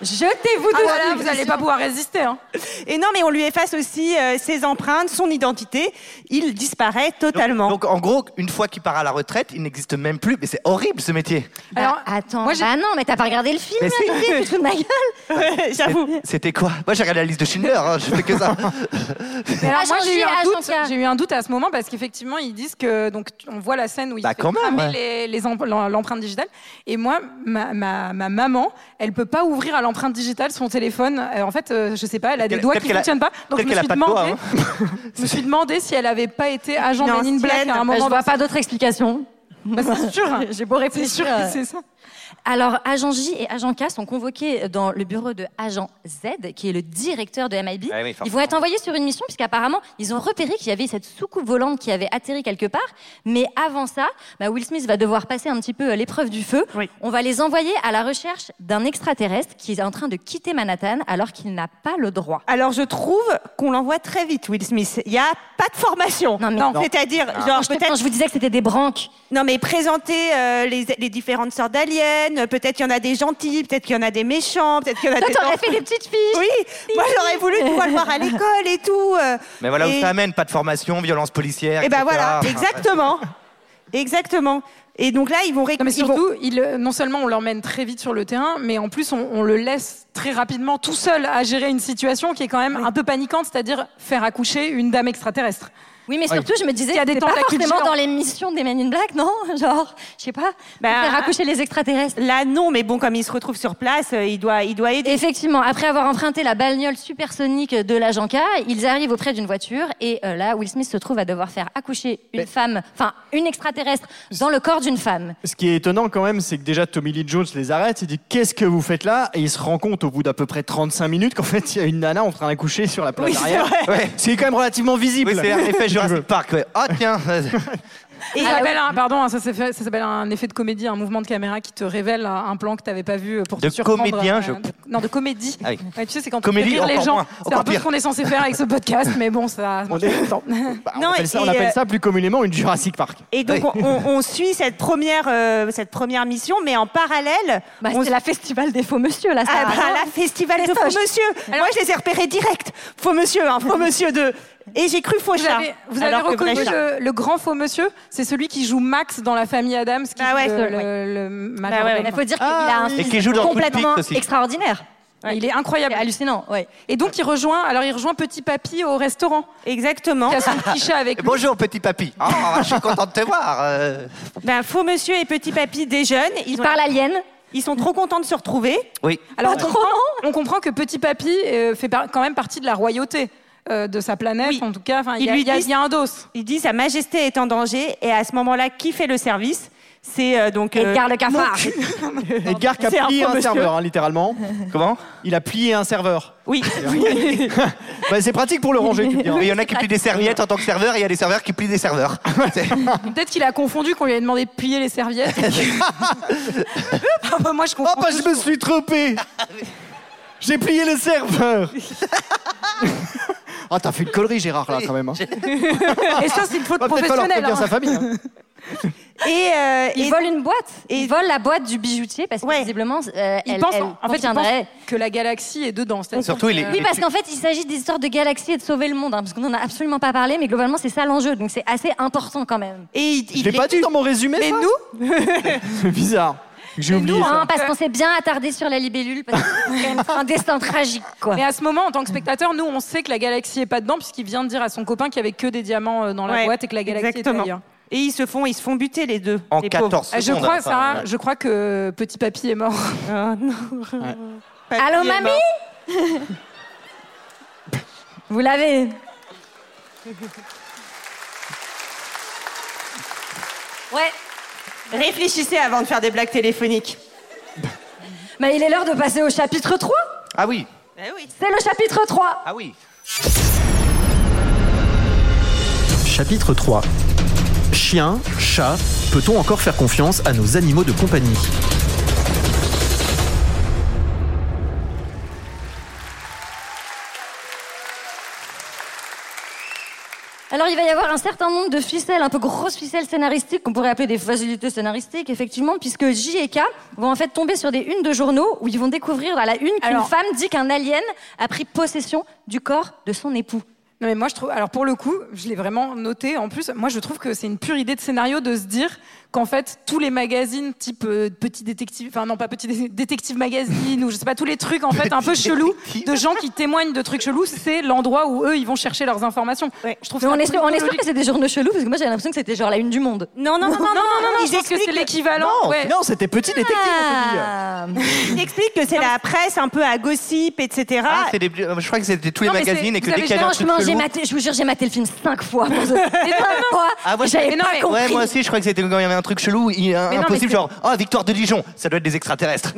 Speaker 2: Jetez-vous
Speaker 7: Ah dessus. voilà, vous allez pas pouvoir résister.
Speaker 3: hein. Et non, mais on lui efface aussi euh, ses empreintes, son identité. Il disparaît totalement.
Speaker 4: Donc, en gros, une fois qu'il part à la retraite, il n'existe même plus. Mais c'est horrible ce métier.
Speaker 2: Alors, attends, bah non, mais t'as pas regardé le film,
Speaker 4: Mais
Speaker 2: là,
Speaker 4: si.
Speaker 2: Didier, tu te fous de ma gueule
Speaker 4: J'avoue. C'était quoi Moi, j'ai regardé la liste de Schindler. hein, je fais que ça.
Speaker 7: Mais alors,
Speaker 2: Ah,
Speaker 7: moi, j'ai eu,
Speaker 2: Jean-Pierre,
Speaker 7: un
Speaker 2: ah,
Speaker 7: doute, j'ai eu un doute à ce moment parce qu'effectivement, ils disent que. Donc, tu- on voit la scène où il
Speaker 4: Bah,
Speaker 7: fait
Speaker 4: quand même,
Speaker 7: cramer
Speaker 4: ouais.
Speaker 7: les- les em- l'em- l'empreinte digitale. Et moi, ma, ma- ma maman, elle peut pas ouvrir à l'empreinte digitale son téléphone. Euh, en fait, euh, je sais pas, elle a des
Speaker 4: Peut-être
Speaker 7: doigts
Speaker 4: qu'elle-
Speaker 7: qui fonctionnent pas. Donc, je
Speaker 4: peut-être
Speaker 7: me
Speaker 4: qu'elle a
Speaker 7: suis
Speaker 4: pas de doigts, hein.
Speaker 7: demandé. Je me suis demandé si elle avait pas été agent
Speaker 2: Non,
Speaker 7: Men in
Speaker 2: si
Speaker 7: Black
Speaker 2: elle-
Speaker 7: à un
Speaker 2: Bah, je
Speaker 7: moment.
Speaker 3: Bah,
Speaker 7: Bah,
Speaker 2: vois pas d'autre explication.
Speaker 7: c'est sûr.
Speaker 2: J'ai beau réfléchir.
Speaker 7: C'est sûr que c'est ça.
Speaker 3: euh,
Speaker 2: Alors, agent J et agent K sont convoqués dans le bureau de agent Z, qui est le directeur de MIB.
Speaker 4: Ah oui, forcément.
Speaker 2: ils vont être envoyés sur une mission, puisqu'apparemment, ils ont repéré qu'il y avait cette soucoupe volante qui avait atterri quelque part. Mais avant ça, bah, Will Smith va devoir passer un petit peu euh, l'épreuve du feu. On va les envoyer à la recherche d'un extraterrestre qui est en train de quitter Manhattan alors qu'il n'a pas le droit.
Speaker 3: Alors, je trouve qu'on l'envoie très vite, Will Smith. Il n'y a pas de formation.
Speaker 2: mais-
Speaker 3: Non.
Speaker 2: Non.
Speaker 3: C'est-à-dire,
Speaker 2: Ah.
Speaker 3: genre,
Speaker 2: Quand je te-
Speaker 3: peut-être.
Speaker 2: quand je vous disais que c'était des branques.
Speaker 3: Non, mais présenter euh, les, les différentes sortes d'aliens. euh, Peut-être qu'il y en a des gentils, peut-être qu'il y en a des méchants, peut-être qu'il y en a
Speaker 2: Toi,
Speaker 3: des.
Speaker 2: t'aurais
Speaker 3: enfants.
Speaker 2: fait des petites filles.
Speaker 3: Oui, moi, j'aurais voulu tu vois, le voir à l'école et tout. euh,
Speaker 4: Mais voilà
Speaker 3: et-
Speaker 4: où ça amène. Pas de formation, violence policière.
Speaker 3: Et ben
Speaker 4: etc.
Speaker 3: voilà,
Speaker 4: Enfin,
Speaker 3: exactement. Exactement. Et donc là, ils vont
Speaker 7: Non, mais
Speaker 3: récupérer.
Speaker 7: surtout, il, euh, non seulement on l'emmène très vite sur le terrain, mais en plus on, on le laisse très rapidement tout seul à gérer une situation qui est quand même un peu paniquante, c'est-à-dire faire accoucher une dame extraterrestre.
Speaker 2: Oui, mais surtout, je me disais,
Speaker 7: Il y a
Speaker 2: que
Speaker 7: des
Speaker 2: c'était pas
Speaker 7: tentacules
Speaker 2: forcément
Speaker 7: géants.
Speaker 2: dans les missions des Men in Black, non Genre, je sais pas, faire accoucher les extraterrestres.
Speaker 3: Là, non, mais bon, comme il se retrouve sur place, euh, il doit, il doit aider.
Speaker 2: Effectivement, après avoir emprunté la bagnole supersonique de la Janka, ils arrivent auprès d'une voiture et euh, là, Will Smith se trouve à devoir faire accoucher une femme, enfin une extraterrestre, dans le corps d'une femme.
Speaker 8: Ce qui est étonnant quand même, c'est que déjà Tommy Lee Jones les arrête, il dit qu'est-ce que vous faites là Et il se rend compte au bout d'à peu près 35 minutes qu'en fait il y a une nana en train d'accoucher sur la plage
Speaker 4: Oui, c'est
Speaker 8: arrière.
Speaker 4: vrai.
Speaker 8: Ouais. C'est quand même relativement visible.
Speaker 4: Oui, c'est un effet Jurassic Park. ouais. Ah tiens.
Speaker 7: ça
Speaker 3: Ah,
Speaker 7: s'appelle un, pardon, hein, ça s'est fait- ça s'appelle un effet de comédie, un mouvement de caméra qui te révèle un un plan que tu n'avais pas vu euh, pour
Speaker 4: De
Speaker 7: te surprendre.
Speaker 4: comédien, je-
Speaker 7: de- non, de comédie.
Speaker 4: Ah oui.
Speaker 7: Ouais, tu sais, c'est quand
Speaker 4: Comédie,
Speaker 7: on fait rire les
Speaker 4: encore
Speaker 7: gens.
Speaker 4: moins,
Speaker 7: C'est un
Speaker 4: encore
Speaker 7: peu ce
Speaker 4: pire.
Speaker 7: qu'on est censé faire avec ce podcast, mais bon, ça.
Speaker 8: On, est- Bah, on appelle, ça, on appelle ça plus communément une Jurassic Park.
Speaker 3: Et donc, on, on- on suit cette première, euh, cette première mission, mais en parallèle. on...
Speaker 2: Bah, c'est la Festival des Faux Monsieur, là, ça
Speaker 3: Ah,
Speaker 2: va,
Speaker 3: bah,
Speaker 2: non
Speaker 3: la Festival de
Speaker 2: C'est ça,
Speaker 3: Faux
Speaker 2: je-
Speaker 3: Monsieur Moi, je les ai repérés direct Faux Monsieur, hein, Faux Monsieur 2 Et j'ai cru faux
Speaker 7: Vous
Speaker 3: chat.
Speaker 7: avez, vous avez
Speaker 3: alors que
Speaker 7: reconnu
Speaker 3: vrai chat.
Speaker 7: le, le grand faux monsieur C'est celui qui joue Max dans La Famille Adams, qui
Speaker 3: Ah ouais,
Speaker 7: joue le,
Speaker 3: oui.
Speaker 7: le- le major
Speaker 2: Bah ouais,
Speaker 7: Domo.
Speaker 2: Il faut dire qu'il a un
Speaker 7: oui.
Speaker 2: physique
Speaker 4: Et qui joue dans Twin
Speaker 2: complètement
Speaker 4: Peaks aussi.
Speaker 2: extraordinaire.
Speaker 7: Il est incroyable.
Speaker 2: C'est hallucinant, ouais.
Speaker 7: Et donc il rejoint, alors il rejoint Petit Papy au restaurant.
Speaker 3: Exactement.
Speaker 7: Qui a son petit chat avec lui.
Speaker 4: Bonjour petit papy. Ah, je suis content de te voir. euh.
Speaker 3: Ben, Faux Monsieur et Petit Papy, des jeunes. Ils,
Speaker 2: parlent alien.
Speaker 3: Ils sont trop contents de se retrouver.
Speaker 4: Oui.
Speaker 7: Alors on comprend, on comprend que Petit Papy euh, fait par- quand même partie de la royauté euh, de sa planète, en tout cas. Enfin, il y, a- il y a- il y a un dos.
Speaker 3: Il dit Sa Majesté est en danger, et à ce moment-là, qui fait le service C'est euh, donc.
Speaker 2: Edgar le cafard.
Speaker 3: mon cul.
Speaker 8: Edgar qui a
Speaker 3: C'est un
Speaker 8: plié
Speaker 3: faux
Speaker 8: un,
Speaker 3: monsieur.
Speaker 8: serveur, hein, littéralement. Comment Il a plié un serveur.
Speaker 3: Oui.
Speaker 8: Bah, c'est pratique pour le ranger. tu
Speaker 4: Mais il y en a qui plient des serviettes en tant que serveur et il y a des serveurs qui plient des serveurs. C'est-
Speaker 7: Peut-être qu'il a confondu qu'on lui avait demandé de plier les serviettes. Ah bah, moi je comprends.
Speaker 8: Oh, bah, je me suis trompé J'ai plié le serveur Ah, t'as fait une connerie, Gérard, là, quand même. hein.
Speaker 7: Et ça, c'est une faute
Speaker 8: Va peut-être falloir
Speaker 7: professionnelle.
Speaker 8: prévenir
Speaker 7: hein.
Speaker 8: sa famille. hein.
Speaker 3: Et, euh,
Speaker 2: Ils
Speaker 3: et-
Speaker 2: volent une boîte. Ils volent la boîte du bijoutier parce que visiblement, euh,
Speaker 7: Il
Speaker 2: elle,
Speaker 7: pense,
Speaker 2: elle
Speaker 7: en fait, il pense
Speaker 2: contiendrait-
Speaker 7: que la galaxie est dedans. c'est-à-dire
Speaker 4: Surtout, il est-
Speaker 7: que-
Speaker 2: Oui, parce qu'en fait, il s'agit des histoires de galaxies et de sauver le monde, hein, parce qu'on n'en a absolument pas parlé, mais globalement, c'est ça l'enjeu, donc c'est assez important quand même.
Speaker 3: Et il,
Speaker 8: Je l'ai pas dit dans mon résumé,
Speaker 7: Mais
Speaker 8: ça
Speaker 7: nous
Speaker 8: C'est bizarre. J'ai oublié
Speaker 2: Nous,
Speaker 8: ça.
Speaker 2: hein, parce qu'on s'est bien attardé sur la libellule, parce que c'est quand même un destin tragique, quoi.
Speaker 7: Mais à ce moment, en tant que spectateur, nous, on sait que la galaxie est pas dedans, puisqu'il vient de dire à son copain qu'il y avait que des diamants euh, dans la
Speaker 3: Ouais,
Speaker 7: boîte et que la galaxie
Speaker 3: exactement.
Speaker 7: était ailleurs.
Speaker 3: Et ils se font, ils se font buter les deux.
Speaker 4: En
Speaker 3: les
Speaker 4: 14
Speaker 3: pauvres.
Speaker 7: Ah, je
Speaker 4: secondes,
Speaker 7: crois,
Speaker 4: enfin,
Speaker 7: Sarah,
Speaker 4: ouais.
Speaker 7: je crois que Petit Papy est mort.
Speaker 3: Ah, non. Papy
Speaker 2: Allô,
Speaker 3: est
Speaker 2: mamie
Speaker 3: mort.
Speaker 2: Vous l'avez Ouais.
Speaker 3: Réfléchissez avant de faire des blagues téléphoniques.
Speaker 2: Mais Bah, il est l'heure de passer au chapitre 3.
Speaker 4: Ah oui.
Speaker 2: C'est le chapitre 3.
Speaker 4: Ah oui.
Speaker 1: Chapitre 3 Chien, chat, peut-on encore faire confiance à nos animaux de compagnie
Speaker 2: Alors, il va y avoir un certain nombre de ficelles, un peu grosses ficelles scénaristiques, qu'on pourrait appeler des facilités scénaristiques, effectivement, puisque J et K vont en fait tomber sur des unes de journaux où ils vont découvrir à la une qu'une
Speaker 7: Alors-
Speaker 2: femme dit qu'un alien a pris possession du corps de son époux.
Speaker 7: Non mais moi je trouve, alors pour le coup, je l'ai vraiment noté. En plus, moi je trouve que c'est une pure idée de scénario de se dire qu'en fait tous les magazines type euh, Petit Détective, enfin non pas Petit Dé- Détective Magazine ou je sais pas tous les trucs en fait un peu chelous de gens qui témoignent de trucs chelous, c'est l'endroit où eux ils vont chercher leurs informations. Je trouve
Speaker 2: Mais
Speaker 7: ça
Speaker 2: on est sûr,
Speaker 7: plutôt
Speaker 2: on est sûr
Speaker 7: logique.
Speaker 2: que c'est des journaux chelous, parce que moi j'ai l'impression que c'était genre la une du monde.
Speaker 9: Non, non, non, non, non, non,
Speaker 7: non,
Speaker 9: ils
Speaker 7: je pense que
Speaker 9: expliquent
Speaker 7: c'est
Speaker 9: que-
Speaker 7: l'équivalent. ouais.
Speaker 8: Non, c'était petit détective.
Speaker 2: Ah.
Speaker 9: Ah. Il explique que c'est la presse un peu à gossip, etc.
Speaker 4: Ah, c'est des- euh, je crois que c'était tous les
Speaker 9: Non, mais
Speaker 4: magazines
Speaker 9: c'est-
Speaker 4: et que
Speaker 9: vous
Speaker 4: dès
Speaker 9: avez
Speaker 4: qu'il y avait un truc
Speaker 2: Franchement, j'ai
Speaker 4: chelou-
Speaker 2: maté, je vous jure, j'ai maté le film cinq fois. pour ce- Et cinq fois,
Speaker 4: Ah, moi,
Speaker 2: j'avais pas compris.
Speaker 4: ouais, moi aussi, je crois que c'était quand il y avait un truc chelou, il y a
Speaker 7: Mais non, mais
Speaker 4: impossible,
Speaker 7: c'est-
Speaker 4: genre, ah, victoire de Dijon, ça doit être des extraterrestres.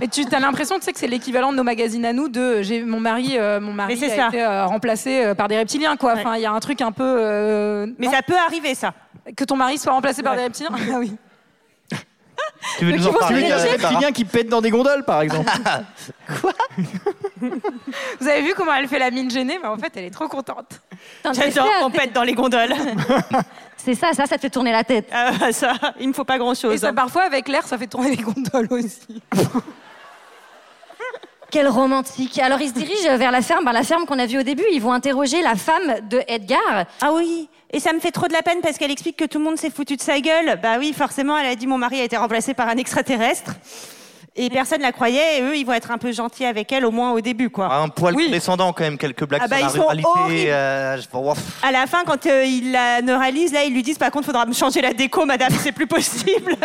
Speaker 7: Mais tu as l'impression tu sais, que c'est l'équivalent de nos magazines à nous de euh, j'ai mon mari euh, mon mari
Speaker 9: Mais c'est
Speaker 7: a
Speaker 9: ça.
Speaker 7: été euh, remplacé euh, par des reptiliens quoi. Enfin, il y a un truc un peu euh, Mais
Speaker 9: ça peut arriver ça.
Speaker 7: Que ton mari soit remplacé par des reptiliens Ah oui.
Speaker 4: tu veux
Speaker 7: nous en parler,
Speaker 8: Tu veux dire
Speaker 7: euh,
Speaker 8: des
Speaker 7: Barbara
Speaker 8: reptiliens qui pètent dans des gondoles, par exemple
Speaker 7: Vous avez vu comment elle fait la mine gênée Bah, En fait, elle est trop contente.
Speaker 9: J'adore qu'on pète dans les gondoles. Ah,
Speaker 2: C'est ça, ça, ça te fait tourner la tête.
Speaker 9: ça, il ne faut pas grand-chose. hein.
Speaker 7: Et ça, parfois, avec l'air, ça fait tourner les gondoles aussi.
Speaker 2: Quel romantique. Alors, ils se dirigent vers la ferme, ben, la ferme qu'on a vue au début. Ils vont interroger la femme de Edgar.
Speaker 9: Ah oui, et ça me fait trop de la peine parce qu'elle explique que tout le monde s'est foutu de sa gueule. Bah oui, forcément, elle a dit mon mari a été remplacé par un extraterrestre. Et personne ne la croyait, et eux, ils vont être un peu gentils avec elle, au moins au début, quoi.
Speaker 3: Ah.
Speaker 4: Un poil descendant quand même, quelques blagues
Speaker 9: Ah bah,
Speaker 4: sur la
Speaker 9: ils sont horribles.
Speaker 4: ruralité. euh, je- bon, pff.
Speaker 9: À la fin, quand euh, ils la neuralisent, là, ils lui disent par contre, faudra me changer la déco, madame, c'est plus possible.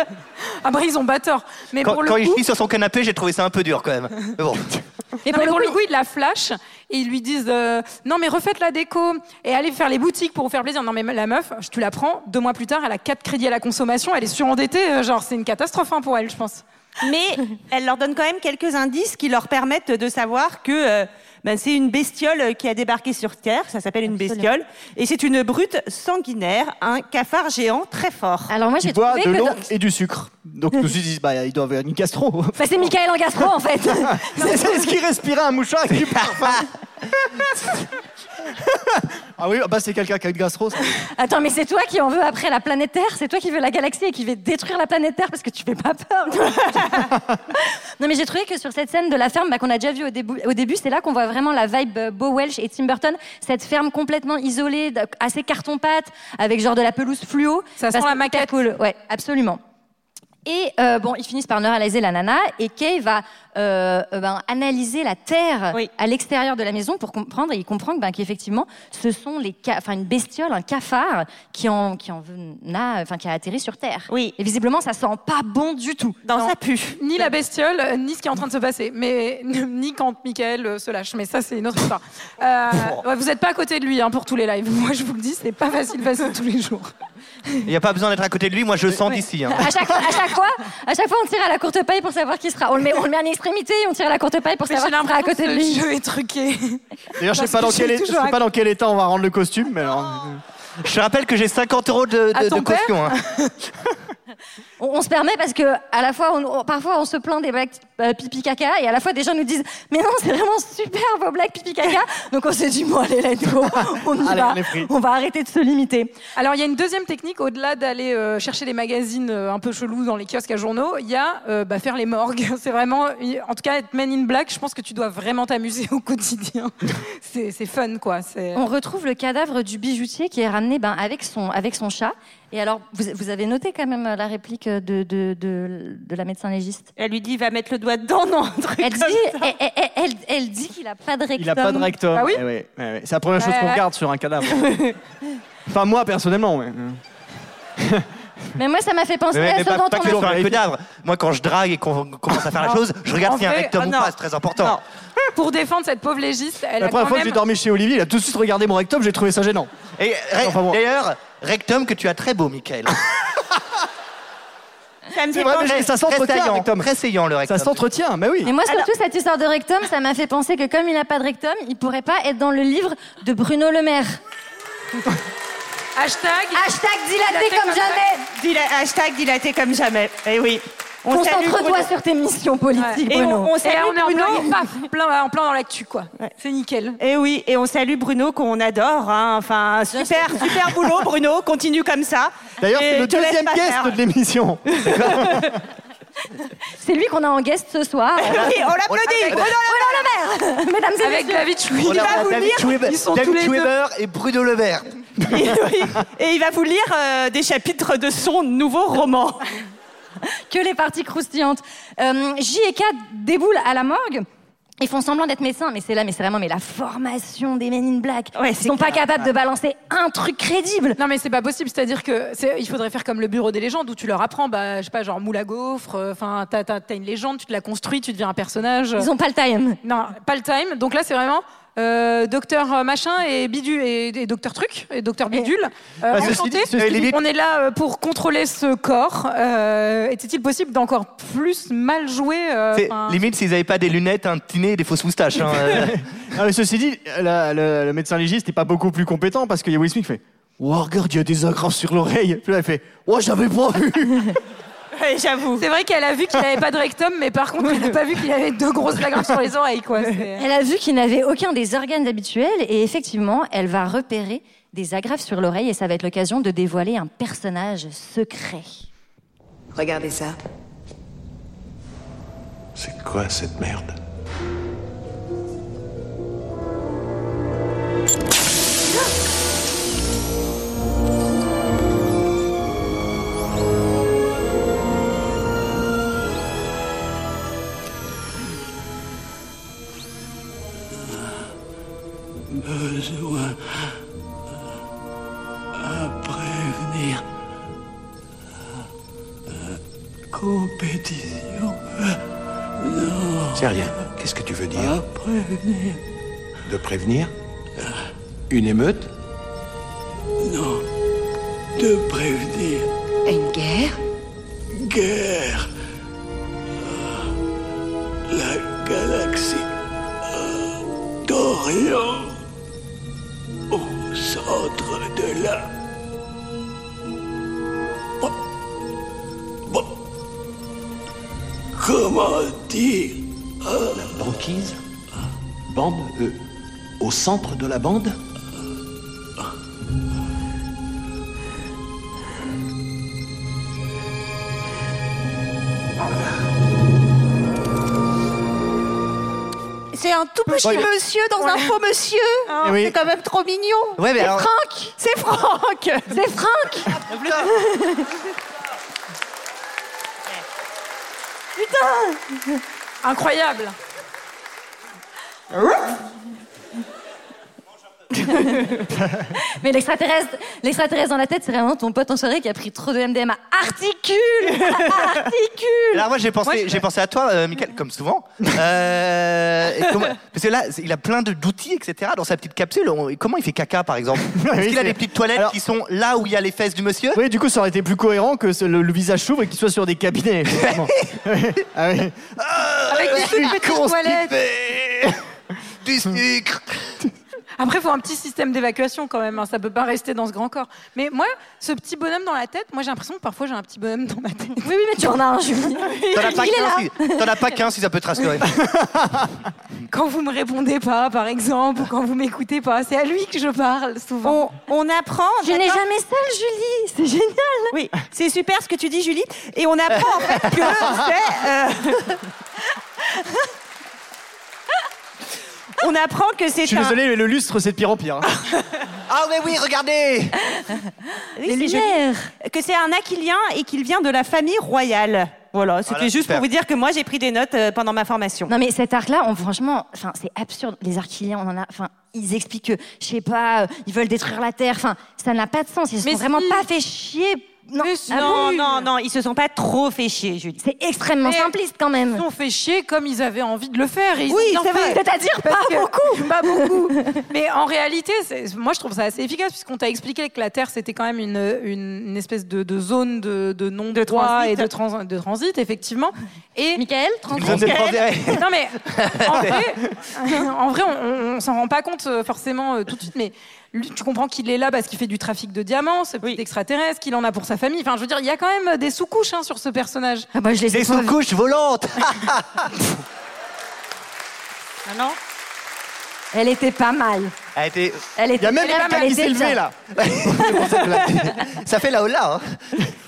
Speaker 7: ah bah, ils ont pas tort. Mais
Speaker 4: quand
Speaker 7: pour le
Speaker 4: quand il
Speaker 7: coup.
Speaker 4: finit sur son canapé, j'ai trouvé ça un peu dur quand même. Mais bon.
Speaker 7: Non, mais pour le coup, ils la flashent et ils lui disent euh, Non, mais refaites la déco et allez faire les boutiques pour vous faire plaisir. Non, mais la meuf, je- tu la prends, deux mois plus tard, elle a quatre crédits à la consommation, elle est surendettée. euh, Genre, c'est une catastrophe hein, pour elle, je pense.
Speaker 9: Mais elle leur donne quand même quelques indices qui leur permettent de savoir que euh, ben, c'est une bestiole qui a débarqué sur Terre, ça s'appelle une bestiole, et c'est une brute sanguinaire, un cafard géant très fort.
Speaker 2: Alors moi
Speaker 8: Qui boit de l'eau
Speaker 2: Ben,
Speaker 8: et du sucre. Donc je me suis dit, bah, il doit avoir une gastro.
Speaker 2: Bah, c'est Michael en gastro, en fait.
Speaker 8: c'est c'est ce qui respirait un mouchoir qui parfum. ah oui, bah, c'est quelqu'un qui a une gastro. ça.
Speaker 2: Attends, mais c'est toi qui en veux après la planète Terre C'est toi qui veux la galaxie et qui veut détruire la planète Terre parce que tu fais pas peur Non, mais j'ai trouvé que sur cette scène de la ferme bah, qu'on a déjà vue au, début- au début, c'est là qu'on voit vraiment la vibe euh, Beau Welsh et Tim Burton. Cette ferme complètement isolée, d- assez carton-pâte, avec genre de la pelouse fluo. Ça sent la maquette. Cool. Ouais, absolument. Et euh, bon, ils finissent par neuraliser la nana et Kay va euh, euh, ben, analyser la terre à l'extérieur de la maison pour comprendre. Et il comprend que, ben, qu'effectivement, ce sont les, ca- enfin une bestiole, un cafard qui en, qui en vena- enfin qui a atterri sur terre. Oui. Et visiblement, ça sent pas bon du tout.
Speaker 9: Dans
Speaker 7: sa
Speaker 9: pue.
Speaker 7: Ni la bestiole, euh, ni ce qui est en train de se passer, mais ni quand Michael euh, se lâche. Mais ça, c'est une autre histoire. Euh, ouais, vous n'êtes pas à côté de lui hein, pour tous les lives. Moi, je vous le dis, c'est pas facile, facile tous les jours.
Speaker 4: Il n'y a pas besoin d'être à côté de lui, moi je le sens d'ici. hein.
Speaker 2: À chaque, à chaque fois, à chaque fois, on tire à la courte paille pour savoir qui sera. On le met, on le met en extrémité et on tire à la courte paille pour
Speaker 7: Mais
Speaker 2: savoir
Speaker 7: j'ai
Speaker 2: qui sera à côté de lui.
Speaker 7: l'impression que ce jeu est truqué.
Speaker 8: D'ailleurs, je sais
Speaker 7: Parce
Speaker 8: pas,
Speaker 7: que
Speaker 8: dans
Speaker 7: je
Speaker 8: quel
Speaker 7: suis
Speaker 8: é- je
Speaker 7: toujours
Speaker 8: sais pas
Speaker 7: à-
Speaker 8: dans quel état on va rendre le costume. Mais alors...
Speaker 4: Je rappelle que j'ai 50 euros de,
Speaker 2: À
Speaker 4: de- de
Speaker 2: ton père
Speaker 4: caution. hein.
Speaker 2: On, on se permet parce que à la fois, on- on- parfois, on se plaint des blagues euh, pipi caca et à la fois, des gens nous disent Mais non, c'est vraiment super vos blagues pipi caca. Donc on s'est dit Bon, allez, let's go. On y
Speaker 7: Allez,
Speaker 2: va.
Speaker 7: on est pris.
Speaker 2: On va arrêter de se limiter.
Speaker 7: Alors, il y a une deuxième technique, au-delà d'aller euh, chercher des magazines euh, un peu chelous dans les kiosques à journaux, il y a euh, bah, faire les morgues. C'est vraiment, une- en tout cas, être man in black, je pense que tu dois vraiment t'amuser au quotidien. C'est c'est fun, quoi. C'est-
Speaker 2: On retrouve le cadavre du bijoutier qui est ramené ben, avec, son, avec son chat. Et alors, vous, vous avez noté quand même euh, la réplique de, de, de, de la médecin légiste
Speaker 9: Elle lui dit, va mettre le doigt dedans, non un truc
Speaker 2: Elle
Speaker 9: comme
Speaker 2: dit,
Speaker 9: ça.
Speaker 2: elle, elle- elle- elle dit qu'il a pas de rectum.
Speaker 8: Il a pas de rectum.
Speaker 2: Ah oui
Speaker 8: Eh ouais, ouais, ouais. C'est la première chose
Speaker 2: Ouais.
Speaker 8: qu'on regarde sur un cadavre. enfin, moi, personnellement, ouais.
Speaker 2: Mais moi, ça m'a fait penser à ce
Speaker 4: pas,
Speaker 2: dont
Speaker 4: pas
Speaker 2: on
Speaker 4: que sur
Speaker 2: a...
Speaker 4: les cadavres. Moi, quand je drague et qu'on commence à faire la chose, je regarde
Speaker 7: En
Speaker 4: s'il y a un
Speaker 7: fait,
Speaker 4: rectum
Speaker 7: ah,
Speaker 4: ou
Speaker 7: non.
Speaker 4: pas, c'est très important.
Speaker 7: Non. Pour défendre cette pauvre légiste, elle
Speaker 8: la
Speaker 7: a quand
Speaker 8: première fois
Speaker 7: même...
Speaker 8: que j'ai dormi chez Olivier, il a tout de suite regardé mon rectum, j'ai trouvé ça gênant.
Speaker 4: Et re- d'ailleurs, rectum que tu as très beau, Michael.
Speaker 9: Ça me
Speaker 8: C'est
Speaker 9: fait
Speaker 8: vrai, mais
Speaker 9: penser-
Speaker 8: je- ça s'entretient,
Speaker 4: saillant,
Speaker 8: le rectum.
Speaker 4: très saillant, le rectum.
Speaker 8: Ça s'entretient, mais oui.
Speaker 2: Mais moi, surtout, cette histoire de rectum, ça m'a fait penser que comme il n'a pas de rectum, il pourrait pas être dans le livre de Bruno Le Maire.
Speaker 7: Hashtag
Speaker 2: Hashtag dilaté comme jamais
Speaker 9: Dila- Hashtag dilaté comme jamais. Eh oui. On salue
Speaker 2: Concentre-toi
Speaker 9: Bruno.
Speaker 2: sur tes missions politiques,
Speaker 9: Et
Speaker 2: Bruno.
Speaker 9: on, on salue Bruno.
Speaker 7: plein, en plein dans l'actu, quoi. C'est nickel.
Speaker 9: Et Eh oui, et on salue Bruno qu'on adore. hein. Enfin, super, super boulot, Bruno. Continue comme ça.
Speaker 8: D'ailleurs,
Speaker 9: Et
Speaker 8: c'est le
Speaker 9: te laisse
Speaker 8: deuxième
Speaker 9: pas
Speaker 8: guest
Speaker 9: faire.
Speaker 8: de l'émission.
Speaker 2: C'est lui qu'on a en guest ce soir.
Speaker 9: Oui, on l'applaudit. Bruno
Speaker 2: Bruno Le Maire Mesdames et
Speaker 7: Avec
Speaker 2: messieurs.
Speaker 7: David Schwimmer.
Speaker 4: On a David Schwimmer- David Schwimmer
Speaker 9: et Bruno Lebert. et, oui, et il va vous lire euh, des chapitres de son nouveau roman.
Speaker 2: que les parties croustillantes. Euh, J et K déboulent à la morgue. Ils font semblant d'être médecins, mais c'est là, mais c'est vraiment mais la formation des Men in Black. Ils sont pas capables de balancer un truc crédible.
Speaker 7: Non, mais c'est pas possible. C'est-à-dire que c'est- il faudrait faire comme le bureau des légendes où tu leur apprends, bah, je sais pas, genre moule à gaufre. euh, Enfin, t'as, t'as- t'as une légende, tu te la construis, tu deviens un personnage.
Speaker 2: Ils ont pas le time.
Speaker 7: Non, pas le time. Donc là, c'est vraiment. euh, docteur euh, machin et bidu et, et docteur truc et docteur bidule Euh,
Speaker 8: Bah, ceci
Speaker 7: enchanté.
Speaker 8: dit- ceci dit-
Speaker 7: on est là euh, pour contrôler ce corps Euh, était-il possible d'encore plus mal jouer euh,
Speaker 4: C'est
Speaker 7: enfin-
Speaker 4: limite s'ils n'avaient pas des lunettes, un petit nez et des fausses moustaches. hein, euh.
Speaker 8: Non, mais ceci dit, la- le, le médecin légiste n'est pas beaucoup plus compétent parce qu'il y a Will Smith qui fait Wow, regarde, il y a des agrafes sur l'oreille. Puis là, il fait Ouais, j'avais pas vu.
Speaker 9: j'avoue.
Speaker 7: C'est vrai qu'elle a vu qu'il avait pas de rectum, mais par contre, elle n'a pas vu qu'il avait deux grosses lagranges sur les oreilles, quoi. C'est-
Speaker 2: Elle a vu qu'il n'avait aucun des organes habituels et effectivement, elle va repérer des agrafes sur l'oreille et ça va être l'occasion de dévoiler un personnage secret.
Speaker 29: Regardez ça.
Speaker 30: C'est quoi cette merde
Speaker 28: Besoin à prévenir compétition. Non.
Speaker 30: C'est rien. Qu'est-ce que tu veux dire
Speaker 28: Prévenir.
Speaker 30: De prévenir Une émeute
Speaker 28: Non. De prévenir. Une guerre Guerre. La galaxie d'Orient. Au centre de la... Bon. Bon. Comment dire
Speaker 30: La banquise Bande euh, Au centre de la bande
Speaker 9: C'est un tout petit
Speaker 4: Ouais.
Speaker 9: monsieur dans un faux monsieur.
Speaker 4: Eh oui.
Speaker 9: C'est quand même trop mignon.
Speaker 4: Ouais, mais
Speaker 9: c'est
Speaker 4: alors-
Speaker 9: Franck. C'est Franck.
Speaker 2: C'est Franck.
Speaker 7: Putain Incroyable
Speaker 2: Mais l'extraterrestre, l'extraterrestre dans la tête, c'est vraiment ton pote en soirée qui a pris trop de MDMA. Articule Articule
Speaker 4: Alors moi j'ai pensé,
Speaker 2: je-
Speaker 4: j'ai pensé à toi, euh, Michael, comme souvent. Euh, et comment- parce que là, c'est- il a plein de- d'outils, etc. Dans sa petite capsule. On- comment il fait caca, par exemple Est-ce
Speaker 8: Oui,
Speaker 4: qu'il a
Speaker 8: c'est-
Speaker 4: des petites toilettes
Speaker 8: Alors-
Speaker 4: qui sont là où il y a les fesses du monsieur
Speaker 8: Oui, du coup, ça aurait été plus cohérent que ce- le, le visage s'ouvre et qu'il soit sur des cabinets. finalement. Oui, ah oui.
Speaker 7: Avec des
Speaker 8: je suis
Speaker 7: toutes petites toilettes.
Speaker 4: Du sucre
Speaker 7: Après, il faut un petit système d'évacuation quand même. hein. Ça peut pas rester dans ce grand corps. Mais moi, ce petit bonhomme dans la tête, moi j'ai l'impression que parfois j'ai un petit bonhomme dans ma tête. Oui,
Speaker 2: oui, mais tu en as un, Julie.
Speaker 4: T'en as pas qu'un, si- t'en as pas qu'un si ça peut te rassurer.
Speaker 7: Quand vous me répondez pas, par exemple, ou quand vous m'écoutez pas, c'est à lui que je parle souvent.
Speaker 9: On, apprend.
Speaker 7: Je n'ai jamais
Speaker 2: seule, Julie. C'est génial.
Speaker 9: Oui, c'est super ce que tu dis, Julie. Et on apprend en fait que c'est. euh, On apprend que c'est
Speaker 8: Je suis
Speaker 9: un-
Speaker 8: désolé, mais le lustre, c'est de pire en pire. hein.
Speaker 4: Ah mais oui, regardez
Speaker 9: Oui, c'est joli. Que c'est un Aquilien et qu'il vient de la famille royale. Voilà, c'était
Speaker 2: Voilà,
Speaker 9: juste
Speaker 2: super.
Speaker 9: pour vous dire que moi j'ai pris des notes euh, pendant ma formation.
Speaker 2: Non mais cet arc-là, on- franchement, enfin c'est absurde. Les archiliens, on en a, enfin ils expliquent que, je sais pas, euh, ils veulent détruire la Terre. Enfin, ça n'a pas de sens. Ils se sont vraiment pas fait chier. Non, ah
Speaker 9: non,
Speaker 2: bon
Speaker 9: non, non, ils se sont pas trop fait chier, Julie.
Speaker 2: C'est extrêmement simpliste quand même.
Speaker 7: Ils ont fait chier comme ils avaient envie de le faire. et ils
Speaker 9: Oui,
Speaker 7: ont bien
Speaker 9: c'est
Speaker 7: fait.
Speaker 9: vrai. C'est-à-dire
Speaker 7: Parce
Speaker 9: pas
Speaker 7: que-
Speaker 9: beaucoup.
Speaker 7: Pas beaucoup. Mais en réalité, c'est- moi je trouve ça assez efficace puisqu'on t'a expliqué que la Terre c'était quand même une, une, une espèce de, de zone de, de non-droit
Speaker 9: transit.
Speaker 7: et de, trans- de transit, effectivement. Et
Speaker 2: Michael, transit.
Speaker 4: Zone de transit,
Speaker 7: Non mais en vrai, en vrai, on, on- on s'en rend pas compte euh, forcément euh, tout de suite, mais Lui, tu comprends qu'il est là parce qu'il fait du trafic de diamants, ce petit extraterrestre, qu'il en a pour sa famille. Enfin, je veux dire, il y a quand même des sous-couches hein, sur ce personnage.
Speaker 2: Ah bah, je les ai
Speaker 4: Des
Speaker 2: pas vues.
Speaker 4: sous-couches volantes
Speaker 7: Ah non
Speaker 2: Elle était pas mal.
Speaker 4: Elle était...
Speaker 2: Elle
Speaker 4: Il y a
Speaker 2: était
Speaker 4: même
Speaker 2: bien,
Speaker 4: une
Speaker 2: elle
Speaker 4: qui s'est
Speaker 2: était
Speaker 4: levée,
Speaker 2: bien.
Speaker 4: là C'est pour ça que la- Ça fait la hola, hein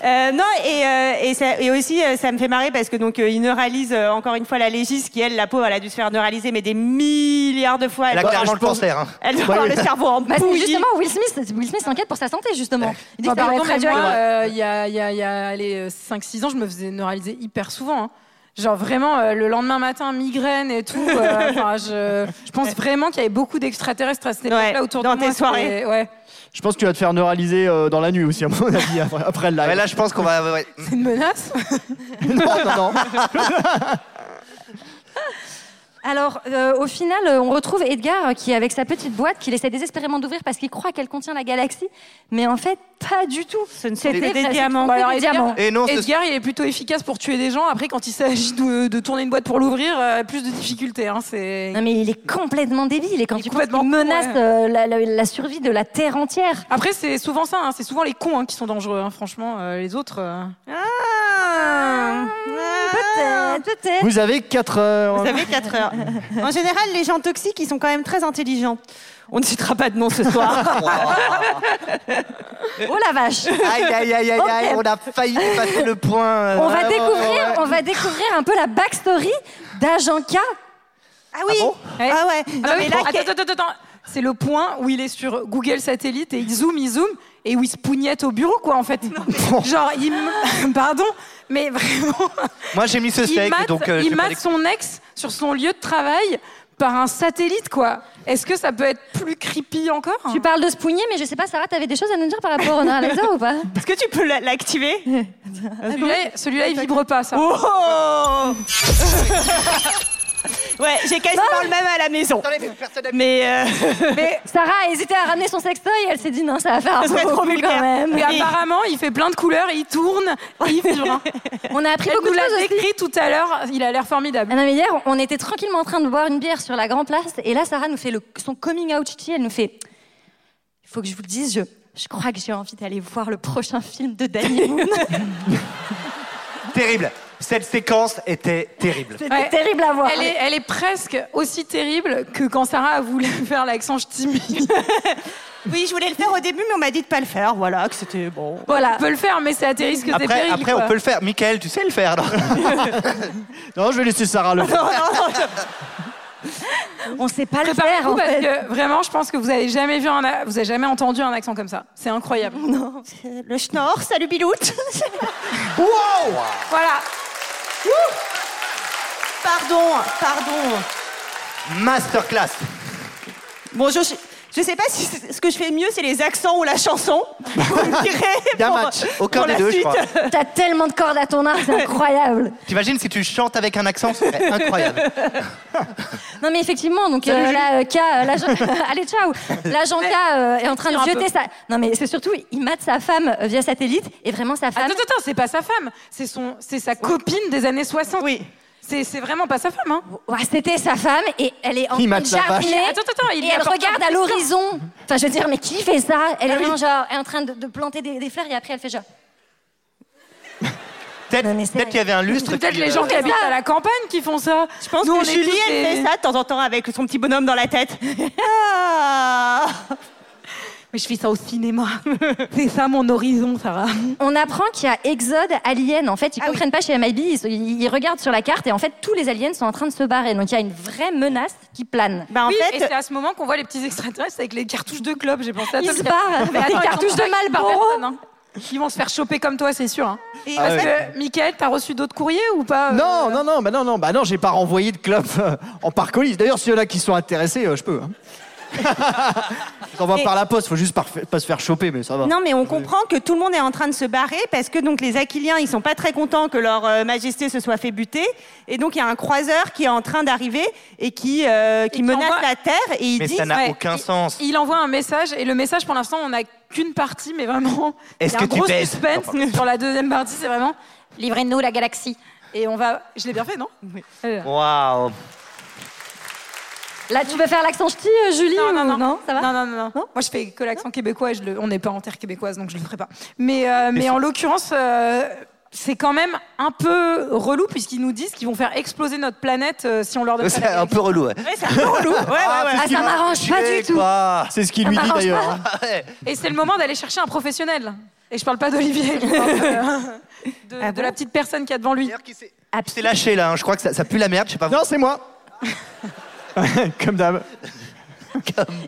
Speaker 9: Euh, non, et, euh, et, ça- et aussi, euh, ça me fait marrer parce que donc euh, il neuralise euh, encore une fois la légiste qui, elle, la pauvre, elle a dû se faire neuraliser, mais des milliards de fois.
Speaker 4: Elle a
Speaker 9: doit-
Speaker 4: clairement
Speaker 9: Bah, je
Speaker 4: le
Speaker 9: pense-
Speaker 4: cancer, hein.
Speaker 9: Elle doit
Speaker 4: Ouais,
Speaker 9: avoir
Speaker 4: oui.
Speaker 9: le cerveau en
Speaker 2: Bah, c'est
Speaker 9: bouillie.
Speaker 2: justement, Will Smith, Will Smith s'inquiète pour sa santé, justement. Il dit
Speaker 7: Bah,
Speaker 2: que ça
Speaker 7: par
Speaker 2: lui est
Speaker 7: contre,
Speaker 2: très dur.
Speaker 7: moi, euh, il y a, il y a- il y a, allez, euh, 5-6 ans, je me faisais neuraliser hyper souvent. hein. Genre vraiment, euh, le lendemain matin, migraine et tout. euh, enfin, je, je pense vraiment qu'il y avait beaucoup d'extraterrestres à cette époque-là autour de moi.
Speaker 9: tes soirées.
Speaker 7: c'était- Ouais.
Speaker 8: Je pense que tu vas te faire neuraliser euh, dans la nuit aussi, à mon avis, après, après le live.
Speaker 4: Ouais, Ah, là, je pense qu'on va... ouais.
Speaker 7: C'est une menace
Speaker 8: non, non, non.
Speaker 2: Alors, euh, au final, euh, on retrouve Edgar euh, qui, avec sa petite boîte, qu'il essaie désespérément d'ouvrir parce qu'il croit qu'elle contient la galaxie, mais en fait, pas du tout.
Speaker 9: C'était des
Speaker 2: presque
Speaker 9: diamants.
Speaker 2: que
Speaker 7: Bah, alors,
Speaker 2: des
Speaker 7: Edgar,
Speaker 2: diamants.
Speaker 4: Et non, c'est-
Speaker 7: Edgar, il est plutôt efficace pour tuer des gens. Après, quand il s'agit de, de tourner une boîte pour l'ouvrir, euh, plus de difficultés. hein, c'est...
Speaker 2: Non, mais il est complètement débile et quand
Speaker 7: Il est
Speaker 2: tu penses qu'il
Speaker 7: complètement con,
Speaker 2: menace
Speaker 7: ouais.
Speaker 2: euh, la, la- la survie de la Terre entière.
Speaker 7: Après, c'est souvent ça. hein, C'est souvent les cons hein, qui sont dangereux. hein, Franchement, euh, les autres... euh, Ah.
Speaker 2: Peut-être, peut-être.
Speaker 8: Vous avez 4 heures.
Speaker 9: Vous avez 4 heures. En général, les gens toxiques, ils sont quand même très intelligents. On ne citera pas de nom ce soir.
Speaker 2: Oh la vache
Speaker 4: Aïe, aïe, aïe, aïe, aïe,
Speaker 2: Ok.
Speaker 4: on a failli passer le point. euh,
Speaker 2: on va,
Speaker 4: vraiment,
Speaker 2: découvrir,
Speaker 4: ouais.
Speaker 2: on va découvrir un peu la backstory d'Agent K.
Speaker 9: Ah oui
Speaker 7: Ouais.
Speaker 9: Ah
Speaker 7: Ah
Speaker 9: ouais.
Speaker 7: bah
Speaker 9: Non,
Speaker 7: oui,
Speaker 9: mais là,
Speaker 7: attends, attends, attends, attends. C'est le point où il est sur Google Satellite et il zoome, il zoome et où il se pougnette au bureau, quoi, en fait. Genre, il. m- Pardon, mais vraiment.
Speaker 4: Moi, j'ai mis ce
Speaker 7: Il
Speaker 4: steak,
Speaker 7: mate,
Speaker 4: donc... euh,
Speaker 7: il
Speaker 4: je vais pas
Speaker 7: mate
Speaker 4: découvrir.
Speaker 7: son ex sur son lieu de travail par un satellite, quoi. Est-ce que ça peut être plus creepy encore
Speaker 2: Tu parles de ce poignet, mais je sais pas, Sarah, t'avais des choses à nous dire par rapport au Neuralizer ou pas
Speaker 9: Est-ce que tu peux la- l'activer
Speaker 7: Celui-là, celui-là, il vibre pas, ça.
Speaker 9: Oh Ouais, j'ai quasiment le même à la maison. Mais euh,
Speaker 2: Mais Sarah a hésité à ramener son sextoy, elle s'est dit non, ça va faire un
Speaker 9: Ça serait
Speaker 2: peu
Speaker 9: trop
Speaker 2: beaucoup
Speaker 9: vulgaire.
Speaker 2: quand même.
Speaker 7: Et apparemment, il fait plein de couleurs, et il tourne, et il vibre. hein.
Speaker 2: On a appris
Speaker 7: Elle
Speaker 2: beaucoup
Speaker 7: nous
Speaker 2: de
Speaker 7: l'a
Speaker 2: choses aussi.
Speaker 7: décrit tout à l'heure, il a l'air
Speaker 2: Ah
Speaker 7: formidable.
Speaker 2: non, mais hier, on était tranquillement en train de boire une bière sur la Grand Place, et là, Sarah nous fait le- son coming out ch'ti, elle nous fait « Il faut que je vous le dise, je, je crois que j'ai envie d'aller voir le prochain film de Danny Moon.
Speaker 4: Terrible. Cette séquence était terrible. »
Speaker 2: C'était
Speaker 7: Ouais.
Speaker 2: terrible à voir.
Speaker 7: Elle est, elle est presque aussi terrible que quand Sarah a voulu faire l'accent ch'timi.
Speaker 9: oui, je voulais le faire au début, mais on m'a dit de pas le faire. Voilà, que c'était bon.
Speaker 7: Voilà. On peut le faire, mais c'est à tes risques et
Speaker 4: Après,
Speaker 7: périls.
Speaker 4: après
Speaker 7: quoi.
Speaker 4: on peut le faire. Michael, tu sais le faire. non
Speaker 8: Non, je vais laisser Sarah le faire.
Speaker 2: On sait pas le
Speaker 7: Préparez-vous
Speaker 2: faire, en
Speaker 7: parce
Speaker 2: fait.
Speaker 7: que vraiment, je pense que vous avez jamais vu un, a- vous avez jamais entendu un accent comme ça. C'est incroyable.
Speaker 9: Non, c'est le schnorr, salut Biloute.
Speaker 7: Voilà.
Speaker 9: pardon, pardon.
Speaker 4: Masterclass.
Speaker 9: Bon, je, je sais pas si c'est- ce que je fais mieux, c'est les accents ou la chanson. Vous me direz.
Speaker 4: Il y a un
Speaker 9: pour-
Speaker 4: match. Aucun
Speaker 9: pour
Speaker 4: des
Speaker 9: la
Speaker 4: deux, je
Speaker 9: suite.
Speaker 4: crois.
Speaker 2: T'as tellement de cordes à ton arc, c'est incroyable.
Speaker 4: T'imagines si tu chantes avec un accent, c'est incroyable.
Speaker 2: Non mais effectivement, donc euh, là, euh, K, euh, l'agent- allez ciao, l'agent K euh, est en train de
Speaker 7: Tire un
Speaker 2: jeter
Speaker 7: peu.
Speaker 2: sa. Non mais c'est surtout, il mate sa femme euh, via satellite et vraiment sa femme.
Speaker 7: Attends, attends, attends, c'est pas sa femme. C'est son, c'est sa copine des années 60. Oui. C'est c'est vraiment pas sa femme. Hein.
Speaker 2: Ouais, C'était sa femme et elle est en train de
Speaker 8: Il mate la vache.
Speaker 2: jardiner.
Speaker 7: Attends, attends, attends, il
Speaker 2: et
Speaker 7: lui
Speaker 2: elle
Speaker 7: apporte
Speaker 2: regarde
Speaker 7: un Ah
Speaker 2: à
Speaker 7: petit
Speaker 2: l'horizon. Enfin, je veux dire, mais qui fait ça Elle est vraiment genre, elle est en train de, de planter des, des fleurs et après elle fait genre.
Speaker 4: Peut-être
Speaker 2: mais c'est
Speaker 4: peut-être qu'il y avait un lustre.
Speaker 7: C'est peut-être
Speaker 4: qui,
Speaker 7: les
Speaker 4: euh,
Speaker 7: gens qui habitent à la campagne qui font ça.
Speaker 9: Je pense
Speaker 7: Nous, on
Speaker 9: que
Speaker 7: est
Speaker 9: Julie,
Speaker 7: tous
Speaker 9: elle
Speaker 7: des-
Speaker 9: fait ça de temps en temps avec son petit bonhomme dans la tête. Ah.
Speaker 7: Mais je fais ça au cinéma. c'est ça mon horizon, Sarah.
Speaker 2: On apprend qu'il y a Exode Alien. En
Speaker 7: Ah
Speaker 2: fait, ils comprennent pas chez MIB. Ils, ils- ils regardent sur la carte et en fait, tous les aliens sont en train de se barrer. Donc il y a une vraie menace qui plane.
Speaker 9: Bah, en
Speaker 7: oui, et
Speaker 9: fait,
Speaker 7: c'est à ce moment qu'on voit les petits extraterrestres avec les cartouches de clopes. J'ai pensé à
Speaker 2: Ils
Speaker 7: toi,
Speaker 2: se
Speaker 7: Mickaël.
Speaker 2: barrent avec
Speaker 7: Mais attends,
Speaker 2: des
Speaker 7: ils sont
Speaker 2: cartouches de
Speaker 7: cinq par
Speaker 2: Marlboro.
Speaker 7: personne, hein. Ils vont se faire choper comme toi, c'est sûr. hein.
Speaker 9: Et
Speaker 7: Parce
Speaker 8: en fait-
Speaker 7: que, Michael, t'as reçu d'autres courriers ou pas euh,
Speaker 8: Non, non, non, bah non, non, bah non, j'ai pas renvoyé de club euh, en par colis. D'ailleurs, s'il y en a qui sont intéressés, euh, je peux. Hein. J'envoie
Speaker 9: Et-
Speaker 8: par la poste, faut juste par- pas se faire choper, mais ça
Speaker 4: Ah.
Speaker 8: va.
Speaker 9: Non, mais on comprend que tout le monde est en train de se barrer parce que donc les Aquiliens, ils sont pas très contents que leur euh, majesté se soit fait buter. Et donc il y a un croiseur qui est en train d'arriver et qui, euh, qui
Speaker 7: qui
Speaker 9: menace
Speaker 7: envoie-
Speaker 9: la Terre et il
Speaker 4: Mais
Speaker 9: dit.
Speaker 4: ça n'a
Speaker 7: Ouais.
Speaker 4: aucun sens.
Speaker 7: Il envoie un message et le message pour l'instant on n'a qu'une partie mais vraiment
Speaker 4: Est-ce
Speaker 7: il y a
Speaker 4: que
Speaker 7: un
Speaker 4: tu
Speaker 7: gros
Speaker 4: baises
Speaker 7: suspense sur la deuxième partie c'est vraiment livrez-nous la galaxie et on va je l'ai bien fait non
Speaker 4: Waouh.
Speaker 2: Là, tu veux faire l'accent ch'ti, euh, Julie
Speaker 7: Non, non,
Speaker 2: ou-
Speaker 7: non.
Speaker 2: ça va
Speaker 7: non, non, non, non. Moi, je fais que l'accent québécois. et je le- On n'est pas en terre québécoise, donc je le ferai pas. Mais, euh, mais en l'occurrence, euh, c'est quand même un peu relou puisqu'ils nous disent qu'ils vont faire exploser notre planète euh, si on leur donne.
Speaker 4: C'est un peu relou, ouais.
Speaker 7: c'est un peu relou.
Speaker 4: Ah, c'est ce qu'il- Chier, quoi.
Speaker 8: C'est ce qu'il lui dit d'ailleurs. hein.
Speaker 7: Et c'est le moment d'aller chercher un professionnel. Et je parle pas d'Olivier, je parle de, de- de la petite personne qui a devant lui.
Speaker 4: C'est lâché là, hein. je crois que ça, ça pue la merde, je sais pas. Non,
Speaker 8: c'est moi. Comme d'hab.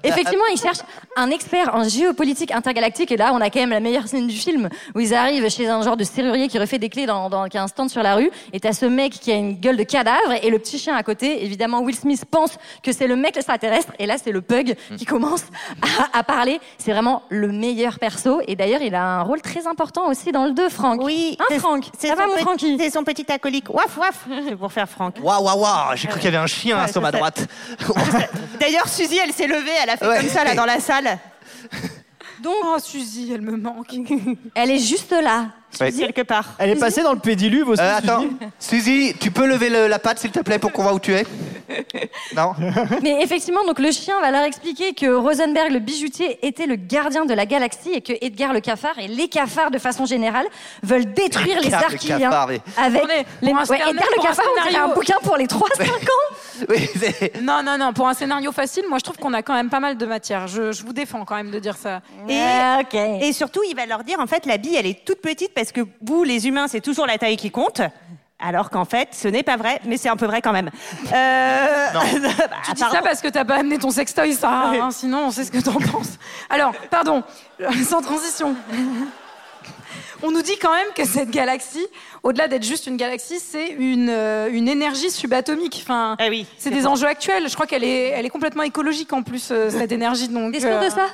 Speaker 2: Effectivement, ils cherchent un expert en géopolitique intergalactique. Et là, on a quand même la meilleure scène du film où ils arrivent chez un genre de serrurier qui refait des clés dans, dans- qui a un stand sur la rue. Et t'as ce mec qui a une gueule de cadavre et le petit chien à côté. Évidemment, Will Smith pense que c'est le mec extraterrestre. Et là, c'est le pug qui commence à, à parler. C'est vraiment le meilleur perso. Et d'ailleurs, il a un rôle très important aussi dans le 2, Franck. Oui. Hein, Franck Ça va, mon Franck
Speaker 9: C'est son petit acolyte. Waf, waf. C'est pour faire Franck.
Speaker 4: Waouh, waouh, waouh, j'ai cru qu'il y avait un chien à ma droite.
Speaker 9: D'ailleurs, Suzy, elle s'est levée, elle a fait comme ça, là, dans la salle.
Speaker 7: Donc, oh, Suzy, elle me manque.
Speaker 2: Elle est juste là.
Speaker 4: Ouais.
Speaker 9: quelque part.
Speaker 8: Elle est passée dans le pédiluve aussi.
Speaker 4: Euh, attends,
Speaker 8: Suzy.
Speaker 4: Suzy, tu peux lever le- la patte s'il te plaît pour qu'on voit où tu es Non
Speaker 2: Mais effectivement, donc le chien va leur expliquer que Rosenberg, le bijoutier, était le gardien de la galaxie et que Edgar le cafard et les cafards de façon générale veulent détruire les
Speaker 4: Edgar le
Speaker 2: Archiliens
Speaker 4: cafard, oui.
Speaker 2: avec
Speaker 7: Attendez,
Speaker 2: les
Speaker 7: pour un
Speaker 2: Ouais,
Speaker 7: scénario,
Speaker 2: Edgar le
Speaker 7: pour un
Speaker 2: cafard, on dirait un
Speaker 7: scénario.
Speaker 2: bouquin pour les 3-5 ans.
Speaker 7: Non, non, non. Pour un scénario facile, moi, je trouve qu'on a quand même pas mal de matière. Je, je vous défends quand même de dire ça.
Speaker 9: Et,
Speaker 7: Ah,
Speaker 9: et surtout, il va leur dire, en fait, la bille, elle est toute petite parce que vous, les humains, c'est toujours la taille qui compte. Alors qu'en fait, ce n'est pas vrai, mais c'est un peu vrai quand même. Euh...
Speaker 7: Non.
Speaker 9: bah,
Speaker 7: Tu dis
Speaker 9: pardon.
Speaker 7: ça parce que t'as pas amené ton sextoy, ça. hein, sinon, on sait ce que t'en penses. Alors, pardon, sans transition. On nous dit quand même que cette galaxie, au-delà d'être juste une galaxie, c'est une, euh, une énergie subatomique. Enfin,
Speaker 2: Eh
Speaker 9: Eh
Speaker 7: c'est des
Speaker 9: vrai.
Speaker 7: enjeux actuels. Je crois qu'elle est, elle est complètement écologique en plus, euh, cette énergie. Donc,
Speaker 2: T'es sûr de
Speaker 7: euh,
Speaker 2: ça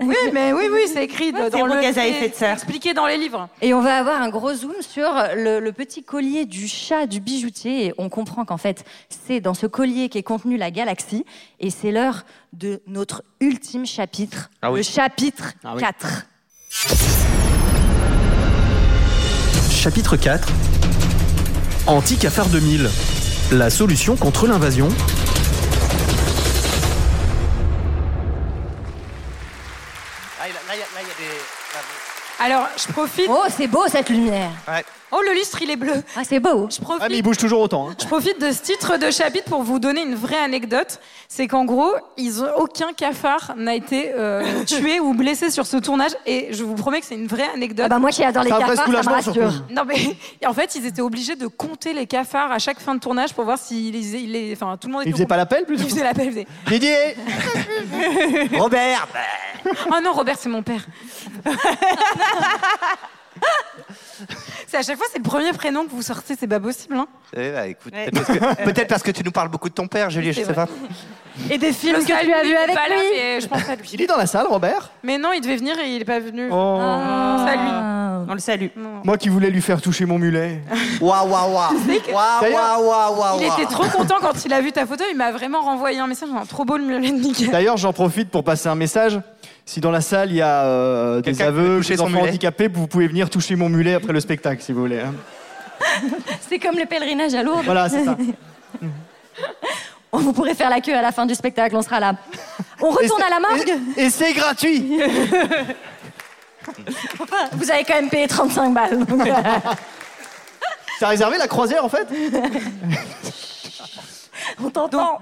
Speaker 7: Oui, mais oui, oui, c'est écrit
Speaker 2: Ouais, c'est
Speaker 7: dans
Speaker 2: bon,
Speaker 7: le.
Speaker 2: gaz à effet de serre.
Speaker 7: Expliqué dans les livres.
Speaker 2: Et on va avoir un gros zoom sur le, le petit collier du chat du bijoutier. Et on comprend qu'en fait, c'est dans ce collier qu'est contenue la galaxie. Et c'est l'heure de notre ultime chapitre,
Speaker 4: Ah oui.
Speaker 2: le chapitre
Speaker 4: Ah oui.
Speaker 2: 4.
Speaker 1: Chapitre 4 Anti-Cafard 2000 La solution contre l'invasion
Speaker 4: Là, il y a- là, il y a là, il y a des.
Speaker 7: Alors, je profite.
Speaker 2: Oh, c'est beau cette lumière.
Speaker 7: Oh, le lustre, il est bleu.
Speaker 2: Ah, c'est beau.
Speaker 7: Je profite.
Speaker 8: Ah, mais il bouge toujours autant. hein.
Speaker 7: Je profite de ce titre de chapitre pour vous donner une vraie anecdote. C'est qu'en gros, ils ont, aucun cafard n'a été euh, tué ou blessé sur ce tournage. Et je vous promets que c'est une vraie anecdote.
Speaker 2: Ah ben. bah moi qui adore les C'est un vrai cafards, ça me soulagement, rassure. surtout.
Speaker 7: Non mais en fait, ils étaient obligés de compter les cafards à chaque fin de tournage pour voir si ils- ils les- enfin tout le monde.
Speaker 8: Ils faisaient pas l'appel,
Speaker 7: plutôt. Ils faisaient l'appel. ils
Speaker 8: Didier
Speaker 7: faisaient-
Speaker 4: Robert
Speaker 7: Oh non, Robert, c'est mon père. c'est à chaque fois, c'est le premier prénom que vous sortez. C'est pas possible, hein
Speaker 4: Eh bah, écoute,
Speaker 7: Ouais.
Speaker 4: peut-être parce, que- peut-être parce que tu nous parles beaucoup de ton père, Julie, je
Speaker 7: C'est
Speaker 4: sais
Speaker 7: vrai.
Speaker 4: pas.
Speaker 7: Et des films
Speaker 2: que tu as vu avec
Speaker 7: pas là,
Speaker 2: lui.
Speaker 7: mais je pense à lui.
Speaker 8: Il est dans la salle, Robert
Speaker 7: Mais non, il devait venir et il n'est pas venu.
Speaker 8: Oh.
Speaker 2: Ah.
Speaker 7: Salut.
Speaker 9: On le salue.
Speaker 8: Moi qui voulais lui faire toucher mon mulet.
Speaker 4: Waouh, waouh, waouh.
Speaker 8: D'ailleurs-
Speaker 7: Il était trop content quand il a vu ta photo. Il m'a vraiment renvoyé un message. genre, Trop beau le mulet de Mickey.
Speaker 8: D'ailleurs, j'en profite pour passer un message. Si dans la salle il y a euh, des
Speaker 4: Quelqu'un qui veut
Speaker 8: aveux,
Speaker 4: toucher
Speaker 8: des
Speaker 4: son
Speaker 8: enfants
Speaker 4: mulet.
Speaker 8: handicapés, vous pouvez venir toucher mon mulet après le spectacle si vous voulez. hein.
Speaker 2: C'est comme le pèlerinage à Lourdes.
Speaker 8: Voilà, c'est ça.
Speaker 2: On vous pourrez faire la queue à la fin du spectacle, on sera là. On retourne à la morgue
Speaker 8: Et c'est gratuit
Speaker 2: Enfin, Vous avez quand même payé 35 balles. donc, euh,
Speaker 8: T'as réservé la croisière en fait
Speaker 2: On t'entend.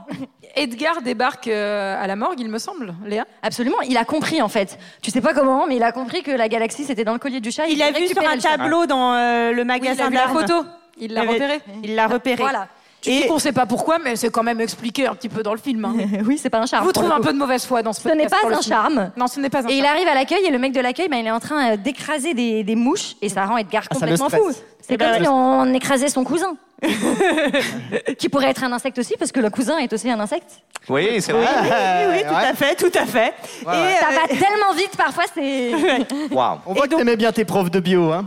Speaker 7: Edgar débarque euh, à la morgue, il me semble, Léa.
Speaker 2: Absolument, il a compris en fait. Tu sais pas comment, mais il a compris que la galaxie c'était dans le collier du chat.
Speaker 9: Il l'a
Speaker 2: voulait
Speaker 9: vu sur
Speaker 2: récupérer
Speaker 9: un
Speaker 2: le chat.
Speaker 9: tableau dans euh, le
Speaker 7: il
Speaker 9: magasin
Speaker 7: a vu la
Speaker 9: d'armes.
Speaker 7: photo. Il l'a
Speaker 9: avait-
Speaker 7: repéré.
Speaker 9: Il l'a repéré.
Speaker 7: Voilà. Tu dis qu'on sait pas pourquoi, mais c'est quand même expliqué un petit peu dans le film. hein.
Speaker 2: oui, c'est pas un charme.
Speaker 7: Je vous
Speaker 2: pour
Speaker 7: trouve
Speaker 2: le
Speaker 7: un
Speaker 2: coup.
Speaker 7: peu de mauvaise foi dans ce
Speaker 2: Ce n'est
Speaker 7: podcast.
Speaker 2: pas
Speaker 7: pour le
Speaker 2: un
Speaker 7: film.
Speaker 2: charme.
Speaker 7: Non, ce n'est pas un
Speaker 2: Et il
Speaker 7: charme.
Speaker 2: arrive à l'accueil et le mec de l'accueil, ben, il est en train euh, d'écraser des, des mouches et ça rend Edgar
Speaker 7: Ah, ça
Speaker 2: complètement
Speaker 7: le
Speaker 2: fou.
Speaker 7: stresse.
Speaker 2: C'est
Speaker 7: Eh ben
Speaker 2: comme
Speaker 7: ouais.
Speaker 2: si on écrasait son cousin. qui pourrait être un insecte aussi, parce que le cousin est aussi un insecte.
Speaker 4: Oui, c'est vrai.
Speaker 9: Oui, oui, Euh, tout à fait, tout à fait. euh,
Speaker 4: Ouais, ouais.
Speaker 2: Ça
Speaker 7: Euh,
Speaker 2: va tellement vite, parfois c'est...
Speaker 4: Waouh.
Speaker 8: On voit que t'aimais bien tes profs de bio. Hein.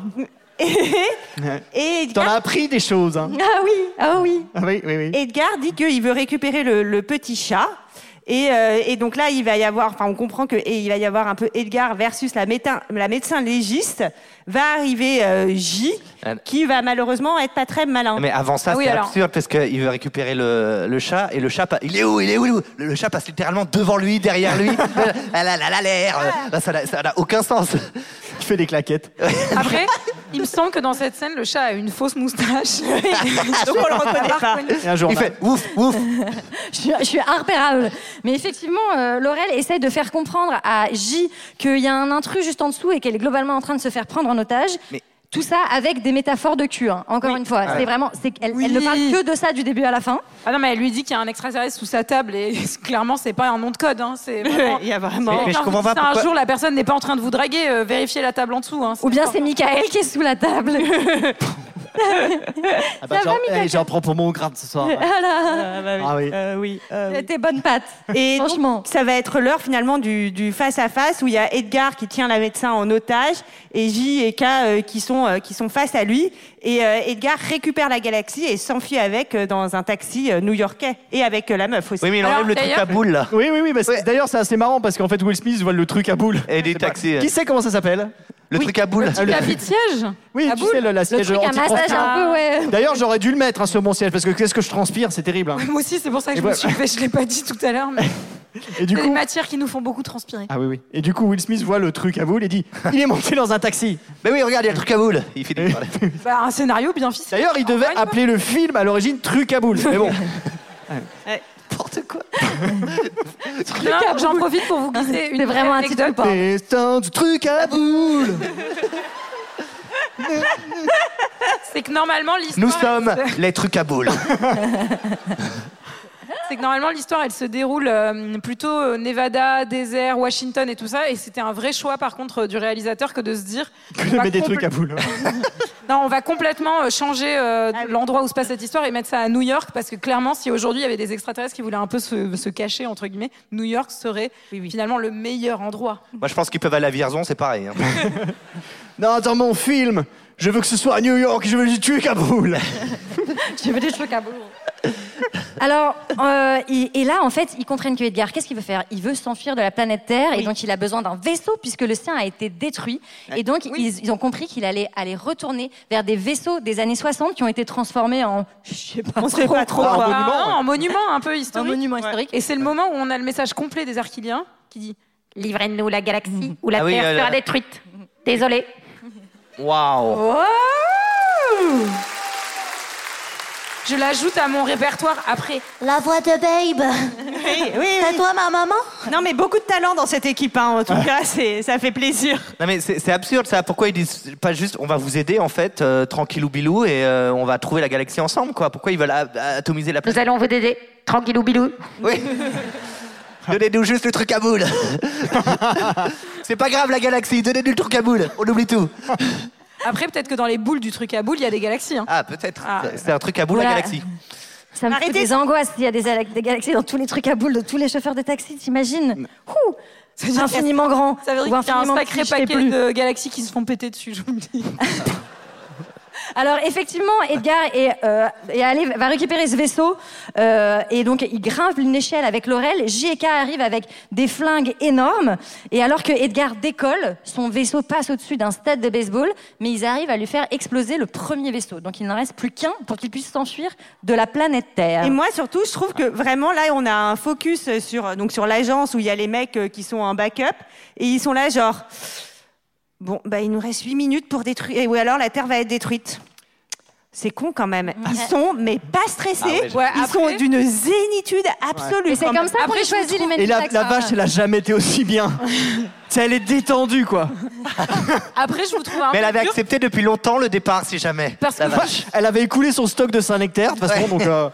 Speaker 9: Et
Speaker 8: T'en as appris des choses. hein.
Speaker 2: Ah oui, ah oui.
Speaker 8: Ah oui, oui, oui.
Speaker 9: Edgar dit qu'il veut récupérer le, le petit chat. Et, euh, et donc là, il va y avoir, enfin, on comprend que et il va y avoir un peu Edgar versus la, médecin, la médecin légiste. Va arriver euh, J, qui va malheureusement être pas très malin.
Speaker 4: Mais avant ça,
Speaker 9: Ah oui,
Speaker 4: c'est
Speaker 9: alors.
Speaker 4: absurde parce qu'il veut récupérer le, le chat et le chat, pa- il est où Il est où, il est où le, le chat passe littéralement devant lui, derrière lui. Ah là là là, l'air. Bah, ça n'a- ça n'a aucun sens.
Speaker 8: Il fait des claquettes.
Speaker 7: Après, il me semble que dans cette scène, le chat a une fausse moustache.
Speaker 9: Donc on le reconnaît
Speaker 7: l'a
Speaker 9: pas.
Speaker 7: reconnu.
Speaker 8: Et un jour,
Speaker 4: Il
Speaker 8: bah,
Speaker 4: fait ouf, ouf.
Speaker 2: je, suis, je suis impérable. Mais effectivement, euh, Laurel essaie de faire comprendre à J qu'il y a un intrus juste en dessous et qu'elle est globalement en train de se faire prendre en otage. Tout ça avec des métaphores de cul, hein, encore une fois.
Speaker 7: Ouais.
Speaker 2: C'est vraiment, c'est qu'elle- elle ne parle que de ça du début à la fin.
Speaker 7: Ah non, mais elle lui dit qu'il y a un extraterrestre sous sa table et clairement, c'est pas un nom de code. hein, C'est vraiment...
Speaker 9: Il y a vraiment-
Speaker 7: Si
Speaker 9: Mais- mais je
Speaker 7: quelqu'un vous
Speaker 9: comprends
Speaker 7: dit
Speaker 9: pas
Speaker 7: ça un
Speaker 9: pourquoi-
Speaker 7: jour, la personne n'est pas en train de vous draguer, euh, vérifiez la table en dessous. hein,
Speaker 2: Ou bien c'est Michael qui est sous la table.
Speaker 8: Ah bah,
Speaker 2: Ça va,
Speaker 8: j'en-
Speaker 2: Mika
Speaker 8: eh, j'en prends pour mon grade ce soir.
Speaker 2: Voilà.
Speaker 8: Ah oui.
Speaker 9: Euh, oui. euh, oui.
Speaker 2: Tes bonnes pattes.
Speaker 9: Et donc, ça va être l'heure finalement du, du face à face où il y a Edgar qui tient la médecin en otage et J et K euh, qui sont euh, qui sont face à lui et euh, Edgar récupère la galaxie et s'enfuit avec euh, dans un taxi euh, new-yorkais et avec euh, la meuf aussi.
Speaker 8: là. Oui, oui, oui. bah, c'est- D'ailleurs, c'est assez marrant parce qu'en fait, Will Smith voit le truc à boule. Et des taxis. Qui sait comment ça s'appelle Ah, Le truc à boule.
Speaker 7: La vie de siège
Speaker 8: Oui, tu sais, le, la siège
Speaker 7: truc à
Speaker 8: anti-transpire.
Speaker 7: massage un
Speaker 2: hein.
Speaker 7: peu, ouais.
Speaker 8: D'ailleurs, j'aurais dû le mettre, hein, ce bon siège, parce que qu'est-ce que je transpire, c'est terrible. hein.
Speaker 7: Moi aussi, c'est pour ça que
Speaker 8: Et
Speaker 7: je me
Speaker 8: ouais.
Speaker 7: suis fait, je l'ai pas dit tout à l'heure. Mais...
Speaker 8: Et du
Speaker 7: C'est
Speaker 8: coup-
Speaker 7: des matières qui nous font beaucoup transpirer.
Speaker 8: Ah oui, oui. Et du coup, Will Smith voit le truc à boule et dit Il est monté dans un taxi.
Speaker 4: Mais oui, regarde, il y a le truc à boule. Il fait des
Speaker 7: Bah, un scénario bien ficelé.
Speaker 8: D'ailleurs, il devait appeler le film à l'origine Truc à boule. Mais bon.
Speaker 7: Non, J'en profite pour vous glisser une
Speaker 2: C'est vraiment un titre
Speaker 7: anecdote.
Speaker 2: ou pas
Speaker 8: Destin du truc à boule.
Speaker 7: C'est que normalement l'histoire.
Speaker 4: Nous sommes
Speaker 7: elle se-
Speaker 4: les trucs à boule.
Speaker 7: C'est que normalement l'histoire elle se déroule euh, plutôt euh, Nevada, désert, Washington et tout ça. Et c'était un vrai choix par contre euh, du réalisateur que de se dire.
Speaker 8: Que
Speaker 7: on
Speaker 8: de
Speaker 7: va
Speaker 8: mettre des
Speaker 7: compl-
Speaker 8: trucs à boule.
Speaker 7: Non, on va complètement euh, changer euh, l'endroit où se passe cette histoire et mettre ça à New York parce que clairement, si aujourd'hui il y avait des extraterrestres qui voulaient un peu se, se cacher entre guillemets, New York serait finalement le meilleur endroit.
Speaker 4: Moi, je pense qu'ils peuvent aller à Vierzon, c'est pareil. hein.
Speaker 8: Non, dans mon film, je veux que ce soit à New York, je veux du truc à boule.
Speaker 2: Je veux des trucs à Alors, euh, il- et là, en fait, ils comprennent que Edgar, qu'est-ce qu'il veut faire Il veut s'enfuir de la planète Terre et donc il a besoin d'un vaisseau puisque le sien a été détruit. Et donc, ils, ils ont compris qu'il allait aller retourner vers des vaisseaux des années 60 qui ont été transformés en. Je sais pas
Speaker 9: On sait pas trop.
Speaker 2: quoi.
Speaker 7: Ah, non, en monument un peu historique.
Speaker 2: Un monument historique.
Speaker 7: Et c'est le moment où on a le message complet des Archiliens qui dit Livrez-nous la galaxie ou
Speaker 4: la Ah oui, Terre euh, sera la-
Speaker 7: détruite. Désolé.
Speaker 4: Waouh.
Speaker 7: Je l'ajoute à mon répertoire après.
Speaker 31: La voix de Babe.
Speaker 9: Oui, oui, C'est toi ma maman Non mais beaucoup de talent dans cette équipe hein, en tout cas, c'est ça fait plaisir.
Speaker 4: Non mais c'est c'est absurde ça. Pourquoi ils disent pas juste on va vous aider en fait euh, tranquillou bilou et euh, on va trouver la galaxie ensemble quoi. Pourquoi ils veulent a- a- atomiser la planète
Speaker 31: allons vous aider. Tranquillou bilou.
Speaker 4: Oui. Donnez-nous juste le truc à boule. c'est pas grave la galaxie. Donnez-nous le truc à boule. On oublie tout.
Speaker 7: Après, peut-être que dans les boules du truc à boules, il y a des galaxies. hein.
Speaker 4: Ah peut-être. C'est- C'est un truc à boule la
Speaker 2: Voilà.
Speaker 4: galaxie.
Speaker 2: Ça me fait des angoisses. Il y a des, ala- des galaxies dans tous les trucs à boules de tous les chauffeurs de taxi, t'imagines Ouh
Speaker 7: Ça veut dire
Speaker 2: Infiniment grand.
Speaker 7: Ça veut dire
Speaker 2: ou
Speaker 7: qu'il y a un
Speaker 2: infiniment
Speaker 7: sacré
Speaker 2: petit, je sais
Speaker 7: paquet
Speaker 2: plus.
Speaker 7: de galaxies qui se font péter dessus, je vous le dis.
Speaker 2: Alors effectivement, Edgar est, euh, est allé- va récupérer ce vaisseau euh, et donc il grimpe une échelle avec Laurel. J.K. arrive avec des flingues énormes et alors que Edgar décolle, son vaisseau passe au-dessus d'un stade de baseball, mais ils arrivent à lui faire exploser le premier vaisseau. Donc il n'en reste plus qu'un pour qu'il puisse s'enfuir de la planète Terre.
Speaker 9: Et moi surtout, je trouve que vraiment là, on a un focus sur donc sur l'agence où il y a les mecs euh, qui sont en backup et ils sont là genre bon bah il nous reste 8 minutes pour détruire ou alors la Terre va être détruite. C'est con quand même. Ils sont mais pas stressés.
Speaker 8: Ah ouais, j'ai- Ouais,
Speaker 9: ils
Speaker 8: après-
Speaker 9: sont d'une zénitude absolue.
Speaker 2: Mais c'est
Speaker 9: quand
Speaker 2: comme
Speaker 9: même.
Speaker 2: ça qu'on Après, les je choisit, trouve- les
Speaker 8: Et la,
Speaker 2: Jackson.
Speaker 8: la vache, elle a jamais été aussi bien. Tu sais, elle est détendue, quoi.
Speaker 7: Après, je vous trouve un
Speaker 4: Mais elle
Speaker 7: peu
Speaker 4: avait
Speaker 7: dur.
Speaker 4: accepté depuis longtemps le départ si jamais.
Speaker 7: Parce
Speaker 4: la
Speaker 7: que-
Speaker 4: vache.
Speaker 8: Elle avait écoulé son stock de Saint-Nectaire, de toute façon,
Speaker 4: Ouais.
Speaker 8: donc euh,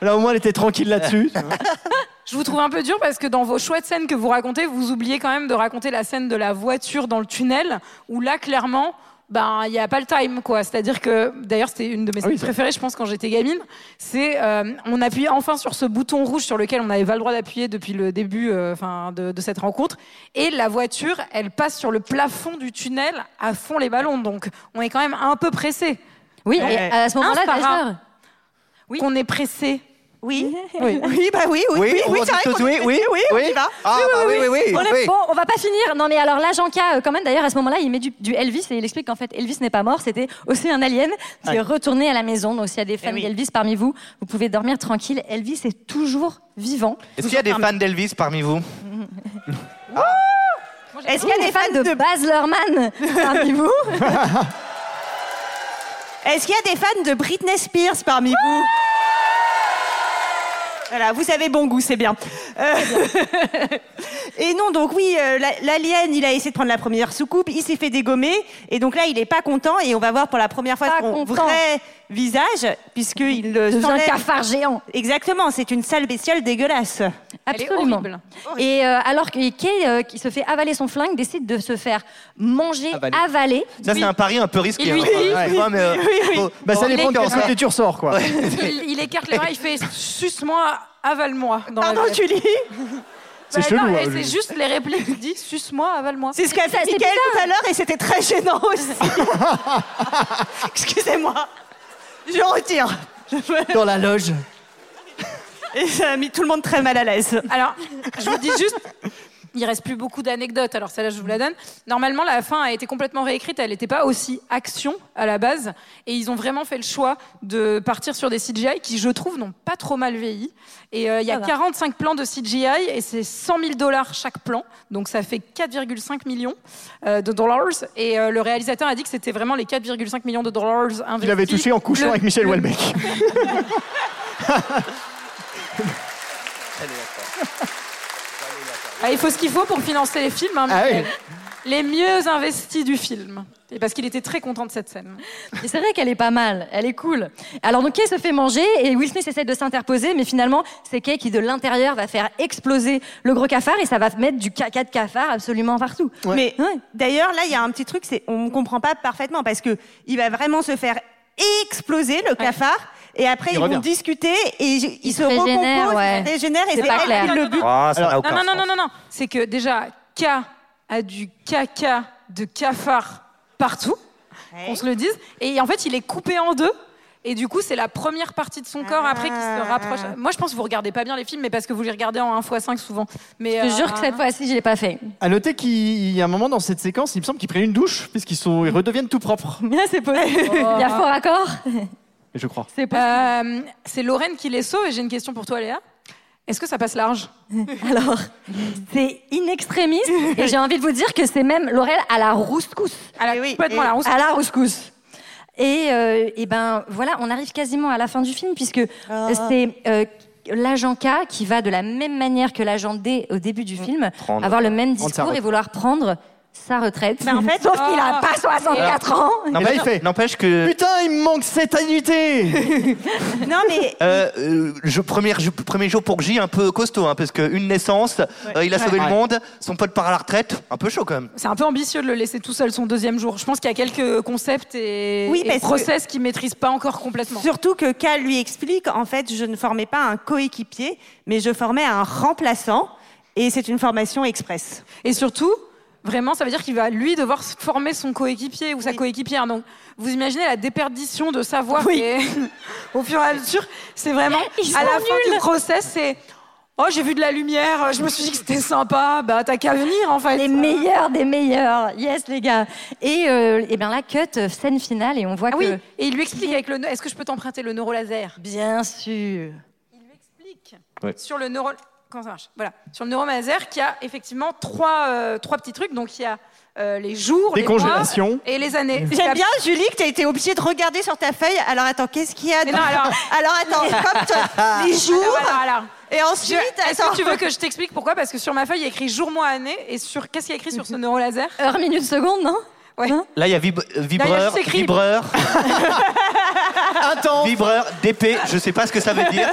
Speaker 8: là, au moins, elle était tranquille là-dessus.
Speaker 7: Je vous trouve un peu dur parce que dans vos chouettes scènes que vous racontez, vous oubliez quand même de raconter la scène de la voiture dans le tunnel où là, clairement, ben, il n'y a pas le time, quoi. C'est-à-dire que, d'ailleurs, c'était une de mes
Speaker 8: Ah oui,
Speaker 7: scènes
Speaker 8: ça-
Speaker 7: préférées, je pense, quand j'étais gamine. C'est, euh, on appuie enfin sur ce bouton rouge sur lequel on n'avait pas le droit d'appuyer depuis le début, euh, enfin, de, de cette rencontre. Et la voiture, elle passe sur le plafond du tunnel à fond les ballons. Donc, on est quand même un peu pressé.
Speaker 2: Oui,
Speaker 7: Donc,
Speaker 2: et euh, à ce moment-là,
Speaker 7: un, c'est pas
Speaker 2: d'ailleurs-
Speaker 7: rare Qu'on est pressé.
Speaker 9: Oui. Oui. oui, bah oui, oui, oui,
Speaker 4: on dit
Speaker 9: c'est vrai
Speaker 4: tous
Speaker 9: qu'on
Speaker 4: oui,
Speaker 9: dit-
Speaker 4: oui,
Speaker 9: oui, on y va.
Speaker 4: Ah, bah oui, oui, oui.
Speaker 2: On est-
Speaker 4: oui.
Speaker 2: Bon, on va pas finir. Non, mais alors là, Jean K, euh, quand même, d'ailleurs, à ce moment-là, il met du, du Elvis et il explique qu'en fait, Elvis n'est pas mort. C'était aussi un alien qui
Speaker 4: Ah.
Speaker 2: est retourné à la maison. Donc, s'il y a des fans d'Elvis parmi vous, vous pouvez dormir tranquille. Elvis est toujours vivant.
Speaker 4: Est-ce qu'il y a des fans d'Elvis parmi vous
Speaker 2: Est-ce qu'il y a des fans de Baz Luhrmann parmi vous
Speaker 9: Est-ce qu'il y a des fans de Britney Spears parmi vous Voilà, vous avez bon goût, c'est bien. Euh, et non, donc oui, euh, la- l'alien, il a essayé de prendre la première soucoupe, il s'est fait dégommer, et donc là, il est pas content, et on va voir pour la première fois son
Speaker 2: content.
Speaker 9: vrai visage, puisqu'il euh,
Speaker 2: Devient
Speaker 9: s'enlève-
Speaker 2: cafard géant.
Speaker 9: Exactement, c'est une sale bestiole dégueulasse.
Speaker 2: Absolument. Et euh, alors que Kay, euh, qui se fait avaler son flingue, décide de se faire manger,
Speaker 4: Avaler.
Speaker 2: avaler.
Speaker 4: Ça, c'est un pari un peu risqué.
Speaker 2: Il lui
Speaker 4: hein.
Speaker 2: dit-
Speaker 4: Ouais.
Speaker 2: oui,
Speaker 4: Ouais, mais, euh,
Speaker 7: oui, oui.
Speaker 4: faut-
Speaker 8: Bah, ça
Speaker 4: faut-
Speaker 8: dépend de quelle société tu ressors, quoi.
Speaker 7: Il, il écarte les bras, il fait suce-moi, avale-moi. dans la
Speaker 9: Pardon,
Speaker 7: vie.
Speaker 9: Julie
Speaker 8: C'est
Speaker 7: Bah,
Speaker 8: chelou,
Speaker 7: non,
Speaker 8: hein,
Speaker 7: eh,
Speaker 8: Julie.
Speaker 7: C'est juste les répliques. Il dit suce-moi, avale-moi.
Speaker 9: C'est ce qu'a
Speaker 7: Ça,
Speaker 9: fait
Speaker 7: c'est
Speaker 9: Mickaël
Speaker 7: bizarre.
Speaker 9: tout à l'heure, et c'était très gênant aussi. Excusez-moi, je retire. Je-
Speaker 8: Dans la loge.
Speaker 9: Et ça a mis tout le monde très mal à l'aise.
Speaker 7: Alors, je vous dis juste, il reste plus beaucoup d'anecdotes, alors celle-là, je vous la donne. Normalement, la fin a été complètement réécrite, elle n'était pas aussi action à la base, et ils ont vraiment fait le choix de partir sur des CGI qui, je trouve, n'ont pas trop mal vieilli. Et euh, il y
Speaker 2: Ça
Speaker 7: a
Speaker 2: va.
Speaker 7: 45 plans de CGI, et c'est 100 000 dollars chaque plan, donc ça fait 4,5 millions euh, de dollars, et euh, le réalisateur a dit que c'était vraiment les 4,5 millions de dollars investis.
Speaker 8: Il avait touché en couchant
Speaker 7: Le-
Speaker 8: avec Michel
Speaker 7: le-
Speaker 8: Houellebecq.
Speaker 7: Ah, il faut ce qu'il faut pour financer les films. hein,
Speaker 8: Ah
Speaker 7: Michel. Les mieux investis du film. Et parce qu'il était très content de cette scène.
Speaker 2: Et c'est vrai qu'elle est pas mal, elle est cool. Alors donc Kay se fait manger et Will Smith essaie de s'interposer, mais finalement c'est Kay qui de l'intérieur va faire exploser le gros cafard et ça va mettre du caca de cafard absolument partout.
Speaker 9: Mais d'ailleurs, là, il y a un petit truc, c'est on ne comprend pas parfaitement parce que il va vraiment se faire exploser le cafard. Et après,
Speaker 4: Il
Speaker 9: ils vont
Speaker 4: revient.
Speaker 9: discuter et ils
Speaker 2: Il
Speaker 9: ils se
Speaker 2: se régénère,
Speaker 9: recomposent,
Speaker 2: ouais.
Speaker 9: ils se régénèrent et
Speaker 2: C'est
Speaker 9: c'est
Speaker 2: pas
Speaker 9: elle
Speaker 2: clair.
Speaker 9: qui le but.
Speaker 4: Ah, ça n'a
Speaker 7: non,
Speaker 4: aucun
Speaker 7: non, non,
Speaker 4: sens.
Speaker 7: non, non, non. C'est que déjà, K a du caca de cafard partout, on se le dise. Et en fait, il est coupé en deux. Et du coup, c'est la première partie de son corps après qui se rapproche.
Speaker 9: Ah.
Speaker 7: Moi, je pense que vous regardez pas bien les films, mais parce que vous les regardez en 1x5 souvent. Mais, euh,
Speaker 2: Je te jure que cette fois-ci je l'ai pas fait.
Speaker 8: À noter qu'il y a un moment dans cette séquence, il me semble qu'ils prennent une douche, puisqu'ils sont, ils redeviennent tout propres.
Speaker 2: c'est possible. Il y a fort accord.
Speaker 8: Je crois.
Speaker 2: C'est
Speaker 7: Euh, c'est Lorraine qui les sauve et j'ai une question pour toi, Léa. Est-ce que ça passe large
Speaker 2: Alors c'est in extremis et j'ai envie de vous dire que c'est même Laurel à la rouscousse.
Speaker 7: À la, complètement à la rouscousse.
Speaker 2: À la rouscousse. Et, euh, eh ben voilà, on arrive quasiment à la fin du film puisque c'est euh, l'agent K qui va de la même manière que l'agent D au début du film
Speaker 4: Prendre-
Speaker 2: avoir le même
Speaker 4: prendre sa
Speaker 2: discours et
Speaker 4: retraite.
Speaker 2: vouloir prendre sa retraite.
Speaker 9: Mais en fait-
Speaker 2: Sauf qu'il a
Speaker 7: Ah.
Speaker 2: pas 64 ans.
Speaker 4: N'empêche- N'empêche que.
Speaker 8: Putain, il me manque cette annuité
Speaker 9: Non, mais
Speaker 4: euh, euh, je, premier, je- premier jour pour J, un peu costaud, hein, parce qu'une naissance, euh, il a sauvé
Speaker 7: Ouais.
Speaker 4: le monde, son pote part à la retraite, un peu chaud quand même.
Speaker 7: C'est un peu ambitieux de le laisser tout seul son deuxième jour. Je pense qu'il y a quelques concepts et,
Speaker 9: Oui,
Speaker 7: et
Speaker 9: parce que-
Speaker 7: process qu'il maîtrise pas encore complètement.
Speaker 9: surtout que K lui explique, en fait, je ne formais pas un coéquipier, mais je formais un remplaçant. Et c'est une formation express.
Speaker 7: Et surtout, vraiment, ça veut dire qu'il va lui devoir se former son coéquipier ou sa coéquipière. Donc, vous imaginez la déperdition de savoir et au fur et à mesure, c'est vraiment
Speaker 2: Ils
Speaker 7: à
Speaker 2: sont
Speaker 7: la fin
Speaker 2: nuls.
Speaker 7: du process, c'est oh j'ai vu de la lumière, je me suis dit que c'était sympa, bah t'as qu'à venir en fait.
Speaker 2: Les meilleurs des meilleurs. Yes, les gars. Et, euh, eh bien, la cut, euh, scène finale, et on voit
Speaker 7: Ah
Speaker 2: que.
Speaker 7: oui, et il lui explique avec le neu- est-ce que je peux t'emprunter le neurolaser
Speaker 2: Bien sûr.
Speaker 7: sur le neuro... Comment ça marche Voilà. Sur le neuromaser, qui a effectivement trois, euh, trois petits trucs. Donc, il y a euh, les jours,
Speaker 8: Des
Speaker 7: les mois
Speaker 8: congélations.
Speaker 7: et les années.
Speaker 9: J'aime bien, Julie, que tu as été obligée de regarder sur ta feuille. Alors attends, qu'est-ce qu'il y a
Speaker 7: Mais
Speaker 9: dans-
Speaker 7: non, alors-
Speaker 9: alors attends, comme toi, les jours.
Speaker 7: Alors, alors,
Speaker 9: Et ensuite,
Speaker 7: Je- Est-ce
Speaker 9: attends.
Speaker 7: que tu veux que je t'explique pourquoi Parce que sur ma feuille, il y a écrit jour, mois, année. Et sur... Qu'est-ce qu'il y a écrit sur ce neurolaser
Speaker 9: Euh,
Speaker 2: Heure, minute, seconde, non
Speaker 7: Ouais.
Speaker 4: Là, il y a vib- euh,
Speaker 7: Là, il y a
Speaker 4: vibreur,
Speaker 7: juste écrit-
Speaker 4: vibreur,
Speaker 8: Attends
Speaker 4: vibreur, DP, je sais pas ce que ça veut dire.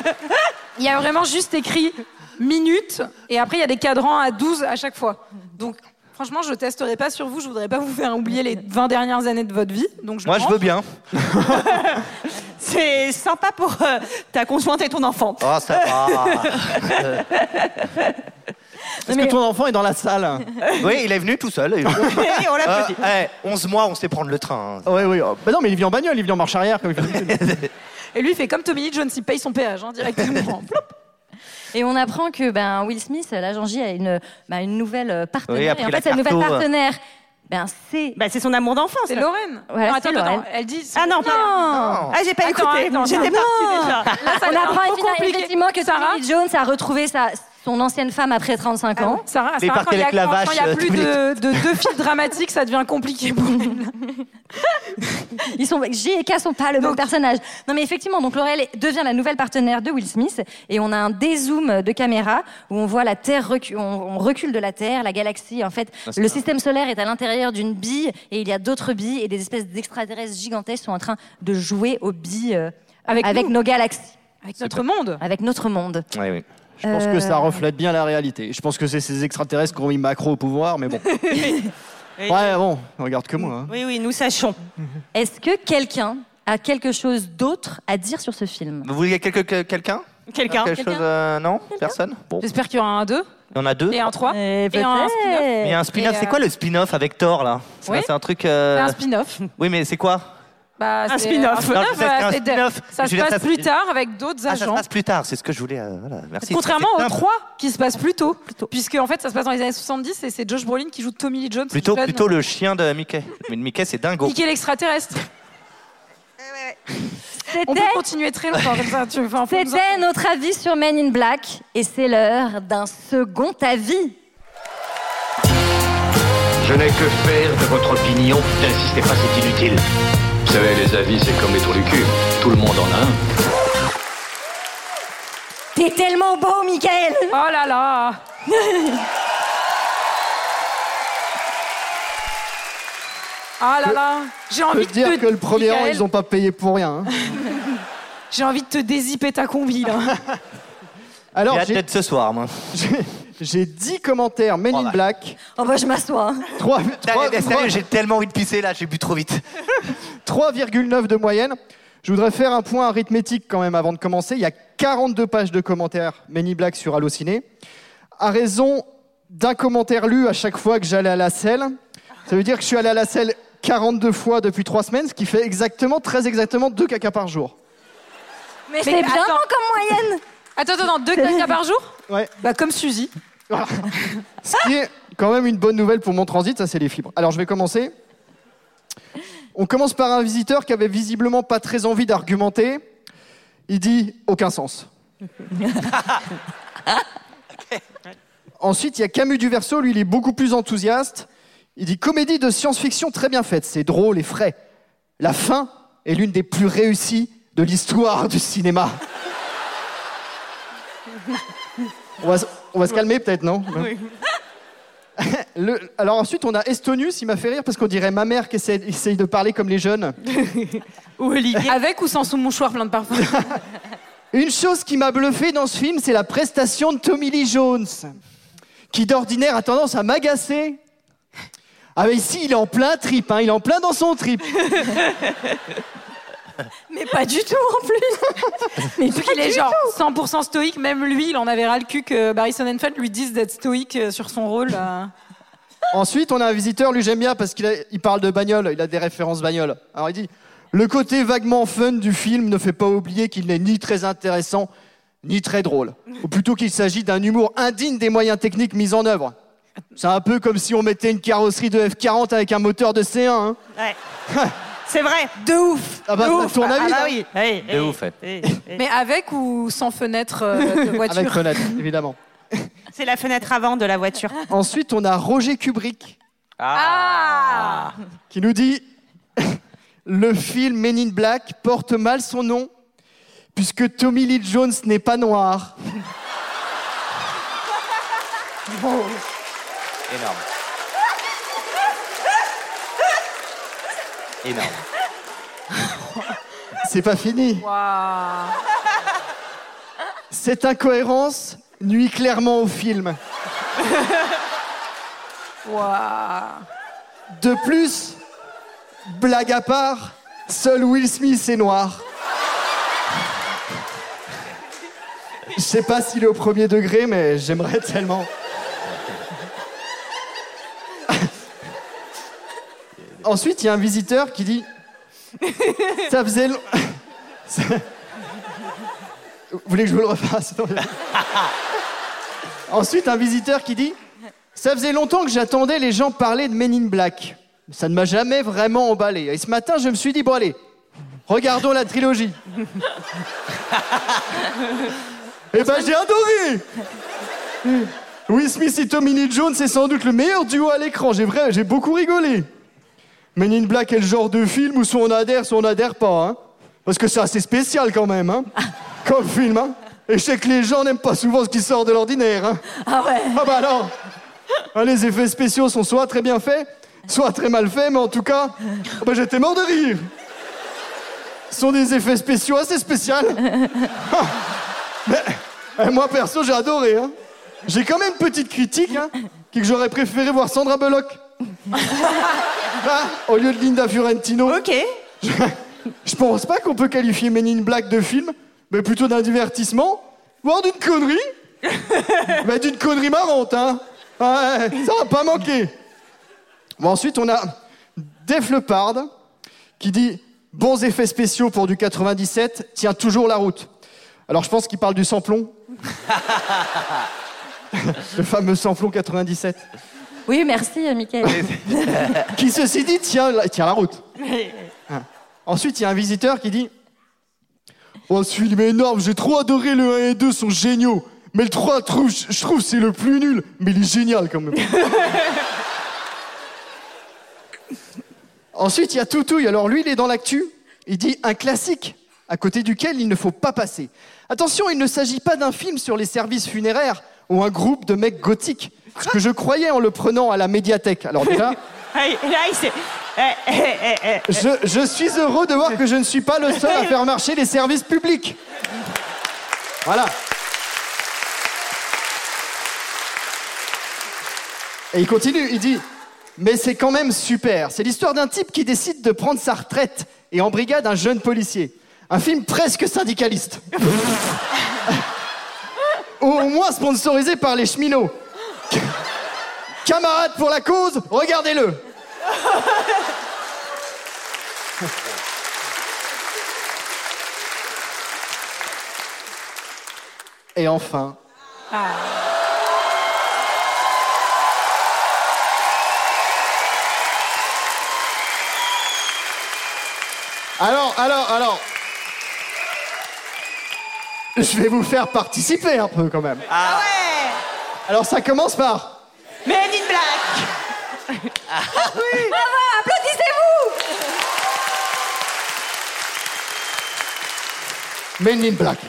Speaker 7: Il y a vraiment juste écrit minutes. Et après, il y a des cadrans à 12 à chaque fois. Donc... Franchement, je testerai pas sur vous, je voudrais pas vous faire oublier les 20 dernières années de votre vie. Donc je
Speaker 4: Moi, je
Speaker 7: prends.
Speaker 4: veux bien.
Speaker 9: C'est sympa pour euh, ta conjointe et ton enfant.
Speaker 4: Oh, ça va.
Speaker 8: Est-ce que ton enfant est dans la salle
Speaker 4: Oui, il est venu tout seul.
Speaker 9: Et on
Speaker 4: Euh,
Speaker 9: l'applaudit.
Speaker 4: eh, 11 mois, on sait prendre le train. hein.
Speaker 8: Oui, oui. oh. Bah non, mais il vient en bagnole, il vient en marche arrière. Comme il fait d'habitude.
Speaker 7: Et lui, il fait comme Tommy Lee Jones, il paye son péage hein, directement. Plop.
Speaker 2: Et on apprend que ben, Will Smith, l'agent J, a une, bah, une nouvelle euh,
Speaker 7: Oui,
Speaker 2: partenaire.
Speaker 7: après
Speaker 2: et en
Speaker 7: la
Speaker 2: fait, cette
Speaker 7: carto,
Speaker 2: nouvelle
Speaker 7: euh.
Speaker 2: partenaire, ben, c'est.
Speaker 9: Bah, c'est son amour d'enfance.
Speaker 7: C'est Lorraine.
Speaker 2: Voilà,
Speaker 7: Non,
Speaker 2: c'est
Speaker 7: attends, attends,
Speaker 2: Lorraine.
Speaker 7: elle dit.
Speaker 9: Ah non, pas-
Speaker 2: Non.
Speaker 9: Ah, j'ai pas
Speaker 2: Attends,
Speaker 9: écouté.
Speaker 2: attends,
Speaker 9: J'étais
Speaker 2: non.
Speaker 9: partie déjà.
Speaker 2: Là, ça
Speaker 9: On
Speaker 2: devient trop
Speaker 9: apprend finalement-
Speaker 2: compliqué. effectivement que Tommy Lee Jones a retrouvé sa, son ancienne femme après 35 ans.
Speaker 7: Sarah, Sarah, quand il y a, quand- quand il y a plus de, de deux fils dramatiques, ça devient compliqué pour lui.
Speaker 2: Ils sont, J et K sont pas le bon personnage. Non, mais effectivement, donc Laurel devient la nouvelle partenaire de Will Smith et on a un dézoom de caméra où on voit la Terre, recu- on, on recule de la Terre, la galaxie. En fait,
Speaker 32: Ah, c'est
Speaker 2: le
Speaker 32: ça.
Speaker 2: système solaire est à l'intérieur d'une bille et il y a d'autres billes et des espèces d'extraterrestres gigantesques sont en train de jouer aux billes euh,
Speaker 7: Avec
Speaker 2: avec,
Speaker 7: nous.
Speaker 2: nos galaxies.
Speaker 7: Avec notre monde.
Speaker 2: Avec notre monde.
Speaker 4: Ouais, oui.
Speaker 8: Je pense que ça
Speaker 2: Euh.
Speaker 8: reflète bien la réalité. Je pense que c'est ces extraterrestres qui ont mis Macro au pouvoir, mais bon.
Speaker 9: Oui.
Speaker 8: ouais, bon, regarde que moi. hein.
Speaker 9: Oui, oui, nous sachons.
Speaker 2: Est-ce que quelqu'un a quelque chose d'autre à dire sur ce film
Speaker 4: Vous voulez quelqu'un Quelqu'un
Speaker 9: Quelqu'un.
Speaker 4: Quelque chose, euh, Non Personne Bon.
Speaker 7: J'espère qu'il y aura un 2
Speaker 4: Il y en a deux.
Speaker 7: et un
Speaker 2: Euh.
Speaker 7: 3 et, un
Speaker 2: peut-être.
Speaker 7: spin-off.
Speaker 4: Mais il y a un spin-off.
Speaker 7: Et, euh,
Speaker 4: C'est quoi le spin-off avec Thor, là C'est
Speaker 7: Oui.
Speaker 4: c'est un truc. euh,
Speaker 7: C'est un spin-off.
Speaker 4: Oui, mais c'est quoi
Speaker 7: Bah,
Speaker 4: Un
Speaker 7: c'est
Speaker 4: spin-off.
Speaker 7: un spin-off, euh,
Speaker 4: Non, je sais que c'est un
Speaker 7: c'est de-
Speaker 4: spin-off.
Speaker 7: Ça
Speaker 4: Je
Speaker 7: se
Speaker 4: veux dire,
Speaker 7: passe
Speaker 4: ça-
Speaker 7: plus tard avec d'autres
Speaker 4: Ah, ça se
Speaker 7: agents.
Speaker 4: passe plus tard. C'est ce que je voulais. euh, voilà, merci.
Speaker 7: Contrairement
Speaker 4: C'est
Speaker 7: aux
Speaker 4: simple.
Speaker 7: trois qui se passent plus tôt, puisque en fait ça se passe dans les années 70 et c'est Josh Brolin qui joue Tommy Lee Jones.
Speaker 4: Plutôt,
Speaker 7: jeune.
Speaker 4: plutôt le chien de Mickey. Mais de Mickey, c'est dingo.
Speaker 7: Niquer l'extraterrestre. On peut continuer très longtemps comme ça. Tu veux, enfin, faut nous en-
Speaker 2: C'était notre avis sur Men in Black et c'est l'heure d'un second avis.
Speaker 33: Je n'ai que faire de votre opinion. N'insistez pas, c'est inutile. Vous savez, les avis, c'est comme les trous du cul. Tout le monde en a un.
Speaker 2: T'es tellement beau, Michael
Speaker 7: Oh là là Ah là là J'ai
Speaker 8: Je
Speaker 7: envie
Speaker 8: peux
Speaker 7: de
Speaker 8: te dire
Speaker 7: te-
Speaker 8: que le premier rang,
Speaker 7: Michael,
Speaker 8: ils ont pas payé pour rien. hein.
Speaker 7: J'ai envie de te dézipper ta combi là.
Speaker 8: Alors,
Speaker 4: J'ai hâte
Speaker 8: j'ai-
Speaker 4: d'être ce soir, moi.
Speaker 8: J'ai 10 commentaires Men in Black.
Speaker 2: Oh bah je m'assois.
Speaker 8: Trois-
Speaker 4: Putain,
Speaker 8: trois-
Speaker 4: mais
Speaker 8: trois-
Speaker 4: sérieux, J'ai tellement envie de pisser là, j'ai bu trop vite.
Speaker 8: 3,9 de moyenne. Je voudrais faire un point arithmétique quand même avant de commencer. Il y a 42 pages de commentaires Men in Black sur Allociné. À raison d'un commentaire lu à chaque fois que j'allais à la selle. Ça veut dire que je suis allé à la selle 42 fois depuis 3 semaines, ce qui fait exactement, très exactement 2 caca par jour.
Speaker 2: Mais c'est bien
Speaker 7: attends.
Speaker 2: comme moyenne
Speaker 7: Attends, attends, attends, deux cacas par jour
Speaker 8: Ouais.
Speaker 7: Bah comme Suzy.
Speaker 8: Voilà. Ce qui est quand même une bonne nouvelle pour mon transit, ça c'est les fibres. Alors je vais commencer. On commence par un visiteur qui avait visiblement pas très envie d'argumenter. Il dit aucun sens. Ensuite, il y a Camus du Verseau, lui il est beaucoup plus enthousiaste. Il dit comédie de science-fiction très bien faite, c'est drôle et frais. La fin est l'une des plus réussies de l'histoire du cinéma. On va, se- on va se calmer peut-être, non Le- alors ensuite, on a Estonius, il m'a fait rire parce qu'on dirait ma mère qui essaie, essaye de parler comme les jeunes.
Speaker 7: Avec ou sans son mouchoir plein de parfum
Speaker 8: Une chose qui m'a bluffé dans ce film, c'est la prestation de Tommy Lee Jones, qui d'ordinaire a tendance à m'agacer. Ah mais ici, il est en plein trip, hein, il est en plein dans son trip.
Speaker 7: Mais pas du tout en plus Mais vu qu'il est genre 100% stoïque, même lui, il en avait ras le cul que Barry Sonnenfeld lui dise d'être stoïque euh, sur son rôle. euh.
Speaker 8: Ensuite, on a un visiteur, lui j'aime bien parce qu'il a- il parle de bagnole, il a des références bagnole. Alors il dit Le côté vaguement fun du film ne fait pas oublier qu'il n'est ni très intéressant, ni très drôle. Ou plutôt qu'il s'agit d'un humour indigne des moyens techniques mis en œuvre. C'est un peu comme si on mettait une carrosserie de F40 avec un moteur de C1. hein.
Speaker 9: Ouais. C'est vrai.
Speaker 7: De ouf.
Speaker 8: Ah bah,
Speaker 7: de
Speaker 8: ça
Speaker 7: ouf.
Speaker 8: tourne à vide,
Speaker 7: bah
Speaker 8: hein.
Speaker 7: oui.
Speaker 4: De ouf, ouais.
Speaker 7: Mais avec ou sans fenêtre euh, de voiture
Speaker 8: Avec fenêtre, évidemment.
Speaker 9: C'est la fenêtre avant de la voiture.
Speaker 8: Ensuite, on a Roger Kubrick
Speaker 9: Ah.
Speaker 8: qui nous dit Le film Men in Black porte mal son nom puisque Tommy Lee Jones n'est pas noir.
Speaker 4: Énorme. Énorme.
Speaker 8: C'est pas fini. Cette incohérence nuit clairement au film.
Speaker 7: Waouh.
Speaker 8: De plus, blague à part, seul Will Smith est noir. Je sais pas s'il est au premier degré, mais j'aimerais tellement. Ensuite, il y a un visiteur qui dit Ça faisait, long- Ça- Vous voulez que je vous le refasse Non, mais- Ensuite, un visiteur qui dit Ça faisait longtemps que j'attendais les gens parler de Men in Black. Ça ne m'a jamais vraiment emballé. Et ce matin, je me suis dit Bon, allez, regardons la trilogie. Eh ben, j'ai adoré Will Smith et Tommy Lee Jones, c'est sans doute le meilleur duo à l'écran. J'ai vrai, j'ai beaucoup rigolé. Men in Black est le genre de film où soit on adhère, soit on adhère pas. hein. Parce que c'est assez spécial quand même, hein. comme film. Hein. Et je sais que les gens n'aiment pas souvent ce qui sort de l'ordinaire. hein.
Speaker 34: Ah ouais
Speaker 8: Ah bah alors Hein, Les effets spéciaux sont soit très bien faits, soit très mal faits, mais en tout cas, ah bah, j'étais mort de rire. Ce sont des effets spéciaux assez spéciaux. Ah, mais, eh, moi perso, j'ai adoré. hein. J'ai quand même une petite critique, hein, qui est que j'aurais préféré voir Sandra Bullock. Ah, au lieu de Linda Fiorentino.
Speaker 9: Ok.
Speaker 8: Je, je pense pas qu'on peut qualifier Men in Black de film, mais plutôt d'un divertissement, voire d'une connerie. mais d'une connerie marrante, hein. Ouais, ça va pas manquer. Bon, ensuite, on a Def Leppard qui dit Bons effets spéciaux pour du 97, tient toujours la route. Alors, je pense qu'il parle du samplon, le fameux samplon 97.
Speaker 34: Oui, merci, euh, Mickaël.
Speaker 8: qui ceci dit tient la, tient la route.
Speaker 34: Oui.
Speaker 8: Hein. Ensuite, il y a un visiteur qui dit Oh, ce film est énorme, j'ai trop adoré le 1 et 2, sont géniaux. Mais le 3, trouve- je trouve, c'est le plus nul. Mais il est génial quand même. Ensuite, il y a Toutouille. Alors lui, il est dans l'actu. Il dit un classique à côté duquel il ne faut pas passer. Attention, il ne s'agit pas d'un film sur les services funéraires ou un groupe de mecs gothiques. Ce que je croyais en le prenant à la médiathèque. Alors déjà,
Speaker 9: Hey, là, il s'est- Eh, eh, eh,
Speaker 7: Ah.
Speaker 9: eh, eh.
Speaker 8: je, je suis heureux de voir que je ne suis pas le seul à faire marcher les services publics. Voilà. Et il continue, il dit Mais c'est quand même super. C'est l'histoire d'un type qui décide de prendre sa retraite et embrigade un jeune policier. Un film presque syndicaliste. Ou au moins sponsorisé par les cheminots. Camarades pour la cause, regardez-le. Et enfin, Alors, alors, alors. Je vais vous faire participer un peu quand même.
Speaker 9: Ah ouais
Speaker 8: Alors ça commence par.
Speaker 9: Men in Black Ah oui Bravo, applaudissez-vous
Speaker 8: Men in Black.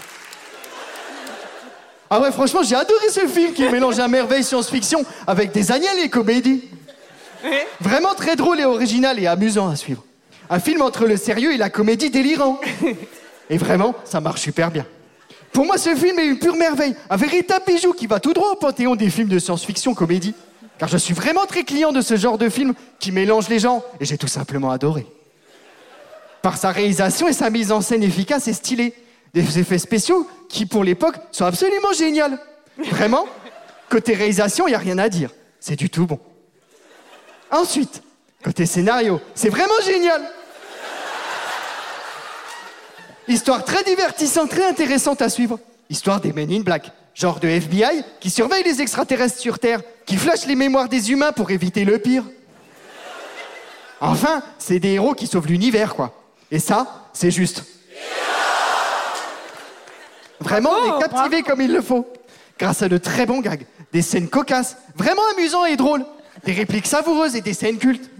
Speaker 8: Ah ouais, franchement, j'ai adoré ce film qui mélange à merveille science-fiction avec des agnelles et comédie. Vraiment très drôle et original et amusant à suivre. Un film entre le sérieux et la comédie délirant. Et vraiment, ça marche super bien. Pour moi, ce film est une pure merveille, un véritable bijou qui va tout droit au panthéon des films de science-fiction comédie. Car je suis vraiment très client de ce genre de film qui mélange les gens et j'ai tout simplement adoré. Par sa réalisation et sa mise en scène efficace et stylée, des effets spéciaux qui, pour l'époque, sont absolument géniaux. Vraiment, côté réalisation, il n'y a rien à dire. C'est du tout bon. Ensuite, côté scénario, c'est vraiment génial. Histoire très divertissante, très intéressante à suivre. Histoire des Men in Black, genre de FBI qui surveille les extraterrestres sur Terre, qui flash les mémoires des humains pour éviter le pire. Enfin, c'est des héros qui sauvent l'univers, quoi. Et ça, c'est juste. Vraiment, on est captivé comme il le faut. Grâce à de très bons gags, des scènes cocasses, vraiment amusants et drôles, des répliques savoureuses et des scènes cultes.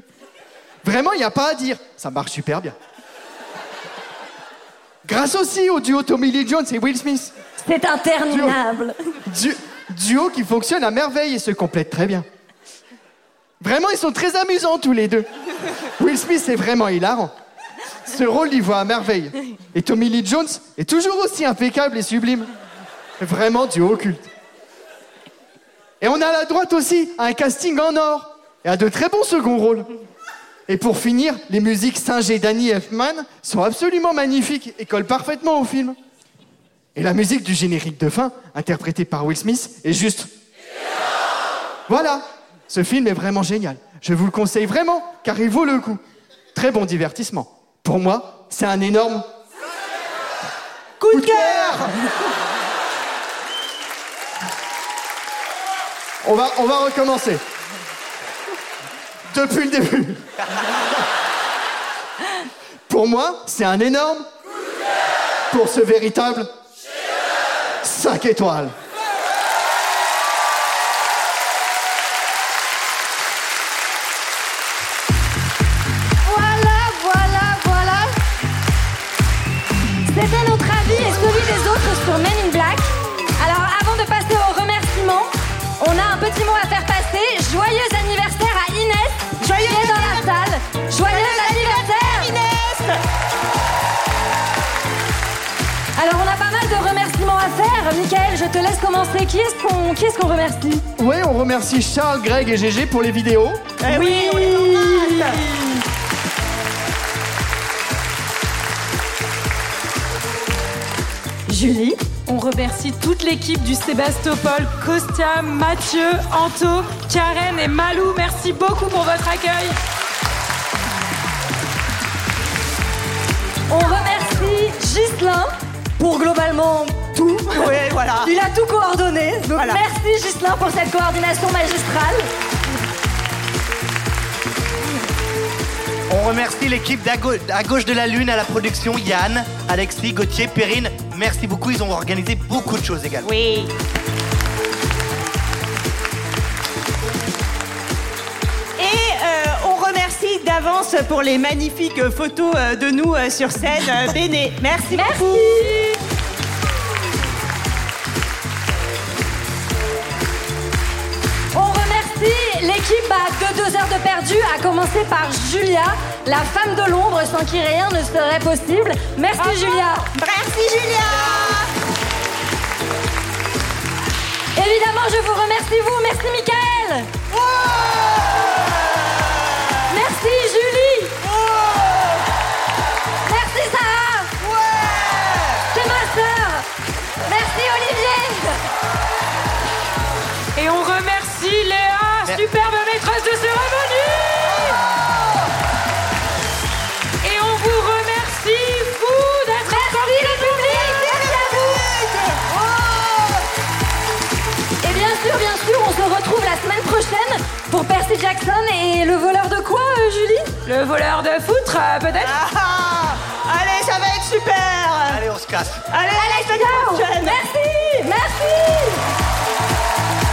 Speaker 8: Vraiment, il n'y a pas à dire. Ça marche super bien. Grâce aussi au duo Tommy Lee Jones et Will Smith.
Speaker 34: C'est interminable.
Speaker 8: Du- duo qui fonctionne à merveille et se complète très bien. Vraiment, ils sont très amusants tous les deux. Will Smith est vraiment hilarant. Ce rôle l'y voit à merveille. Et Tommy Lee Jones est toujours aussi impeccable et sublime. Vraiment du haut culte. Et on a à la droite aussi un casting en or et à de très bons seconds rôles. Et pour finir, les musiques Singer d'Annie Elfman sont absolument magnifiques et collent parfaitement au film. Et la musique du générique de fin, interprétée par Will Smith, est juste. Voilà, ce film est vraiment génial. Je vous le conseille vraiment, car il vaut le coup. Très bon divertissement. Pour moi, c'est un énorme.
Speaker 35: Coup de cœur
Speaker 8: On va, on va recommencer. Depuis le début. Pour moi, c'est un énorme pour ce véritable 5 étoiles.
Speaker 2: Voilà, voilà, voilà. C'était notre avis et celui des autres sur Men in Black. Alors, avant de passer aux remerciements, on a un petit mot à faire passer. Joyeux anniversaire à Inès, Joyeux qui est dans la salle. Joyeux, anniversaire, Inès Alors, on a pas mal de remerciements à faire. Michael, je te laisse commencer. Qui est-ce qu'on qui est-ce qu'on remercie
Speaker 8: Oui, on remercie Charles, Greg et Gégé pour les vidéos.
Speaker 2: oui,
Speaker 7: Julie. On remercie toute l'équipe du Sébastopol, Kostia, Mathieu, Anto, Karen et Malou. Merci beaucoup pour votre accueil.
Speaker 2: On remercie Ghislain pour globalement tout.
Speaker 35: Oui, voilà.
Speaker 2: Il a tout coordonné. Donc
Speaker 35: Voilà.
Speaker 2: merci Ghislain pour cette coordination magistrale.
Speaker 4: On remercie l'équipe d'à gau- à gauche de la Lune à la production, Yann, Alexis, Gauthier, Perrine. Merci beaucoup, ils ont organisé beaucoup de choses également.
Speaker 9: Oui. Et euh, on remercie d'avance pour les magnifiques euh, photos euh, de nous euh, sur scène. euh, Béné, merci, beaucoup.
Speaker 2: On remercie l'équipe bah, de deux heures de perdu, à commencer par Julia, la femme de l'ombre sans qui rien ne serait possible. Merci Julia.
Speaker 9: Merci Julia.
Speaker 2: Évidemment, je vous remercie vous. Merci Michael. Merci Julie. Merci Sarah. C'est ma sœur. Merci Olivier.
Speaker 7: Et on remercie Léa, superbe maîtresse de cérémonie. Et on vous remercie, vous, d'être encore le public.
Speaker 2: Merci à vous. Et bien sûr, bien sûr, on se retrouve la semaine prochaine pour Percy Jackson et le voleur de quoi, euh, Julie
Speaker 7: Le voleur de foutre, euh, peut-être
Speaker 9: Ah, Allez, ça va être super.
Speaker 4: Allez, on se casse.
Speaker 9: Allez, à la semaine prochaine.
Speaker 2: Merci Merci